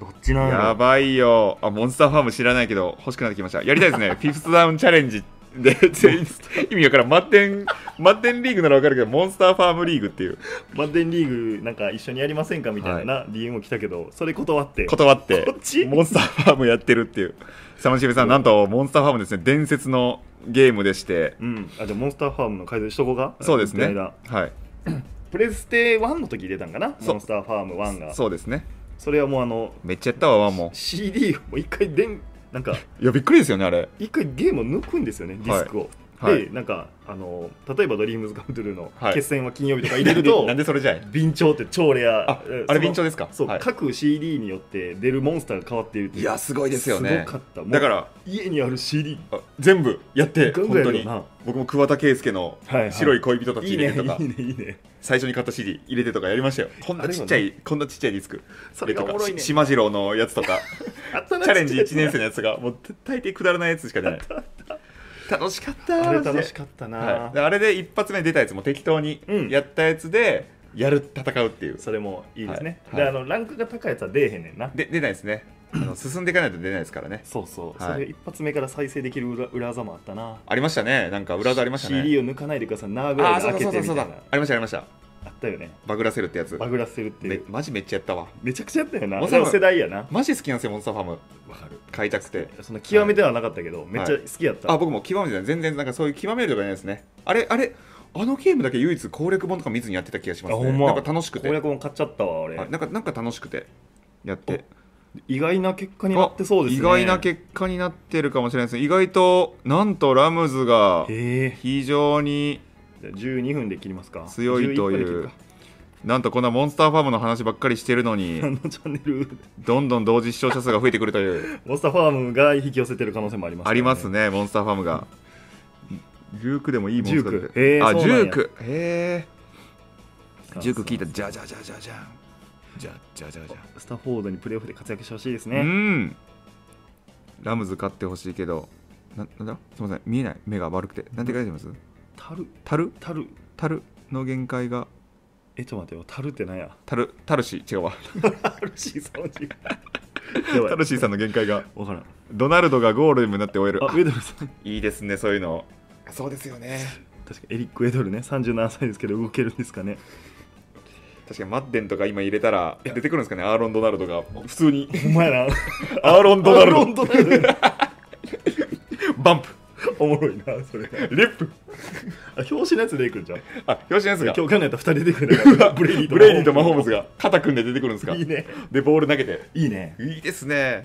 Speaker 1: どっちな
Speaker 2: うん
Speaker 1: や
Speaker 2: や
Speaker 1: ろ
Speaker 2: ばいよあモンスターファーム知らないけど欲しくなってきましたやりたいですねフィフスダウンチャレンジで全員意味わからんマッテンマッテンリーグならわかるけどモンスターファームリーグっていう
Speaker 1: バッテンリーグなんか一緒にやりませんかみたいな、DM を来たけどそれ断って
Speaker 2: 断って
Speaker 1: こっち
Speaker 2: モンスターファームやってるっていうサムシベさんなんとモンスターファームですね伝説のゲームでして
Speaker 1: うんあじゃあモンスターファームの改善しとこうか
Speaker 2: そうですね
Speaker 1: この間
Speaker 2: はい
Speaker 1: プレステ1の時出たんかな
Speaker 2: そう
Speaker 1: モンスターファーム1がそ
Speaker 2: そうですね
Speaker 1: れはもうあの
Speaker 2: めっちゃやったわワンも
Speaker 1: CD をもう一回でんなんか
Speaker 2: いやびっくりですよねあれ
Speaker 1: 一回ゲームを抜くんですよねディスクを、
Speaker 2: はい
Speaker 1: でなんかあの例えば「ドリームズカントゥルーの
Speaker 2: はい
Speaker 1: 決戦は金曜日とか入れると、
Speaker 2: なんでそれじゃい
Speaker 1: 便調って超レア
Speaker 2: あ
Speaker 1: うん
Speaker 2: あれ
Speaker 1: その
Speaker 2: 便調ですか
Speaker 1: そう、
Speaker 2: はい
Speaker 1: 各 CD によって出るモンスターが変わっているってい
Speaker 2: いうやすごいですよね
Speaker 1: すごかったもう
Speaker 2: だから
Speaker 1: 家にある CD
Speaker 2: あ全部やって
Speaker 1: ガン
Speaker 2: 本
Speaker 1: ガンや
Speaker 2: 当
Speaker 1: るよ
Speaker 2: に
Speaker 1: な
Speaker 2: 僕も桑田佳祐の
Speaker 1: はいはい
Speaker 2: 白い恋人たち
Speaker 1: いい
Speaker 2: 入
Speaker 1: ねい
Speaker 2: れ
Speaker 1: い
Speaker 2: てとか、
Speaker 1: ねいいね
Speaker 2: 最初に買った CD 入れてとかやりましたよこんなちっちゃい、こんなちっちゃいディスク
Speaker 1: それがおもろいね
Speaker 2: とかし島次郎のやつ とか
Speaker 1: あったな
Speaker 2: チャレンジ1年
Speaker 1: ち
Speaker 2: 生のやつがもう大抵くだらないやつしか出ない楽しかった
Speaker 1: っちゃいやつあれ
Speaker 2: マジで
Speaker 1: 楽しかったな、
Speaker 2: はいであれで一発目出たやつも適当に
Speaker 1: うん
Speaker 2: やったやつでやる戦うっていう、
Speaker 1: それもいいですね、
Speaker 2: はい
Speaker 1: であのランクが高いやつは出えへんねんな
Speaker 2: で出ないですねあの進んでいかないと出ないですからね
Speaker 1: そうそう、
Speaker 2: はい
Speaker 1: それ一発目から再生できる裏裏技もあったな
Speaker 2: ありましたねなんか裏技ありましたね
Speaker 1: CD を抜かないでくださいなーぐら
Speaker 2: あ
Speaker 1: い
Speaker 2: ー
Speaker 1: で
Speaker 2: そう
Speaker 1: 開
Speaker 2: だ
Speaker 1: け
Speaker 2: そう
Speaker 1: てみ
Speaker 2: だ
Speaker 1: た
Speaker 2: そう
Speaker 1: いな
Speaker 2: だありましたありました
Speaker 1: あったよね
Speaker 2: バグらせるってやつ
Speaker 1: バグらせるってい
Speaker 2: め
Speaker 1: う
Speaker 2: マジめっちゃやったわ
Speaker 1: めちゃくちゃやったよな
Speaker 2: モンスタ
Speaker 1: そ
Speaker 2: ーファーム
Speaker 1: の世代やな
Speaker 2: マジ好きなんですよモンスターファーム
Speaker 1: わかる
Speaker 2: 買いたくて
Speaker 1: その極めてはなかったけど、めっちゃ好きやった、
Speaker 2: あ僕も極めてない全然なんかそういう極めるとかじゃないですねあれあれあのゲームだけ唯一攻略本とか見ずにやってた気がします
Speaker 1: あほ
Speaker 2: ね
Speaker 1: んま
Speaker 2: なんか楽しくて
Speaker 1: 攻略本買っちゃったわ俺
Speaker 2: はいなんかなんか楽しくてやって
Speaker 1: 意外な結果になってそうですね
Speaker 2: 意外な結果になってるかもしれないですね意外となんとラムズが
Speaker 1: へえ
Speaker 2: 非常に
Speaker 1: じゃあ12分で切りますか
Speaker 2: 強いと
Speaker 1: 11分で切
Speaker 2: い
Speaker 1: る
Speaker 2: う
Speaker 1: か
Speaker 2: なんとこんなモンスターファームの話ばっかりしてる のに
Speaker 1: あのチャンネル
Speaker 2: どんどん同時視聴者数が増えてくるという
Speaker 1: モンスターファームが引き寄せてる可能性もありますから、
Speaker 2: ありますねモンスターファームが19でもいいモンスタ
Speaker 1: 19
Speaker 2: ー
Speaker 1: へー
Speaker 2: あ
Speaker 1: そうなんや
Speaker 2: 19へえ
Speaker 1: さあ
Speaker 2: 19聞いたじゃじゃじゃじゃじゃんじゃじゃじゃじゃ
Speaker 1: スタフォードにプレーオフで活躍してほしいです
Speaker 2: う
Speaker 1: ね
Speaker 2: んラムズ勝ってほしいけどななんだすみません見えない目が悪くてなんて書いてます
Speaker 1: タル
Speaker 2: タル
Speaker 1: タル
Speaker 2: タルの限界が
Speaker 1: えちょっと待ってよタルってなん や
Speaker 2: タルタルシ違うわ
Speaker 1: タルシーさんの時間やばい
Speaker 2: タルシーさんの限界が
Speaker 1: 分からん
Speaker 2: ドナルドがゴールになって終える
Speaker 1: あウェドルさん
Speaker 2: いいですねそういうのそうですよね
Speaker 1: 確かエリック・ウェドルね37歳ですけど動けるんですかね
Speaker 2: 確かにマッテンとか今入れたら出てくるんですかねアーロン・ドナルドが普通に
Speaker 1: ほんまやな
Speaker 2: アーロン・ドナル
Speaker 1: ロ
Speaker 2: ド
Speaker 1: ンドナルド
Speaker 2: バンプ
Speaker 1: おもろいなそれ
Speaker 2: リップ
Speaker 1: あ表紙のやつでいくんじゃん
Speaker 2: あ表紙のやつ
Speaker 1: 今日考
Speaker 2: が
Speaker 1: えたら2人出てくるからブレイディ
Speaker 2: ブレイディとマホームズが肩組んで出てくるんですか
Speaker 1: いいね
Speaker 2: でボール投げて
Speaker 1: いいね
Speaker 2: いいですね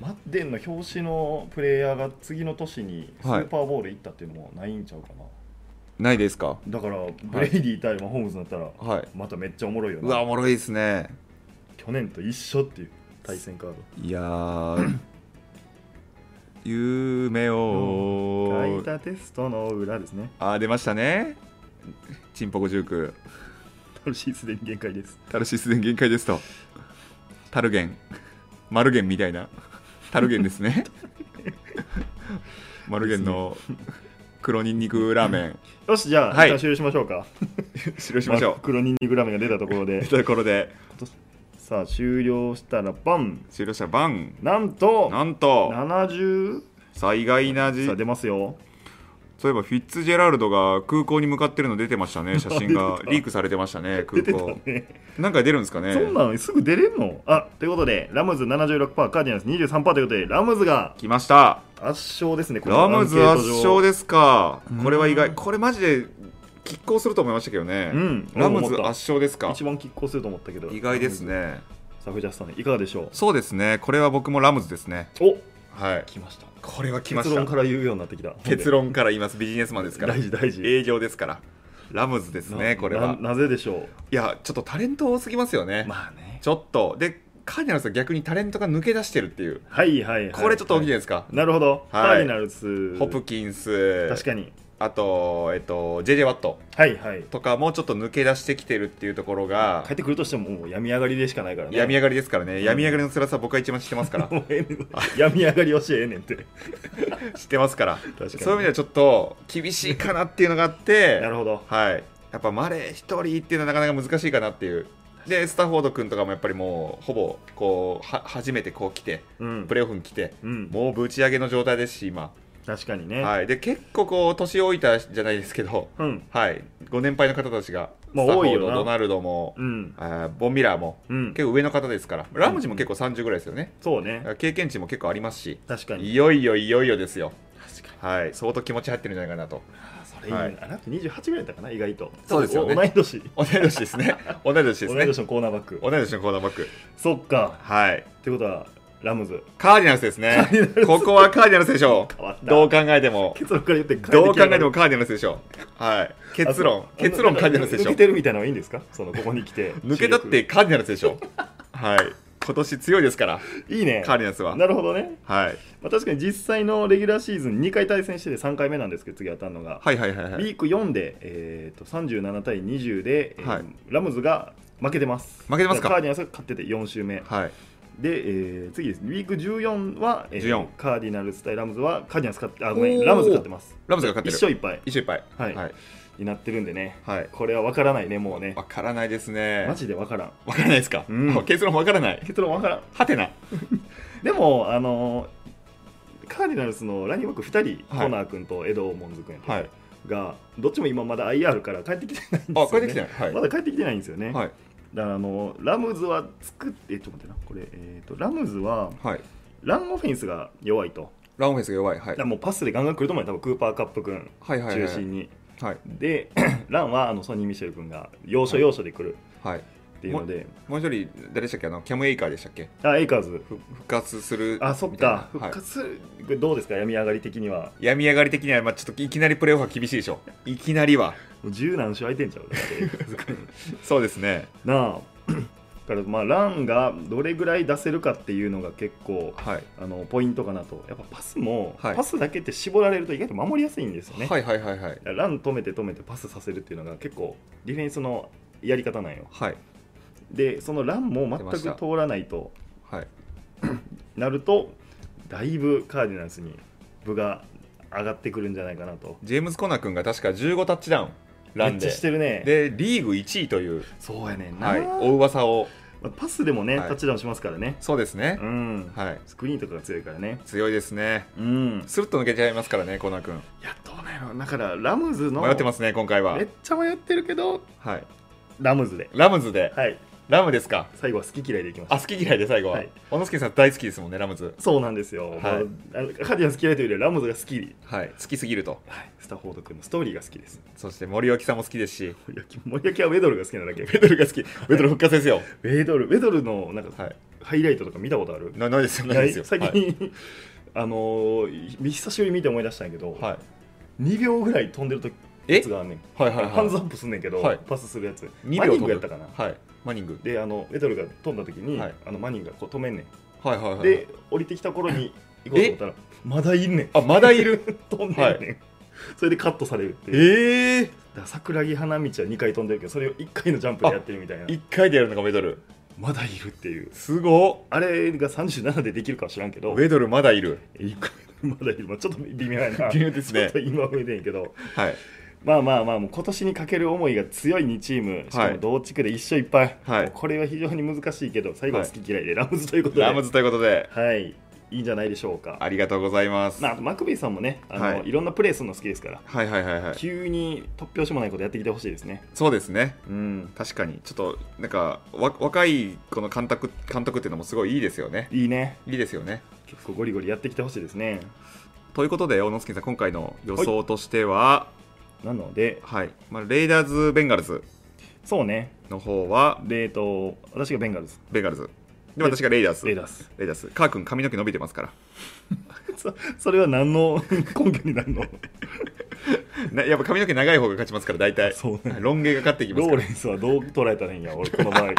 Speaker 1: マッデンの表紙のプレイヤーが次の年にス
Speaker 2: はい
Speaker 1: ーパーボール行ったっていうのもないんちゃうかな、
Speaker 2: ないですか
Speaker 1: だからブレイディ対マホームズだったら
Speaker 2: はい
Speaker 1: まためっちゃおもろいよ
Speaker 2: うわ
Speaker 1: な
Speaker 2: おもろいですね
Speaker 1: 去年と一緒っていう対戦カード
Speaker 2: いやー 夢
Speaker 1: 書
Speaker 2: を
Speaker 1: いたテストの裏ですね
Speaker 2: あー出ましたねチンポコ19
Speaker 1: タルシーすでに限界です
Speaker 2: タルシスで限界ですとタルゲンマルゲンみたいなタルゲンです ねマルゲンの黒ニンニクラーメン
Speaker 1: よしじゃあ、
Speaker 2: はい
Speaker 1: 一旦終了しましょうか
Speaker 2: 使用しましょう
Speaker 1: 黒ニンニクラメが出たところ で
Speaker 2: というところで
Speaker 1: さあ終了したらバン
Speaker 2: 終了者バン
Speaker 1: なんと
Speaker 2: なんと
Speaker 1: 70
Speaker 2: 災害なじ
Speaker 1: さあ出ますよ
Speaker 2: そういえばフィッツジェラルドが空港に向かってるの出てまし たね写真
Speaker 1: 出
Speaker 2: が
Speaker 1: てた
Speaker 2: リークされてましたね
Speaker 1: 出
Speaker 2: 空
Speaker 1: てた
Speaker 2: 港
Speaker 1: ね
Speaker 2: なんか出るんですかね
Speaker 1: そんなのにすぐ出れんのあということでラムズ76%カーディナルス23%ということでラムズが
Speaker 2: 来ました
Speaker 1: 圧勝ですねこの
Speaker 2: ラムズ
Speaker 1: アン
Speaker 2: 圧
Speaker 1: ケート上
Speaker 2: 勝ですか
Speaker 1: うん
Speaker 2: これは意外これマジで拮抗すると思いましたけどね、
Speaker 1: うん
Speaker 2: ラム
Speaker 1: 俺も思
Speaker 2: ズ
Speaker 1: っ
Speaker 2: 圧
Speaker 1: た
Speaker 2: 勝ですか
Speaker 1: 一番拮抗すると思ったけど
Speaker 2: 意外ですね
Speaker 1: さあ藤田さんいかがでしょう
Speaker 2: そうですねこれは僕もラムズですね
Speaker 1: お
Speaker 2: はい
Speaker 1: 来ました
Speaker 2: これは来まし
Speaker 1: 結
Speaker 2: た
Speaker 1: 論から言うようになってきた
Speaker 2: 結論から言いますビジネスマンですから
Speaker 1: 大事大事
Speaker 2: 営業ですからラムズです
Speaker 1: な
Speaker 2: ねこれは
Speaker 1: ななぜでしょ
Speaker 2: いやちょっとタレント多すぎますよね、
Speaker 1: うまあね
Speaker 2: ちょっとでカーディナルスは逆にタレントが抜け出してるっていう
Speaker 1: はいはいはい
Speaker 2: これちょっと大きいじゃないですか、
Speaker 1: なるほど、カ
Speaker 2: はい
Speaker 1: ーディナルス
Speaker 2: ホプキンス
Speaker 1: 確かに
Speaker 2: あと、えっと、JJ ワット
Speaker 1: はいはい
Speaker 2: とかもうちょっと抜け出してきてるっていうところが
Speaker 1: 帰ってくるとしてももう病み上がりでしかないからね
Speaker 2: 病み上がりですからね、病み上がりの辛さ僕は一番知ってますから
Speaker 1: もうええねん病み上がりをしええねんって
Speaker 2: 知ってますから
Speaker 1: かに
Speaker 2: そういう意味ではちょっと厳しいかなっていうのがあって
Speaker 1: なるほど
Speaker 2: はい、やっぱマレー1人っていうのはなかなか難しいかなっていうでスタフォード君とかもやっぱりもうほぼこうは初めてこう来て
Speaker 1: うん
Speaker 2: プレーオフに来て
Speaker 1: うん
Speaker 2: もうぶち上げの状態ですし今
Speaker 1: 確かにね、
Speaker 2: はい、で結構こう年老いたじゃないですけど、
Speaker 1: うん
Speaker 2: はい、ご年配の方たちが、
Speaker 1: まあ
Speaker 2: スタッフォード
Speaker 1: 多いよな
Speaker 2: ドナルドも、
Speaker 1: うん
Speaker 2: あーボンミラーも、
Speaker 1: うん
Speaker 2: 結構上の方ですからラムジも結構30ぐらいですよね、
Speaker 1: そうね
Speaker 2: 経験値も結構ありますし
Speaker 1: 確かに
Speaker 2: いよいよいよいよですよ
Speaker 1: 確かに
Speaker 2: はい相当気持ち入ってるんじゃないかなと
Speaker 1: あそれいいな、
Speaker 2: はい
Speaker 1: あなた28ぐらいだったかな意外と
Speaker 2: そうですよね
Speaker 1: お同い年
Speaker 2: 同い年で すね同い年です
Speaker 1: 同い
Speaker 2: ね
Speaker 1: 年のコーナーバック
Speaker 2: 同い年のコーナーバック
Speaker 1: そっか
Speaker 2: はい
Speaker 1: ってことはラムズ
Speaker 2: カーディナルスですね
Speaker 1: ディナルス
Speaker 2: ここはカーディナルスでしょ
Speaker 1: 変わった
Speaker 2: うどう考えても
Speaker 1: 結論から言って
Speaker 2: どう考えてもカーディナルスでしょうはい結
Speaker 1: あ
Speaker 2: 論
Speaker 1: そう
Speaker 2: 結論カーディナルスでし
Speaker 1: 抜
Speaker 2: ょ
Speaker 1: けてるみたいなのはいいんですかそのここに来て
Speaker 2: 抜けたってカーディナルスでしょはい今年強いですから
Speaker 1: いいね
Speaker 2: カーディナルスは
Speaker 1: なるほどね、
Speaker 2: はい
Speaker 1: まあ、確かに実際のレギュラーシーズン2回対戦してて3回目なんですけど次当たるのが、
Speaker 2: はいはいはいは
Speaker 1: ウィ
Speaker 2: い
Speaker 1: ーク4で、えー、と37対20で、えー
Speaker 2: はい
Speaker 1: ラムズが負けてます
Speaker 2: 負けてますか
Speaker 1: カーディナルスが勝ってて4周目
Speaker 2: はい
Speaker 1: で、えー次ですウィーク14は、えー
Speaker 2: 14
Speaker 1: カーディナルス対ラムズはカーディナルス勝ってあごめ
Speaker 2: お
Speaker 1: ん
Speaker 2: ー
Speaker 1: ラムズ勝ってます
Speaker 2: ラムズが勝って
Speaker 1: 一
Speaker 2: る
Speaker 1: 勝一敗
Speaker 2: 一緒いっぱい
Speaker 1: はい
Speaker 2: はい
Speaker 1: になってるんでね
Speaker 2: はい
Speaker 1: これは分からないねもうね
Speaker 2: わからないですね
Speaker 1: マジで分からん
Speaker 2: わからないですか、
Speaker 1: うん
Speaker 2: 結論わからない
Speaker 1: 結論分からん
Speaker 2: はてな
Speaker 1: でもあのーカーディナルスのランニングバック2人、
Speaker 2: はい
Speaker 1: コナー君とエド・モンズ君
Speaker 2: はい
Speaker 1: がどっちも今まだ IR から帰ってきてないんですよ、ね、
Speaker 2: あこれできてないはい、
Speaker 1: まだ帰ってきてないんですよね、
Speaker 2: はい
Speaker 1: だからあのラムズは作ってえちょっと待ってなこれ、えー、とラムズは
Speaker 2: はい
Speaker 1: ランオフェンスが弱いと
Speaker 2: ランフェンスが弱いは
Speaker 1: だ
Speaker 2: い
Speaker 1: からもうパスでガンガン来ると思うよ多分クーパーカップ君
Speaker 2: はいはい
Speaker 1: 中
Speaker 2: はい
Speaker 1: 心に、
Speaker 2: はい
Speaker 1: で ランはあのソニー・ミシェル君が要所要所で来る
Speaker 2: はい
Speaker 1: っていうので、
Speaker 2: もう一人誰でしたっけあのキャムエイカーでしたっけ
Speaker 1: あエイカーズ
Speaker 2: ふ復活する
Speaker 1: あそっ
Speaker 2: みたいな
Speaker 1: か復
Speaker 2: はい
Speaker 1: 活する、これどうですか病み上がり的には
Speaker 2: 病み上がり的には、まあ、ちょっといきなりプレーオフは厳しいでしょいきなりは
Speaker 1: もう十何勝空いてんちゃうだってエイカーズ 君
Speaker 2: そうですね
Speaker 1: なあ だからまあランがどれぐらい出せるかっていうのが結構
Speaker 2: はい
Speaker 1: あのポイントかなとやっぱパスも、
Speaker 2: はい
Speaker 1: パスだけって絞られると意外と守りやすいんですよね、
Speaker 2: はいはいはいはい
Speaker 1: ラン止めて止めてパスさせるっていうのが結構ディフェンスのやり方なんよ
Speaker 2: はい
Speaker 1: でそのランも
Speaker 2: 出
Speaker 1: 全
Speaker 2: ました
Speaker 1: く通らないと
Speaker 2: はい
Speaker 1: なるとだいぶカーディナルスに部が上がってくるんじゃないかなと
Speaker 2: ジェームズ・コナー君が確か15タッチダウンラ
Speaker 1: め
Speaker 2: ン
Speaker 1: っちゃ
Speaker 2: で
Speaker 1: してるね
Speaker 2: でリーグ1位という、
Speaker 1: そうやねんな、
Speaker 2: はい、大噂を
Speaker 1: まあパスでもね、
Speaker 2: はい
Speaker 1: タッチダウンしますからね
Speaker 2: そうですね
Speaker 1: う、ん、
Speaker 2: はい
Speaker 1: スクリーンとかが強いからね
Speaker 2: 強いですね
Speaker 1: うん
Speaker 2: スルッと抜けちゃいますからねコナー君
Speaker 1: いやどうなんやろだからラムズの
Speaker 2: 迷ってますすね今回は
Speaker 1: めっちゃ迷ってるけど
Speaker 2: はい
Speaker 1: ラムズで
Speaker 2: ラムズで
Speaker 1: はい
Speaker 2: ラムですか
Speaker 1: 最後は好き嫌いでいきました
Speaker 2: あ好き嫌いで最後は、
Speaker 1: はい
Speaker 2: 小野助さん大好きですもんねラムズ
Speaker 1: そうなんですよ、
Speaker 2: はい
Speaker 1: まああのカーディナルス嫌いというよりはラムズが好き、
Speaker 2: はい好きすぎると
Speaker 1: はい、スタフォード君のストーリーが好きです
Speaker 2: そして森脇さんも好きですし
Speaker 1: 森脇森脇はウェドルが好きなだけウ
Speaker 2: ベドルが好きベドル復活ですよ
Speaker 1: ェドルウェドルのなんか、
Speaker 2: はい
Speaker 1: ハイライトとか見たことある
Speaker 2: なないですよないですよ
Speaker 1: 最近、
Speaker 2: はい、
Speaker 1: あのー久しぶりに見て思い出したんやけど、
Speaker 2: はい、
Speaker 1: 2秒ぐらい飛んでる時
Speaker 2: え
Speaker 1: があんねん
Speaker 2: はいはい
Speaker 1: ハンズア
Speaker 2: は
Speaker 1: ップすんねんけど、
Speaker 2: はい
Speaker 1: パスするやつ
Speaker 2: い2
Speaker 1: マニン
Speaker 2: 飛
Speaker 1: グ
Speaker 2: ぶ
Speaker 1: やったかな
Speaker 2: はいマニング
Speaker 1: であのウェドルが飛んだ時に、
Speaker 2: はい
Speaker 1: あのマニングがこう止めんねん
Speaker 2: はいはいはい
Speaker 1: で降りてきた頃に行こうと思ったらまだいんねん
Speaker 2: あまだいる
Speaker 1: 飛んでんねん、
Speaker 2: はい
Speaker 1: それでカットされるっていう
Speaker 2: ええ
Speaker 1: だから桜木花道は2回飛んでるけどそれを1回のジャンプでやってるみたいな
Speaker 2: ー、1回でやるのがベドル
Speaker 1: まだいるっていう
Speaker 2: すご
Speaker 1: あれが37でできるかは知らんけ
Speaker 2: っ
Speaker 1: ど
Speaker 2: ベドルまだいる
Speaker 1: 1回まだいる、まあ、ちょっと微妙やな
Speaker 2: 微妙ですね
Speaker 1: ちょっと今上でんやけど
Speaker 2: はい
Speaker 1: まあまあまあもう今年にかける思いが強い2チームしかも同地区で一勝いっぱい、
Speaker 2: はい
Speaker 1: もうこれは非常に難しいけど最後は好き嫌いでラムズということで、
Speaker 2: ラムズということで
Speaker 1: はいいいんじゃないでしょうか
Speaker 2: ありがとうございます
Speaker 1: まあ、あとマクビーさんもねあの、、
Speaker 2: はい
Speaker 1: ろんなプレーするの好きですから、
Speaker 2: はいはいはいはい
Speaker 1: 急に突拍子もないことやってきてほしいですね。
Speaker 2: そうですね
Speaker 1: うん、
Speaker 2: 確かにちょっとなんかわ若いこの監督監督っていうのもすごいいいですよね
Speaker 1: いいね、
Speaker 2: いいですよね
Speaker 1: 結構ゴリゴリやってきてほしいですね。
Speaker 2: ということで小野助さん今回の予想としては、
Speaker 1: なので、
Speaker 2: はいまあ、レイダーズ・ベンガルズ
Speaker 1: そうね、
Speaker 2: の方は
Speaker 1: で、えっと、私がベンガルズ、
Speaker 2: ベンガルズで
Speaker 1: レ
Speaker 2: 私がレイダース
Speaker 1: レイダー ス。
Speaker 2: レイダースカー君髪の毛伸びてますから
Speaker 1: そそれは何の根拠になるの
Speaker 2: なやっぱ髪の毛長い方が勝ちますから大 体
Speaker 1: そうね
Speaker 2: ロン毛が勝ってきま
Speaker 1: ロ
Speaker 2: すか
Speaker 1: ー
Speaker 2: ら
Speaker 1: レンスはどう捉えたらいいんや、俺、この 場合。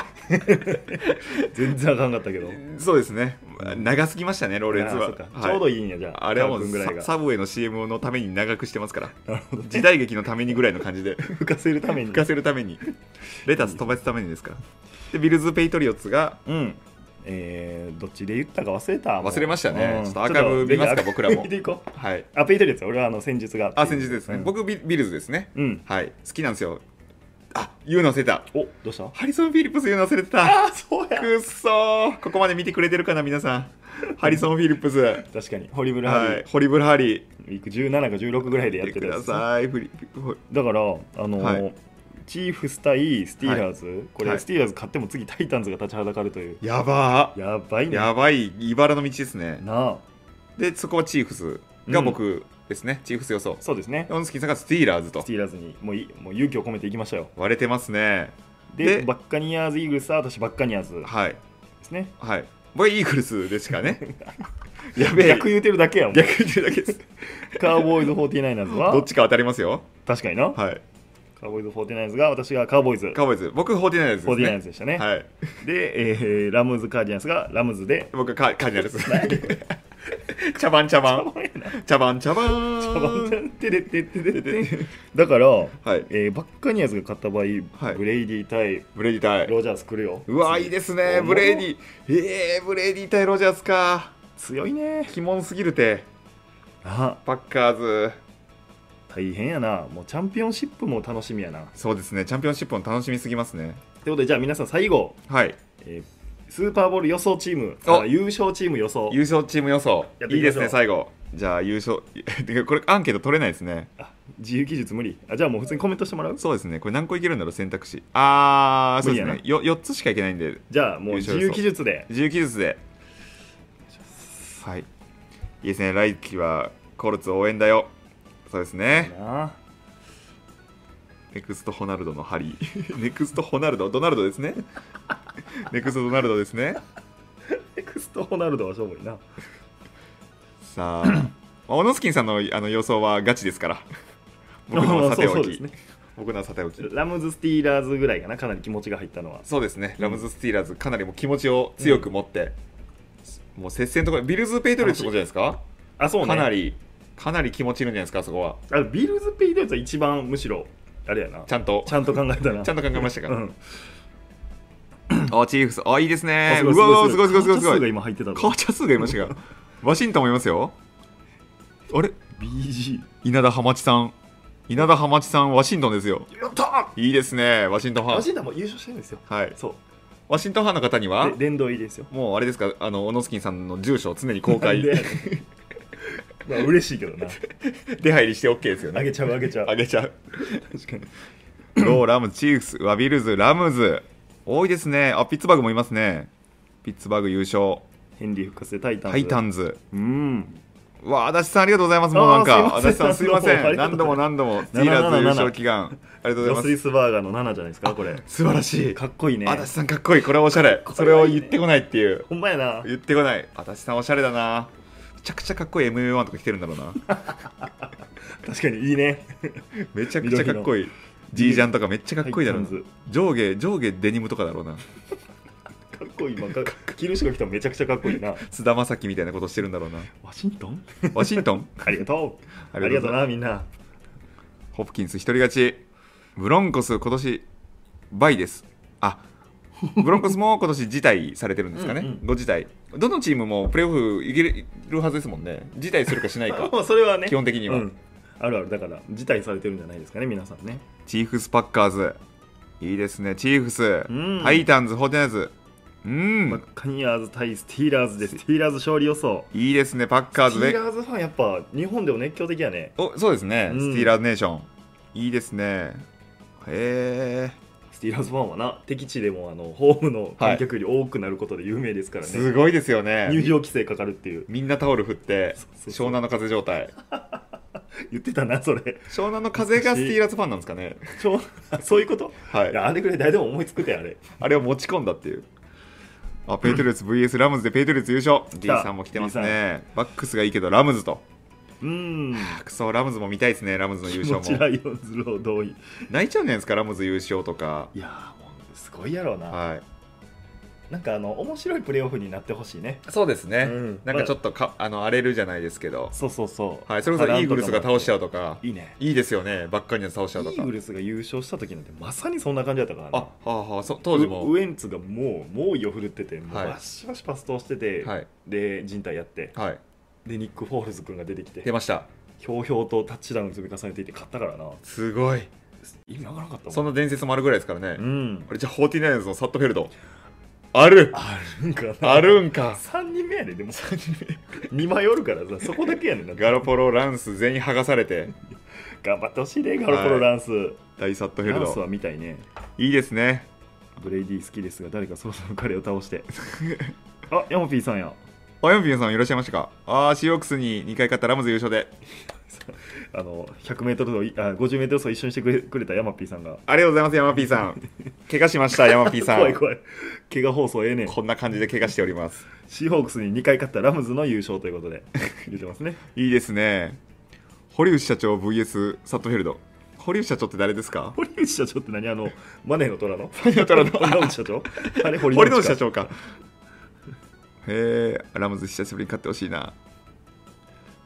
Speaker 1: 全然あかんかったけど。
Speaker 2: そうですね長すぎましたねローレンズ
Speaker 1: あ
Speaker 2: は
Speaker 1: ーそっか
Speaker 2: はい
Speaker 1: ちょうどいいんや、じゃあ、
Speaker 2: あれはも
Speaker 1: カー
Speaker 2: う
Speaker 1: 君ぐらい
Speaker 2: サ
Speaker 1: が。
Speaker 2: サブウェイの CM のために長くしてますから時代劇のためにぐらいの感じで
Speaker 1: 浮かせるために。
Speaker 2: 浮かせるた めにレタス飛ばすためにですからでビルズ・ペイトリオッツが
Speaker 1: うん。えー、どっちで言ったか忘れた。もう
Speaker 2: 忘れました
Speaker 1: う
Speaker 2: ね
Speaker 1: ん
Speaker 2: ちょっとアーカイブ見ますか
Speaker 1: ちょっと
Speaker 2: 僕らも
Speaker 1: 見ていこう。
Speaker 2: はい
Speaker 1: あ、ペイトリオッツ、俺はあの戦術がっていう
Speaker 2: あ先日ですね、
Speaker 1: うん
Speaker 2: 僕ビビルズですね
Speaker 1: うん。
Speaker 2: はい好きなんですよあ言うの忘れた
Speaker 1: おどうした
Speaker 2: ハリソン・フィリップス言うの忘れてた
Speaker 1: あそうや
Speaker 2: くっそーここまで見てくれてるかな皆さんハリソン・フィリップスは
Speaker 1: 確かにホリブルハリー
Speaker 2: いホリブル・ハリー
Speaker 1: 行く17か16ぐらいでやって
Speaker 2: 見て
Speaker 1: たや
Speaker 2: くだ
Speaker 1: つだ
Speaker 2: さいフリフリ
Speaker 1: からあのー
Speaker 2: はい
Speaker 1: チーフス対スティーラーズ、これ、
Speaker 2: はい
Speaker 1: スティーラーズ勝っても次タイタンズが立ちはだかるという
Speaker 2: やばー
Speaker 1: やばいね
Speaker 2: やばい茨の道ですね
Speaker 1: なあ
Speaker 2: でそこはチーフスが僕ですね、チーフス予想
Speaker 1: そうですね
Speaker 2: ヨンスキンさんがスティーラーズと
Speaker 1: スティーラーズにもういもう勇気を込めていきましたよ
Speaker 2: 割れてますね
Speaker 1: で
Speaker 2: で
Speaker 1: バッカニアーズイーグルスは私バッカニアーズ
Speaker 2: はい
Speaker 1: ですね
Speaker 2: はい僕イーグルスでしか ねやべえ
Speaker 1: 逆言うてるだけやもん
Speaker 2: 逆言ってるだけです
Speaker 1: カーボーイズ49ーズは
Speaker 2: どっちか当たりますよ
Speaker 1: 確かにな
Speaker 2: はい
Speaker 1: カーボーイズ49ーズが私がカーボーイズ
Speaker 2: カーボーイズ僕フォーティナイズです、ね、
Speaker 1: 49ーズでしたね、
Speaker 2: はい
Speaker 1: で、えーラムズカーディアンスがラムズで
Speaker 2: 僕はカカーディナル ス茶番茶番茶番茶番
Speaker 1: 茶番茶てれててててだから、
Speaker 2: はい
Speaker 1: えーバッカニアーズが勝った場合、
Speaker 2: はい
Speaker 1: ブレイディ対
Speaker 2: ブレイディ対
Speaker 1: ロジャース来るよ
Speaker 2: うわいいですねブレイディえー、ブレイディ対ロジャースか
Speaker 1: 強いね
Speaker 2: 鬼門すぎるて
Speaker 1: あ
Speaker 2: パッカーズ
Speaker 1: 大変やなもうチャンピオンシップも楽しみやな
Speaker 2: そうですねチャンピオンシップも楽しみすぎますね
Speaker 1: ということでじゃあ皆さん最後、
Speaker 2: はい
Speaker 1: えースーパーボール予想チーム
Speaker 2: お
Speaker 1: あ優勝チーム予想
Speaker 2: 優勝チーム予想
Speaker 1: やって
Speaker 2: い
Speaker 1: いきましょう
Speaker 2: いですね最後じゃあ優勝 てかこれアンケート取れないですね
Speaker 1: あ自由記述無理あじゃあもう普通にコメントしてもらう
Speaker 2: そうですねこれ何個いけるんだろう選択肢あーそうです
Speaker 1: 無理
Speaker 2: ねよ4つしかいけないんで
Speaker 1: じゃあもう自由記述で
Speaker 2: 自由記述ではいいいですね来季はコルツ応援だよそうですね
Speaker 1: なあ
Speaker 2: ネクストホナルドのハリー ネクストホナルドドナルドですね ネクストドナルドですね
Speaker 1: ネクストホナルドはしょぼいな
Speaker 2: さあまあオノスキンさんのあの予想はガチです から僕のはさて
Speaker 1: そ
Speaker 2: お
Speaker 1: うそうで
Speaker 2: き、
Speaker 1: すね
Speaker 2: 僕のはさておき
Speaker 1: ラムズ・スティーラーズぐらいかなかなり気持ちが入ったのは
Speaker 2: そうですね、ラムズ・スティーラーズ、かなりもう気持ちを強く持って、もう接戦とか、ビルズ・ペイトリオッツとかじゃないですか、
Speaker 1: あそうね
Speaker 2: かなり、かなり気持ちいいんじゃないですか、そこは。
Speaker 1: あビルズ・ペイドやつは一番むしろあれやな
Speaker 2: ちゃんと、
Speaker 1: ちゃんと考えたな
Speaker 2: ちゃんと考えましたか
Speaker 1: う
Speaker 2: ら。
Speaker 1: ん
Speaker 2: あ、チーフス、あ、いいですね
Speaker 1: あ、
Speaker 2: うわうわ、すごいすごいすごいす
Speaker 1: カーチャス
Speaker 2: ご
Speaker 1: が
Speaker 2: い。
Speaker 1: 今入ってた
Speaker 2: カ
Speaker 1: ぞ
Speaker 2: ーチャスがいました が、ワシントンもいますよ。あれ
Speaker 1: BG
Speaker 2: 稲田浜地さん、稲田浜地さん、ワシントンですよ。
Speaker 1: やった
Speaker 2: いいですね、ワシントンフ
Speaker 1: ワ
Speaker 2: ァン。
Speaker 1: シントンも優勝してるんですよ
Speaker 2: はい、
Speaker 1: そう
Speaker 2: ワシントンファンの方には
Speaker 1: で、殿堂入りですよ
Speaker 2: もうあれですか、あの、オノスキンさんの住所を常に公開、
Speaker 1: でまあ嬉しいけどな
Speaker 2: 出入りして OK ですよ
Speaker 1: あ
Speaker 2: ね。
Speaker 1: げちゃうあげちゃう
Speaker 2: あげちゃう。
Speaker 1: 確かに
Speaker 2: ロー、ラムズ、チーフス、ワビルズ、ラムズ。多いですね。あ、ピッツバーグもいますね。ピッツバーグ優勝。
Speaker 1: ヘンリー復活でタイタンズ
Speaker 2: タイタンズ。
Speaker 1: うん
Speaker 2: うわあ、足立さんありがとうございます。もうなんか、
Speaker 1: あ
Speaker 2: 足
Speaker 1: ー
Speaker 2: 立さんす
Speaker 1: す
Speaker 2: い
Speaker 1: い
Speaker 2: ま
Speaker 1: ません
Speaker 2: せん。何度も何度も、スティーラーズ優勝祈願。ありがとうござ
Speaker 1: ロ
Speaker 2: いま
Speaker 1: スリ
Speaker 2: す。
Speaker 1: スバーガーの7じゃないですかこれ
Speaker 2: 素晴らしい。
Speaker 1: かっこいいね
Speaker 2: 足立さんかっこいい。これはおしゃれ。
Speaker 1: こいいね
Speaker 2: それを言ってこないっていう。
Speaker 1: ほんまやな
Speaker 2: 言ってこない。足立さんおしゃれだな。めちゃくちゃかっこいい MMA1 とか着てるんだろう な。
Speaker 1: 確かにいいね
Speaker 2: めちゃくちゃかっこいい。G ジャンとかめっちゃかっこいいだろうな
Speaker 1: タイタン。
Speaker 2: 上下、上下デニムとかだろうな。
Speaker 1: かっこいい漫画着る人が来たらめちゃくちゃかっこいいな
Speaker 2: 菅田将暉みたいなことしてるんだろう な。
Speaker 1: ワシントン
Speaker 2: ワシントン
Speaker 1: ありがとう
Speaker 2: あ
Speaker 1: あ
Speaker 2: り
Speaker 1: り
Speaker 2: が
Speaker 1: がとう
Speaker 2: とうな
Speaker 1: なみんな
Speaker 2: ホプキンス一人勝ち。ブロンコス今年倍です。あ、ブロンコスも今年辞退されてるんですかね。
Speaker 1: うんうん
Speaker 2: ご辞退。どのチームもプレーオフいけるはずですもんね。辞退するかしない か。
Speaker 1: もうそれはね
Speaker 2: 基本的には
Speaker 1: うんあるあるだから辞退されてるんじゃないですかね皆さんね
Speaker 2: チーフスパッカーズ。いいですね。チーフス
Speaker 1: うん、
Speaker 2: タイタンズ、ホテナズ。う
Speaker 1: マ
Speaker 2: ん、
Speaker 1: ッカニアーズ対スティーラーズですスティーラーズ勝利予想
Speaker 2: いいですね、パッカー
Speaker 1: ス
Speaker 2: ズ
Speaker 1: ティー
Speaker 2: で。
Speaker 1: ラーズファンやっぱ日本でも熱狂的やね
Speaker 2: おそうですね、
Speaker 1: うん
Speaker 2: スティーラーズネーション。いいですね。へえ、
Speaker 1: スティーラーズファンはな敵地でもあのホームの観客より多くなることで有名ですからね、
Speaker 2: すごいですよ
Speaker 1: 入
Speaker 2: ね。
Speaker 1: 場規制かかるっていう
Speaker 2: みんなタオル振って
Speaker 1: そうそうそう
Speaker 2: 湘南の風状態。
Speaker 1: 言ってたなそれ
Speaker 2: 湘南の風がスティーラーズファンなんですかね。
Speaker 1: ちょそういうこと、
Speaker 2: はい
Speaker 1: いやあれぐらい誰でも思いつくてあれ
Speaker 2: あれを持ち込んだっていう。あ、ペイトリオッツ VS ラムズでペイトリオッツ優勝。D
Speaker 1: た
Speaker 2: さんも来てますね。バックスがいいけどラムズと。
Speaker 1: うん
Speaker 2: あクソラムズも見たいですね、ラムズの優
Speaker 1: 気
Speaker 2: 勝
Speaker 1: 持ち
Speaker 2: も
Speaker 1: ラ。イオンズロー同意
Speaker 2: 泣いちゃうんじゃないですか、ラムズ優勝とか。
Speaker 1: いやーもうすごいやろうな、
Speaker 2: はい。
Speaker 1: なんかあの面白いプレーオフになってほしいね
Speaker 2: そうですね
Speaker 1: うん
Speaker 2: なんかちょっとか、あの荒れるじゃないですけど。
Speaker 1: そうそうそう
Speaker 2: はい、それこそイーグルスが倒しちゃ
Speaker 1: う
Speaker 2: うとか。
Speaker 1: いいね
Speaker 2: いいですよね、ばっかりに倒しち
Speaker 1: イ
Speaker 2: ゃうとか
Speaker 1: ーグ。ルスが優勝した時なんてまさにそんな感じだったからね
Speaker 2: あ、はあはあ、そ当時も。
Speaker 1: ウウエンツがもう猛威を振るっててもう
Speaker 2: はい
Speaker 1: バシバシパス通してて、
Speaker 2: はい
Speaker 1: で人体やって
Speaker 2: はい。
Speaker 1: でニック・フォールズ君が出てきて
Speaker 2: 出ました。
Speaker 1: ひょうひょうとタッチダウン積み重ねていって勝ったからな
Speaker 2: すごい。
Speaker 1: 意味わからなかったもん
Speaker 2: そんな伝説もあるぐらいですからね、
Speaker 1: うん
Speaker 2: あれじゃあ49のサットフェルドある
Speaker 1: あるんかな
Speaker 2: あるんか
Speaker 1: 3人目やねでも3人目2枚おるから さそこだけやねんな
Speaker 2: ガロポロランス全員剥がされて
Speaker 1: 頑張ってほしいねガロポロランス、
Speaker 2: 大サットフェ
Speaker 1: ラ
Speaker 2: ル
Speaker 1: ンス
Speaker 2: ド
Speaker 1: は見たいね
Speaker 2: いいですね
Speaker 1: ブレイディ好きですが誰かそろそろ彼を倒して あヤモピーさんや
Speaker 2: あヨンピンさんいらっしゃいましたかああシーオークスに2回勝ったラムズ優勝で
Speaker 1: あの 100m 走あ 50m 走一緒にしてくれくれたヤマピーさんが
Speaker 2: ありがとうございますヤマピーさ ん怪我しましたヤマピーさん
Speaker 1: 怖い怖い怪我放送ええねん
Speaker 2: こんな感じで怪我しております
Speaker 1: シーホークスに2回勝ったラムズの優勝というこ とで言ってますね
Speaker 2: いいですね堀内社長 VS サットフェルド堀内社長って誰ですか
Speaker 1: 堀内社長って何あのマネーの虎の
Speaker 2: の虎の
Speaker 1: 堀内社長あれ堀
Speaker 2: 堀
Speaker 1: 之内
Speaker 2: 之内
Speaker 1: 社
Speaker 2: 社
Speaker 1: 長
Speaker 2: 長かへえラムズ久しぶりに勝ってほしいな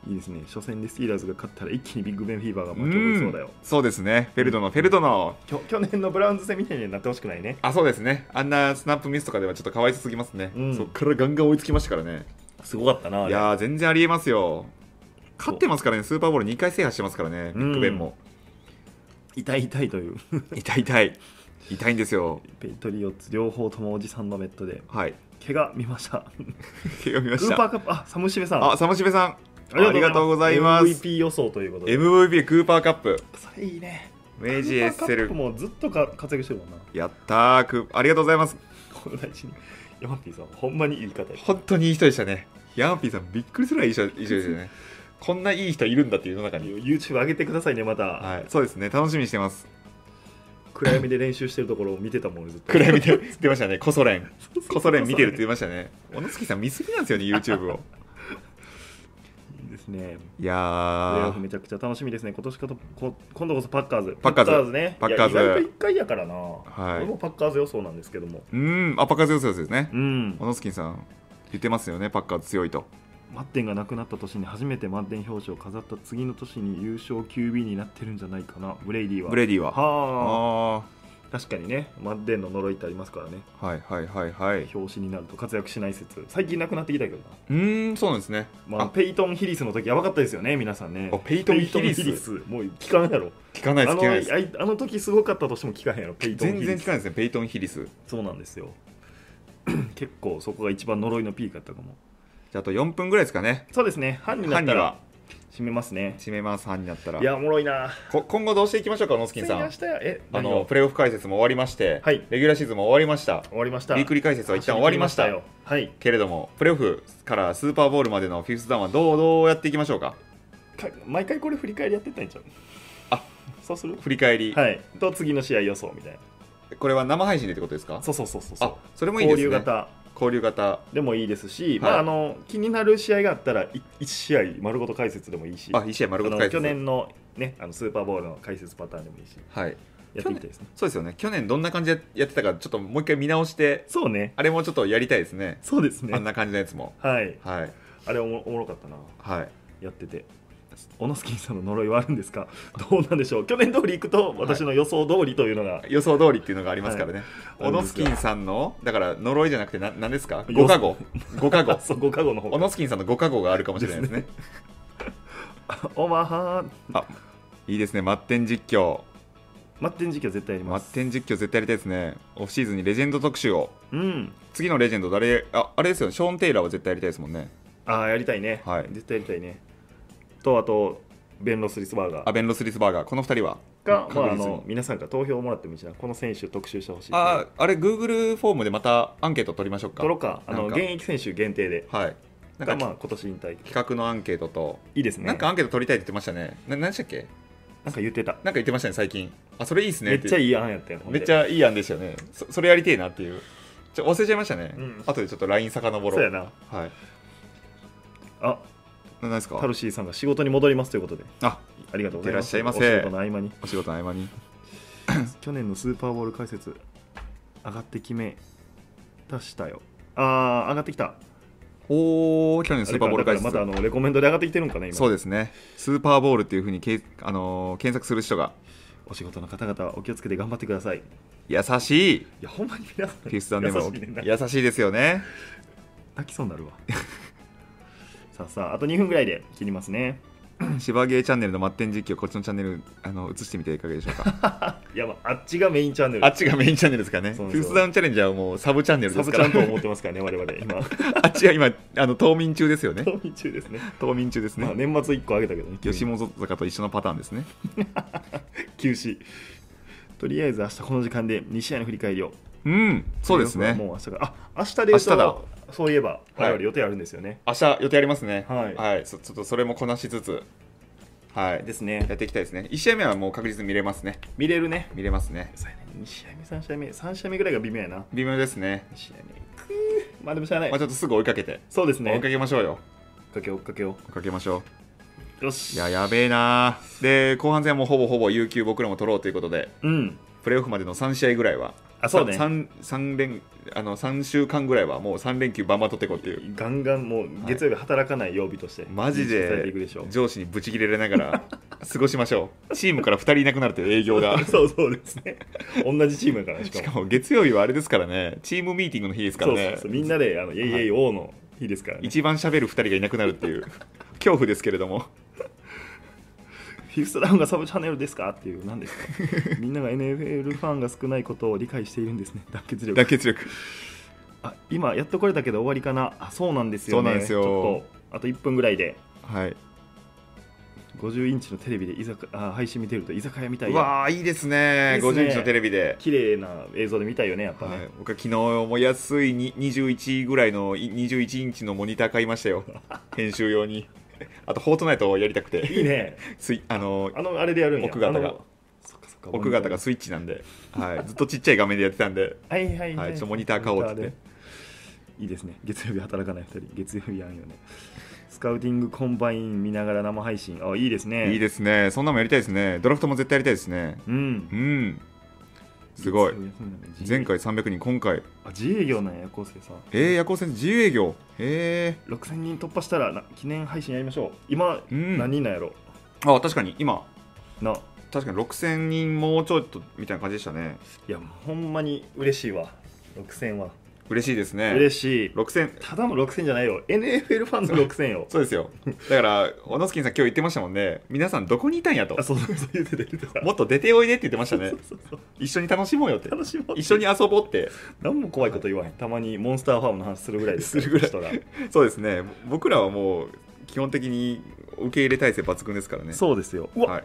Speaker 2: い
Speaker 1: いですね初戦でスティーラーズが勝ったら一気にビッグベンフィーバーが
Speaker 2: う
Speaker 1: 巻き起こりそうだ
Speaker 2: ん
Speaker 1: よ
Speaker 2: そうですねフェルドのフェルドの
Speaker 1: きょ去年のブラウンズ戦みたいになってほしくないね
Speaker 2: あそうですねあんなスナップミスとかではちょっとかわいそうすぎますね、
Speaker 1: うん
Speaker 2: そっからガンガン追いつきましたからね
Speaker 1: すごかったない
Speaker 2: やー全然ありえますよ勝ってますからねスーパーボール2回制覇してますからね
Speaker 1: う
Speaker 2: ビ
Speaker 1: ん
Speaker 2: ッグベンも、
Speaker 1: 痛い痛いという
Speaker 2: 痛い痛い痛いんですよ
Speaker 1: ペイトリオッツ両方ともおじさんのベッドで
Speaker 2: はい
Speaker 1: 怪我見ましたウ
Speaker 2: 読みまし
Speaker 1: ーパー
Speaker 2: た
Speaker 1: カップあサムシベさん
Speaker 2: あサムシベさんありがとうございます
Speaker 1: MVP 予想ということで
Speaker 2: MVP クーパーカップ
Speaker 1: それいいね
Speaker 2: 明治
Speaker 1: ウー
Speaker 2: エッ
Speaker 1: パーカッ
Speaker 2: セ
Speaker 1: プ
Speaker 2: ル
Speaker 1: もずっとか活躍してるもんな
Speaker 2: やったークーありがとうございます
Speaker 1: この大事にヤマピーさんほんまに言い方や
Speaker 2: 本当にいい人でしたねヤンピーさんびっくりするぐらいいい人いい人でしたね こんないい人いるんだっていう世の中に
Speaker 1: YouTube 上げてくださいねまた、
Speaker 2: はいそうですね楽しみにしてます
Speaker 1: 暗闇で練習してるところを見てたもん俺ずっと
Speaker 2: 暗闇で 出ましたねコソ連
Speaker 1: そうそう
Speaker 2: コソ連見てるって言いましたね小野月さん見すぎなんですよね YouTube を
Speaker 1: いいですねプ
Speaker 2: いや
Speaker 1: レーオフ
Speaker 2: ー
Speaker 1: めちゃくちゃ楽しみですね今年かとこ今度こそパッカーズ
Speaker 2: パッカーズ
Speaker 1: ね
Speaker 2: パッカーズ
Speaker 1: いや意外と1回やからな、はい俺もパッカーズ予想なんですけども
Speaker 2: うーんあパッカーズ予想ですね
Speaker 1: うん
Speaker 2: 小野月さん言ってますよねパッカーズ強いと
Speaker 1: マッテンが亡くなった年に初めて満点表彰を飾った次の年に優勝 QB になってるんじゃないかなブレイディは
Speaker 2: ブレディは
Speaker 1: はあ
Speaker 2: あ
Speaker 1: 確かにねマッテンの呪いってありますからね
Speaker 2: あはいはいはいはい
Speaker 1: 表紙になると活躍しない説最近なくなってきたけどな、
Speaker 2: うーんそうなんですね、
Speaker 1: まあ、ペイトン・ヒリスの時やばかったですよね皆さんね
Speaker 2: あペイトンヒリス
Speaker 1: ペイトンもう聞かんやろ
Speaker 2: 聞かないで
Speaker 1: あ
Speaker 2: す
Speaker 1: の
Speaker 2: 聞かないです
Speaker 1: あいあの時すごかったとしても聞かへんやろペイトン・ヒ
Speaker 2: 全
Speaker 1: リス
Speaker 2: 然聞かないですねペイトン・ヒリス
Speaker 1: そうなんですよ 結構そこが一番呪いのピークだったかも
Speaker 2: じゃああと4分ぐらいですかね
Speaker 1: そうですね半にな
Speaker 2: 班
Speaker 1: っ
Speaker 2: に
Speaker 1: た
Speaker 2: は
Speaker 1: ら締めますね
Speaker 2: 締めます班になったら
Speaker 1: いやおもろいな
Speaker 2: こ今後どうしていきましょうか小野
Speaker 1: つい
Speaker 2: 月
Speaker 1: に
Speaker 2: さ
Speaker 1: 明
Speaker 2: ん
Speaker 1: 日やえ
Speaker 2: あ
Speaker 1: あ
Speaker 2: の
Speaker 1: の
Speaker 2: プレーオフ解説も終わりまして、
Speaker 1: はい
Speaker 2: レギュラーシーズンも終わりました
Speaker 1: 終わりました
Speaker 2: ウィークリー解説は一旦終わりました
Speaker 1: よはい
Speaker 2: けれどもプレーオフからスーパーボールまでのフィフスダウンはどうどうやっていきましょうか
Speaker 1: か毎回これ振り返りやってったんちゃう
Speaker 2: あ
Speaker 1: そうする
Speaker 2: 振り返り、
Speaker 1: はいと次の試合予想みたい
Speaker 2: これは生配信でってことですか
Speaker 1: なそうそうそうそう
Speaker 2: あそれもいいで
Speaker 1: 交
Speaker 2: すね
Speaker 1: 流型
Speaker 2: 交流型
Speaker 1: でもいいですし、
Speaker 2: はい
Speaker 1: まあ、あの気になる試合があったら1試合丸ごと解説でもいいし
Speaker 2: あ1試合丸ごと
Speaker 1: あ
Speaker 2: 解
Speaker 1: の去
Speaker 2: 説
Speaker 1: 年の,、ね、あのスーパーボールの解説パターンでもいいし
Speaker 2: はい
Speaker 1: やってみたいですね
Speaker 2: そうですよね去年どんな感じでやってたかちょっともう一回見直して
Speaker 1: そうね
Speaker 2: あれもちょっとやりたいですね
Speaker 1: そうです
Speaker 2: あ
Speaker 1: ね
Speaker 2: んな感じのやつも
Speaker 1: はい
Speaker 2: はい
Speaker 1: あれおもおもろかったな
Speaker 2: はい
Speaker 1: やっててオノスキンさんの呪いはあるんですか どうなんでしょう去年通り行くと私の予想通りというのが、
Speaker 2: 予想通りっていうのがありますからね、
Speaker 1: はい
Speaker 2: オノスキンさんのだから呪いじゃなくてな何ですか
Speaker 1: 予
Speaker 2: 5か語5か
Speaker 1: あ
Speaker 2: 語
Speaker 1: そう5か後の方
Speaker 2: オノスキンさんの5か語があるかもしれな いですね
Speaker 1: オマハ
Speaker 2: いいですねマッテン実況
Speaker 1: マッテン時期は絶対やり
Speaker 2: マッ
Speaker 1: ます
Speaker 2: テン実況絶対やりたいですねオフシーズンにレジェンド特集を
Speaker 1: うん
Speaker 2: 次のレジェンド誰ああれですよねショーン・テイラーは絶対やりたいですもんね
Speaker 1: ああやりたいね、
Speaker 2: はい
Speaker 1: 絶対やりたいねとあとベン・ロスリスバーガー
Speaker 2: アベン・ロス・リスバーガーこの2人は
Speaker 1: か、ま
Speaker 2: 確
Speaker 1: あ、あ
Speaker 2: 実に
Speaker 1: の皆さんから投票をもらってもいいしなこの選手特集してほしいっていう
Speaker 2: ああれ Google フォームでまたアンケート取りましょうか
Speaker 1: 取ろうかあの
Speaker 2: なんか
Speaker 1: 現役選手限定で
Speaker 2: はいなん
Speaker 1: が
Speaker 2: か、
Speaker 1: まあ今年引退
Speaker 2: 企画のアンケートと
Speaker 1: いいですね
Speaker 2: なんかアンケート取りたいって言ってましたねな何でしたっけ
Speaker 1: なんか言ってた、
Speaker 2: なんか言ってましたね最近あそれいいですね
Speaker 1: めっちゃ
Speaker 2: い
Speaker 1: いい案やったよ
Speaker 2: めっち
Speaker 1: ゃ
Speaker 2: ゃいい案でしたよねそそれやりてえなっていうちょ忘れちゃいましたね、
Speaker 1: うん
Speaker 2: 後でちょっと LINE 遡ろ
Speaker 1: そううやな
Speaker 2: はい
Speaker 1: あ
Speaker 2: な何ですか
Speaker 1: タルシーさんが仕事に戻りますということで
Speaker 2: あ
Speaker 1: ありがとうございます
Speaker 2: いってらっしゃ
Speaker 1: お
Speaker 2: いませ
Speaker 1: 仕事の合間に
Speaker 2: お仕事の合間に
Speaker 1: 去年のスーパーボール解説上がって決め足したよあー上がってきた
Speaker 2: おお去年のスーパーボール解
Speaker 1: あれ
Speaker 2: 説
Speaker 1: かだからまたあのレコメンドで上がってきてるんかな今
Speaker 2: そうですねスーパーボールっていうふうにけ、あのー検索する人が
Speaker 1: お仕事の方々はお気をつけて頑張ってくださいい
Speaker 2: 優しい
Speaker 1: やほんまに皆さん
Speaker 2: フィフスダウンでも
Speaker 1: 優しいねんな
Speaker 2: 優しいですよね
Speaker 1: 泣きそうになるわさあさああと2分ぐらいで切りますね
Speaker 2: 芝芸チャンネルのマッテン実況こっちのチャンネルあの移してみてはいかがでしょう か
Speaker 1: いや、まあ、あっちがメインチャンネル
Speaker 2: あっちがメインチャンネルですからね
Speaker 1: そうそう
Speaker 2: フースダウンチャレンジャーはもうサブチャンネル
Speaker 1: サ
Speaker 2: です
Speaker 1: ブ
Speaker 2: か
Speaker 1: チ
Speaker 2: ら
Speaker 1: ャンと思ってますからね、我々、今、
Speaker 2: あっちは今あの冬眠中ですよね
Speaker 1: 冬眠中ですね。
Speaker 2: 冬眠中ですね、
Speaker 1: まあ、年末一個あげたけどね、
Speaker 2: 吉本坂と一緒のパターンですね
Speaker 1: 休止。とりあえず、明日この時間で2試合の振り返りを。
Speaker 2: うんそうですね
Speaker 1: もう明日が、あ明日で言う
Speaker 2: 明日だ
Speaker 1: と、そういえば、
Speaker 2: はい
Speaker 1: 我々予定あるんですよね。
Speaker 2: 明日予定ありますね
Speaker 1: はい
Speaker 2: そちょっとそれもこなしつつはい
Speaker 1: ですね
Speaker 2: やっ。ていきたいですね1試合目はもう確実に見れますね
Speaker 1: 見れるね。
Speaker 2: 見れますね
Speaker 1: 2試合目、3試合目、3試合目ぐらいが微妙やな。2
Speaker 2: 微妙ですね、
Speaker 1: 試合目。くーまあでも知らない
Speaker 2: まあ、。ちょっとすぐ追いかけて、
Speaker 1: そうです
Speaker 2: 追
Speaker 1: ね。
Speaker 2: いかけましょうよ
Speaker 1: 追っかけよう追っかけよ
Speaker 2: 追いかけましょ
Speaker 1: う。よ
Speaker 2: うい
Speaker 1: し。
Speaker 2: ややべえなで後半戦はもうほぼほぼ有給僕らも取ろうということで
Speaker 1: うん。
Speaker 2: プレーオフまでの3試合ぐらいは
Speaker 1: あそうね
Speaker 2: 3, 三連あの3週間ぐらいはもう3連休バンバン取っていこうっていう
Speaker 1: ガンガンもう月曜日働かない曜日として、
Speaker 2: マジ
Speaker 1: 認識されてい
Speaker 2: で
Speaker 1: くでしょう
Speaker 2: 上司にブチ切れられながら過ごしましょうチームから2人いなくなるという営業が
Speaker 1: そうそうですね同じチームだからしか
Speaker 2: しか
Speaker 1: も
Speaker 2: も月曜日はあれですからねチームミーティングの日ですか
Speaker 1: そう
Speaker 2: ら
Speaker 1: そう
Speaker 2: ね
Speaker 1: そうみんなであの「イェイイェイ王」の日ですからね
Speaker 2: 一番喋る2人がいなくなるっ ていう恐怖ですけれども
Speaker 1: フィフスダウンがサブチャンネルですかっていう何 ですかみんなが NFL ファンが少ないことを理解しているんですね団結力
Speaker 2: 団結力
Speaker 1: あ今やっとこれたけど終わりかなあそうなんですよね
Speaker 2: そうなんですよ
Speaker 1: ちょっとあと1分ぐらいで
Speaker 2: はい
Speaker 1: 50インチのテレビで居酒あ配信見てると居酒屋みたいうや
Speaker 2: わーいいですね
Speaker 1: いいですね
Speaker 2: 50日のテレビで、
Speaker 1: 綺麗な映像で見たいよねやっぱ
Speaker 2: は
Speaker 1: ね、
Speaker 2: い、僕は昨日も安いに21ぐらいのい21インチのモニター買いまし たよ編集用にあと「フォートナイト」やりたくて
Speaker 1: いいね
Speaker 2: ついあの
Speaker 1: あのあれでやるんや
Speaker 2: 奥方が
Speaker 1: あのそっかそっか
Speaker 2: 奥方がスイッチなんで、はい、ずっとちっちゃい画面でやってたんで
Speaker 1: はいはいはい、
Speaker 2: はいちょっとモニター買おうっつって
Speaker 1: モニターでいいですね月曜日働かない2人月曜日やんよねスカウティングコンバイン見ながら生配信あいいです ね
Speaker 2: いいですねそんなもんやりたいですねドラフトも絶対やりたいですね
Speaker 1: う
Speaker 2: うんんすごい
Speaker 1: 月曜休みなのに
Speaker 2: 前回300人今回
Speaker 1: あ自営業なんや昴生さん
Speaker 2: えー、夜行戦自由営業え
Speaker 1: 6000人突破したらな記念配信やりましょう今、
Speaker 2: うん
Speaker 1: 何人なんやろ
Speaker 2: ー、あ確かに今
Speaker 1: な
Speaker 2: 確かに6000人もうちょっとみたいな感じでしたね
Speaker 1: いやもうほんまに嬉しいわ6000は、
Speaker 2: 嬉しいですね
Speaker 1: 嬉しい
Speaker 2: 6000
Speaker 1: ただの6000じゃないよ NFL ファンの6000よ
Speaker 2: そうですよだから小野スキンさん今日言ってましたもんね皆さんどこにいたんやと
Speaker 1: あそうそうそう言ってた言ってた
Speaker 2: もっと出ておいでって言ってましたね
Speaker 1: そうそうそう
Speaker 2: 一緒に楽しもうよって
Speaker 1: 楽しもう
Speaker 2: 一緒に遊ぼうって
Speaker 1: 何も怖いこと言わへんたまにモンスターファームの話するぐらいですから
Speaker 2: するぐらい
Speaker 1: この人ら
Speaker 2: そうですね僕らはもう基本的に受け入れ体制抜群ですからね
Speaker 1: そうですようわ、
Speaker 2: はい、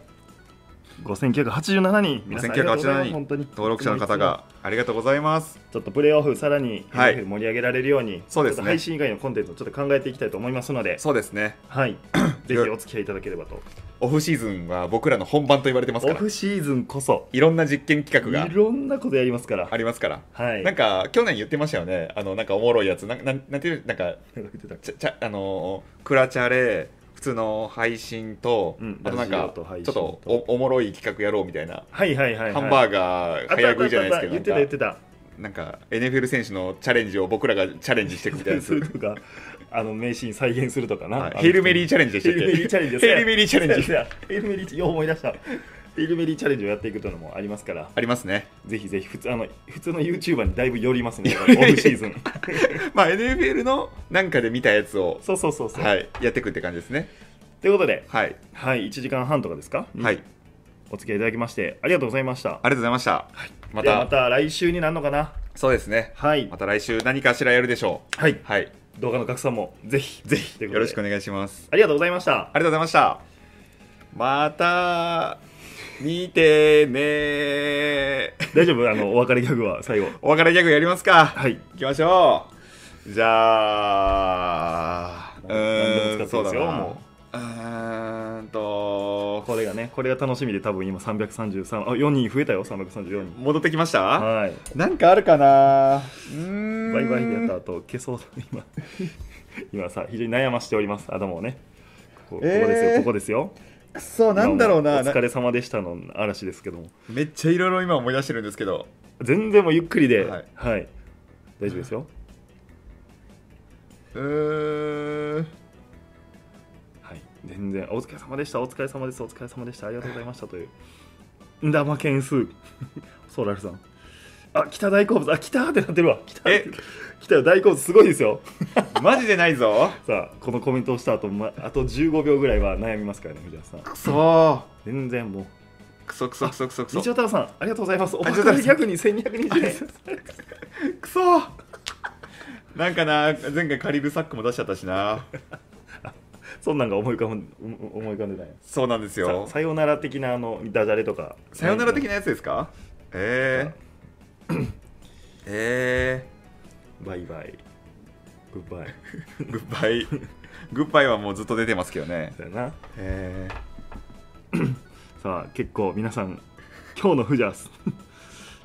Speaker 1: 5987人皆さんありがとうございます
Speaker 2: 5987人
Speaker 1: 本当に
Speaker 2: 登録者の方
Speaker 1: いつもい
Speaker 2: がありがとうございます
Speaker 1: つもちょっとプレーオフさらに
Speaker 2: はい
Speaker 1: NFL 盛り上げられるように、
Speaker 2: そうですね
Speaker 1: ちょっと配信以外のコンテンツをちょっと考えていきたいと思いますので
Speaker 2: そうですね
Speaker 1: はい ぜひお付き合いいただければと
Speaker 2: オフシーズンは僕らの本番と言われてますか
Speaker 1: オ
Speaker 2: ら
Speaker 1: フシーズンこそ
Speaker 2: いろんな実験企画が
Speaker 1: いろんなことやりますから
Speaker 2: ありますから
Speaker 1: はい
Speaker 2: なんか去年言ってましたよねあのなんかおもろいやつなんなんなんていうなんか
Speaker 1: なんか言ってたっけ
Speaker 2: ちゃちゃあのークラチャレ普通の配信と、
Speaker 1: うん
Speaker 2: あとなん
Speaker 1: ラジ
Speaker 2: か
Speaker 1: オと配
Speaker 2: ちょ
Speaker 1: 信
Speaker 2: っ
Speaker 1: と
Speaker 2: とおおもろい企画やろうみたいな、
Speaker 1: はいはいはい、はい、
Speaker 2: ハンバ
Speaker 1: ー
Speaker 2: ーガー早食いじゃないですけど
Speaker 1: 言ってた言って
Speaker 2: た
Speaker 1: た
Speaker 2: なんか NFL 選手のチャレンジを僕らがチャレンジしていく みたいなや
Speaker 1: す
Speaker 2: つ
Speaker 1: るとかあの名シーン再現するとかな、
Speaker 2: はいヘイルメリーチャレンジでしたっけ
Speaker 1: ヘイルメリーチャレンジ
Speaker 2: ヘイルメリーチャレンジ
Speaker 1: そうやそうやヘイルメリーチよう思い出したヘイルメリーチャレンジをやっていくというのもありますから
Speaker 2: ありますね
Speaker 1: ぜひぜひ普通あの普通の YouTuber にだいぶ寄ります ねオフシーズン
Speaker 2: まあ NFL のなんかで見たやつを
Speaker 1: そうそうそうそう、
Speaker 2: はいやっていくって感じですね
Speaker 1: ということで、
Speaker 2: はい
Speaker 1: はい、1時間半とかですか、
Speaker 2: はい
Speaker 1: お付き合いいただきましてありがとうございました
Speaker 2: ありがとうございました、ま
Speaker 1: で
Speaker 2: た
Speaker 1: はまた来週になるのかな
Speaker 2: そうですね
Speaker 1: はい
Speaker 2: また来週何かしらやるでしょ
Speaker 1: は
Speaker 2: う
Speaker 1: い
Speaker 2: はい
Speaker 1: 動画の拡散もぜひ
Speaker 2: ぜひ
Speaker 1: というこ
Speaker 2: よ
Speaker 1: とで
Speaker 2: ろしくお願いします
Speaker 1: ありがとうございました
Speaker 2: ありがとうございましたまた見てねー
Speaker 1: 大丈夫あのお別れギャグは最後
Speaker 2: お別れギャグやりますか
Speaker 1: はい
Speaker 2: 行きましょうじゃあう
Speaker 1: もう何
Speaker 2: ー
Speaker 1: で
Speaker 2: ん
Speaker 1: も使
Speaker 2: そ
Speaker 1: って
Speaker 2: う
Speaker 1: です
Speaker 2: だ
Speaker 1: よ
Speaker 2: な
Speaker 1: も
Speaker 2: うーんと
Speaker 1: これがねこれが楽しみで多分今333あ4人増えたよ334人
Speaker 2: 戻ってきました、
Speaker 1: はい
Speaker 2: なんかあるかなうーん
Speaker 1: バイバイでやった後消そう今 今さ非常に悩ましております頭をねここここ
Speaker 2: えー
Speaker 1: ですよ、ここですよ
Speaker 2: くそなんだろうな
Speaker 1: お疲れ様でしたの嵐ですけども
Speaker 2: めっちゃいろいろ今思い出してるんですけど
Speaker 1: 全然もうゆっくりでは
Speaker 2: はいい、
Speaker 1: 大丈夫ですよ
Speaker 2: うーん
Speaker 1: はい全然お疲れ様でしたお疲れ様ですお 疲れ様でしたありがとうございましたというんだま件数ソーラルさんあ来た大好物あ来たってなってるわ来た
Speaker 2: え
Speaker 1: 来たよ大好物すごいですよ
Speaker 2: マジでないぞ
Speaker 1: さあこのコメントをした後、ま、あと15秒ぐらいは悩みますからね藤原さん
Speaker 2: くそ
Speaker 1: 全然もう
Speaker 2: ーくそくそくそくそく
Speaker 1: 日
Speaker 2: そ
Speaker 1: 曜太郎さんありがとうございますおば
Speaker 2: りがとうございます
Speaker 1: 逆に1220円
Speaker 2: くそーなんかな前回カリブサックも出しちゃったしな
Speaker 1: そんなんが思い浮かん 思い浮かんでない
Speaker 2: そうなんですよ
Speaker 1: ささよなら的なあのダジャレとか
Speaker 2: さよなら的
Speaker 1: な
Speaker 2: なやつですかえー、え
Speaker 1: バイバイグッバイ
Speaker 2: ー、グッバイグッバイはもうずっと出てますけどね
Speaker 1: だよな
Speaker 2: え
Speaker 1: さあ結構皆さん今日のフジャース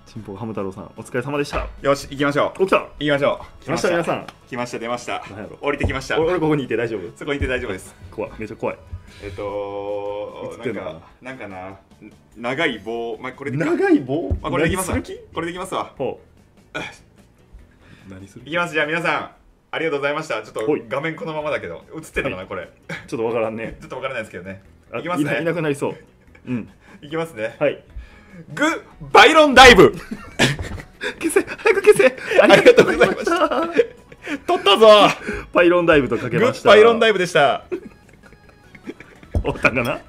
Speaker 1: チンポハム太郎さんお疲れ様でした
Speaker 2: ー、よし行きましょう
Speaker 1: 起きた
Speaker 2: 行きましょう
Speaker 1: 来ました皆さん
Speaker 2: 来ました出ました
Speaker 1: 何やろ
Speaker 2: 降りてきました
Speaker 1: 俺俺ここにいて大丈夫
Speaker 2: そこにいて大丈夫です
Speaker 1: 怖いめっちゃ怖い
Speaker 2: えっと
Speaker 1: 映っ
Speaker 2: な
Speaker 1: て
Speaker 2: ん
Speaker 1: んな
Speaker 2: かなんかな長い棒まあこれで
Speaker 1: 長い棒
Speaker 2: まあこれできますわ
Speaker 1: 何する
Speaker 2: これできますわ
Speaker 1: 気ほう何する気
Speaker 2: いき
Speaker 1: ちょ
Speaker 2: ますじゃあ皆さんありがとうございましたちょっと
Speaker 1: ほい
Speaker 2: 画面このままだけど映ってたかなこれち
Speaker 1: っとわからんね
Speaker 2: ょっとわからないですけどね
Speaker 1: あ
Speaker 2: いきます
Speaker 1: な
Speaker 2: ね
Speaker 1: いなくなりそううん
Speaker 2: いきますね
Speaker 1: はい
Speaker 2: グッバイロンダ イブ
Speaker 1: 消せ早く消せあ
Speaker 2: りがとうございました取ったぞ
Speaker 1: パイロンダイブとか け
Speaker 2: グ
Speaker 1: まし
Speaker 2: ッ
Speaker 1: た
Speaker 2: バイロンダ
Speaker 1: イ
Speaker 2: イブでした
Speaker 1: ブおったんかな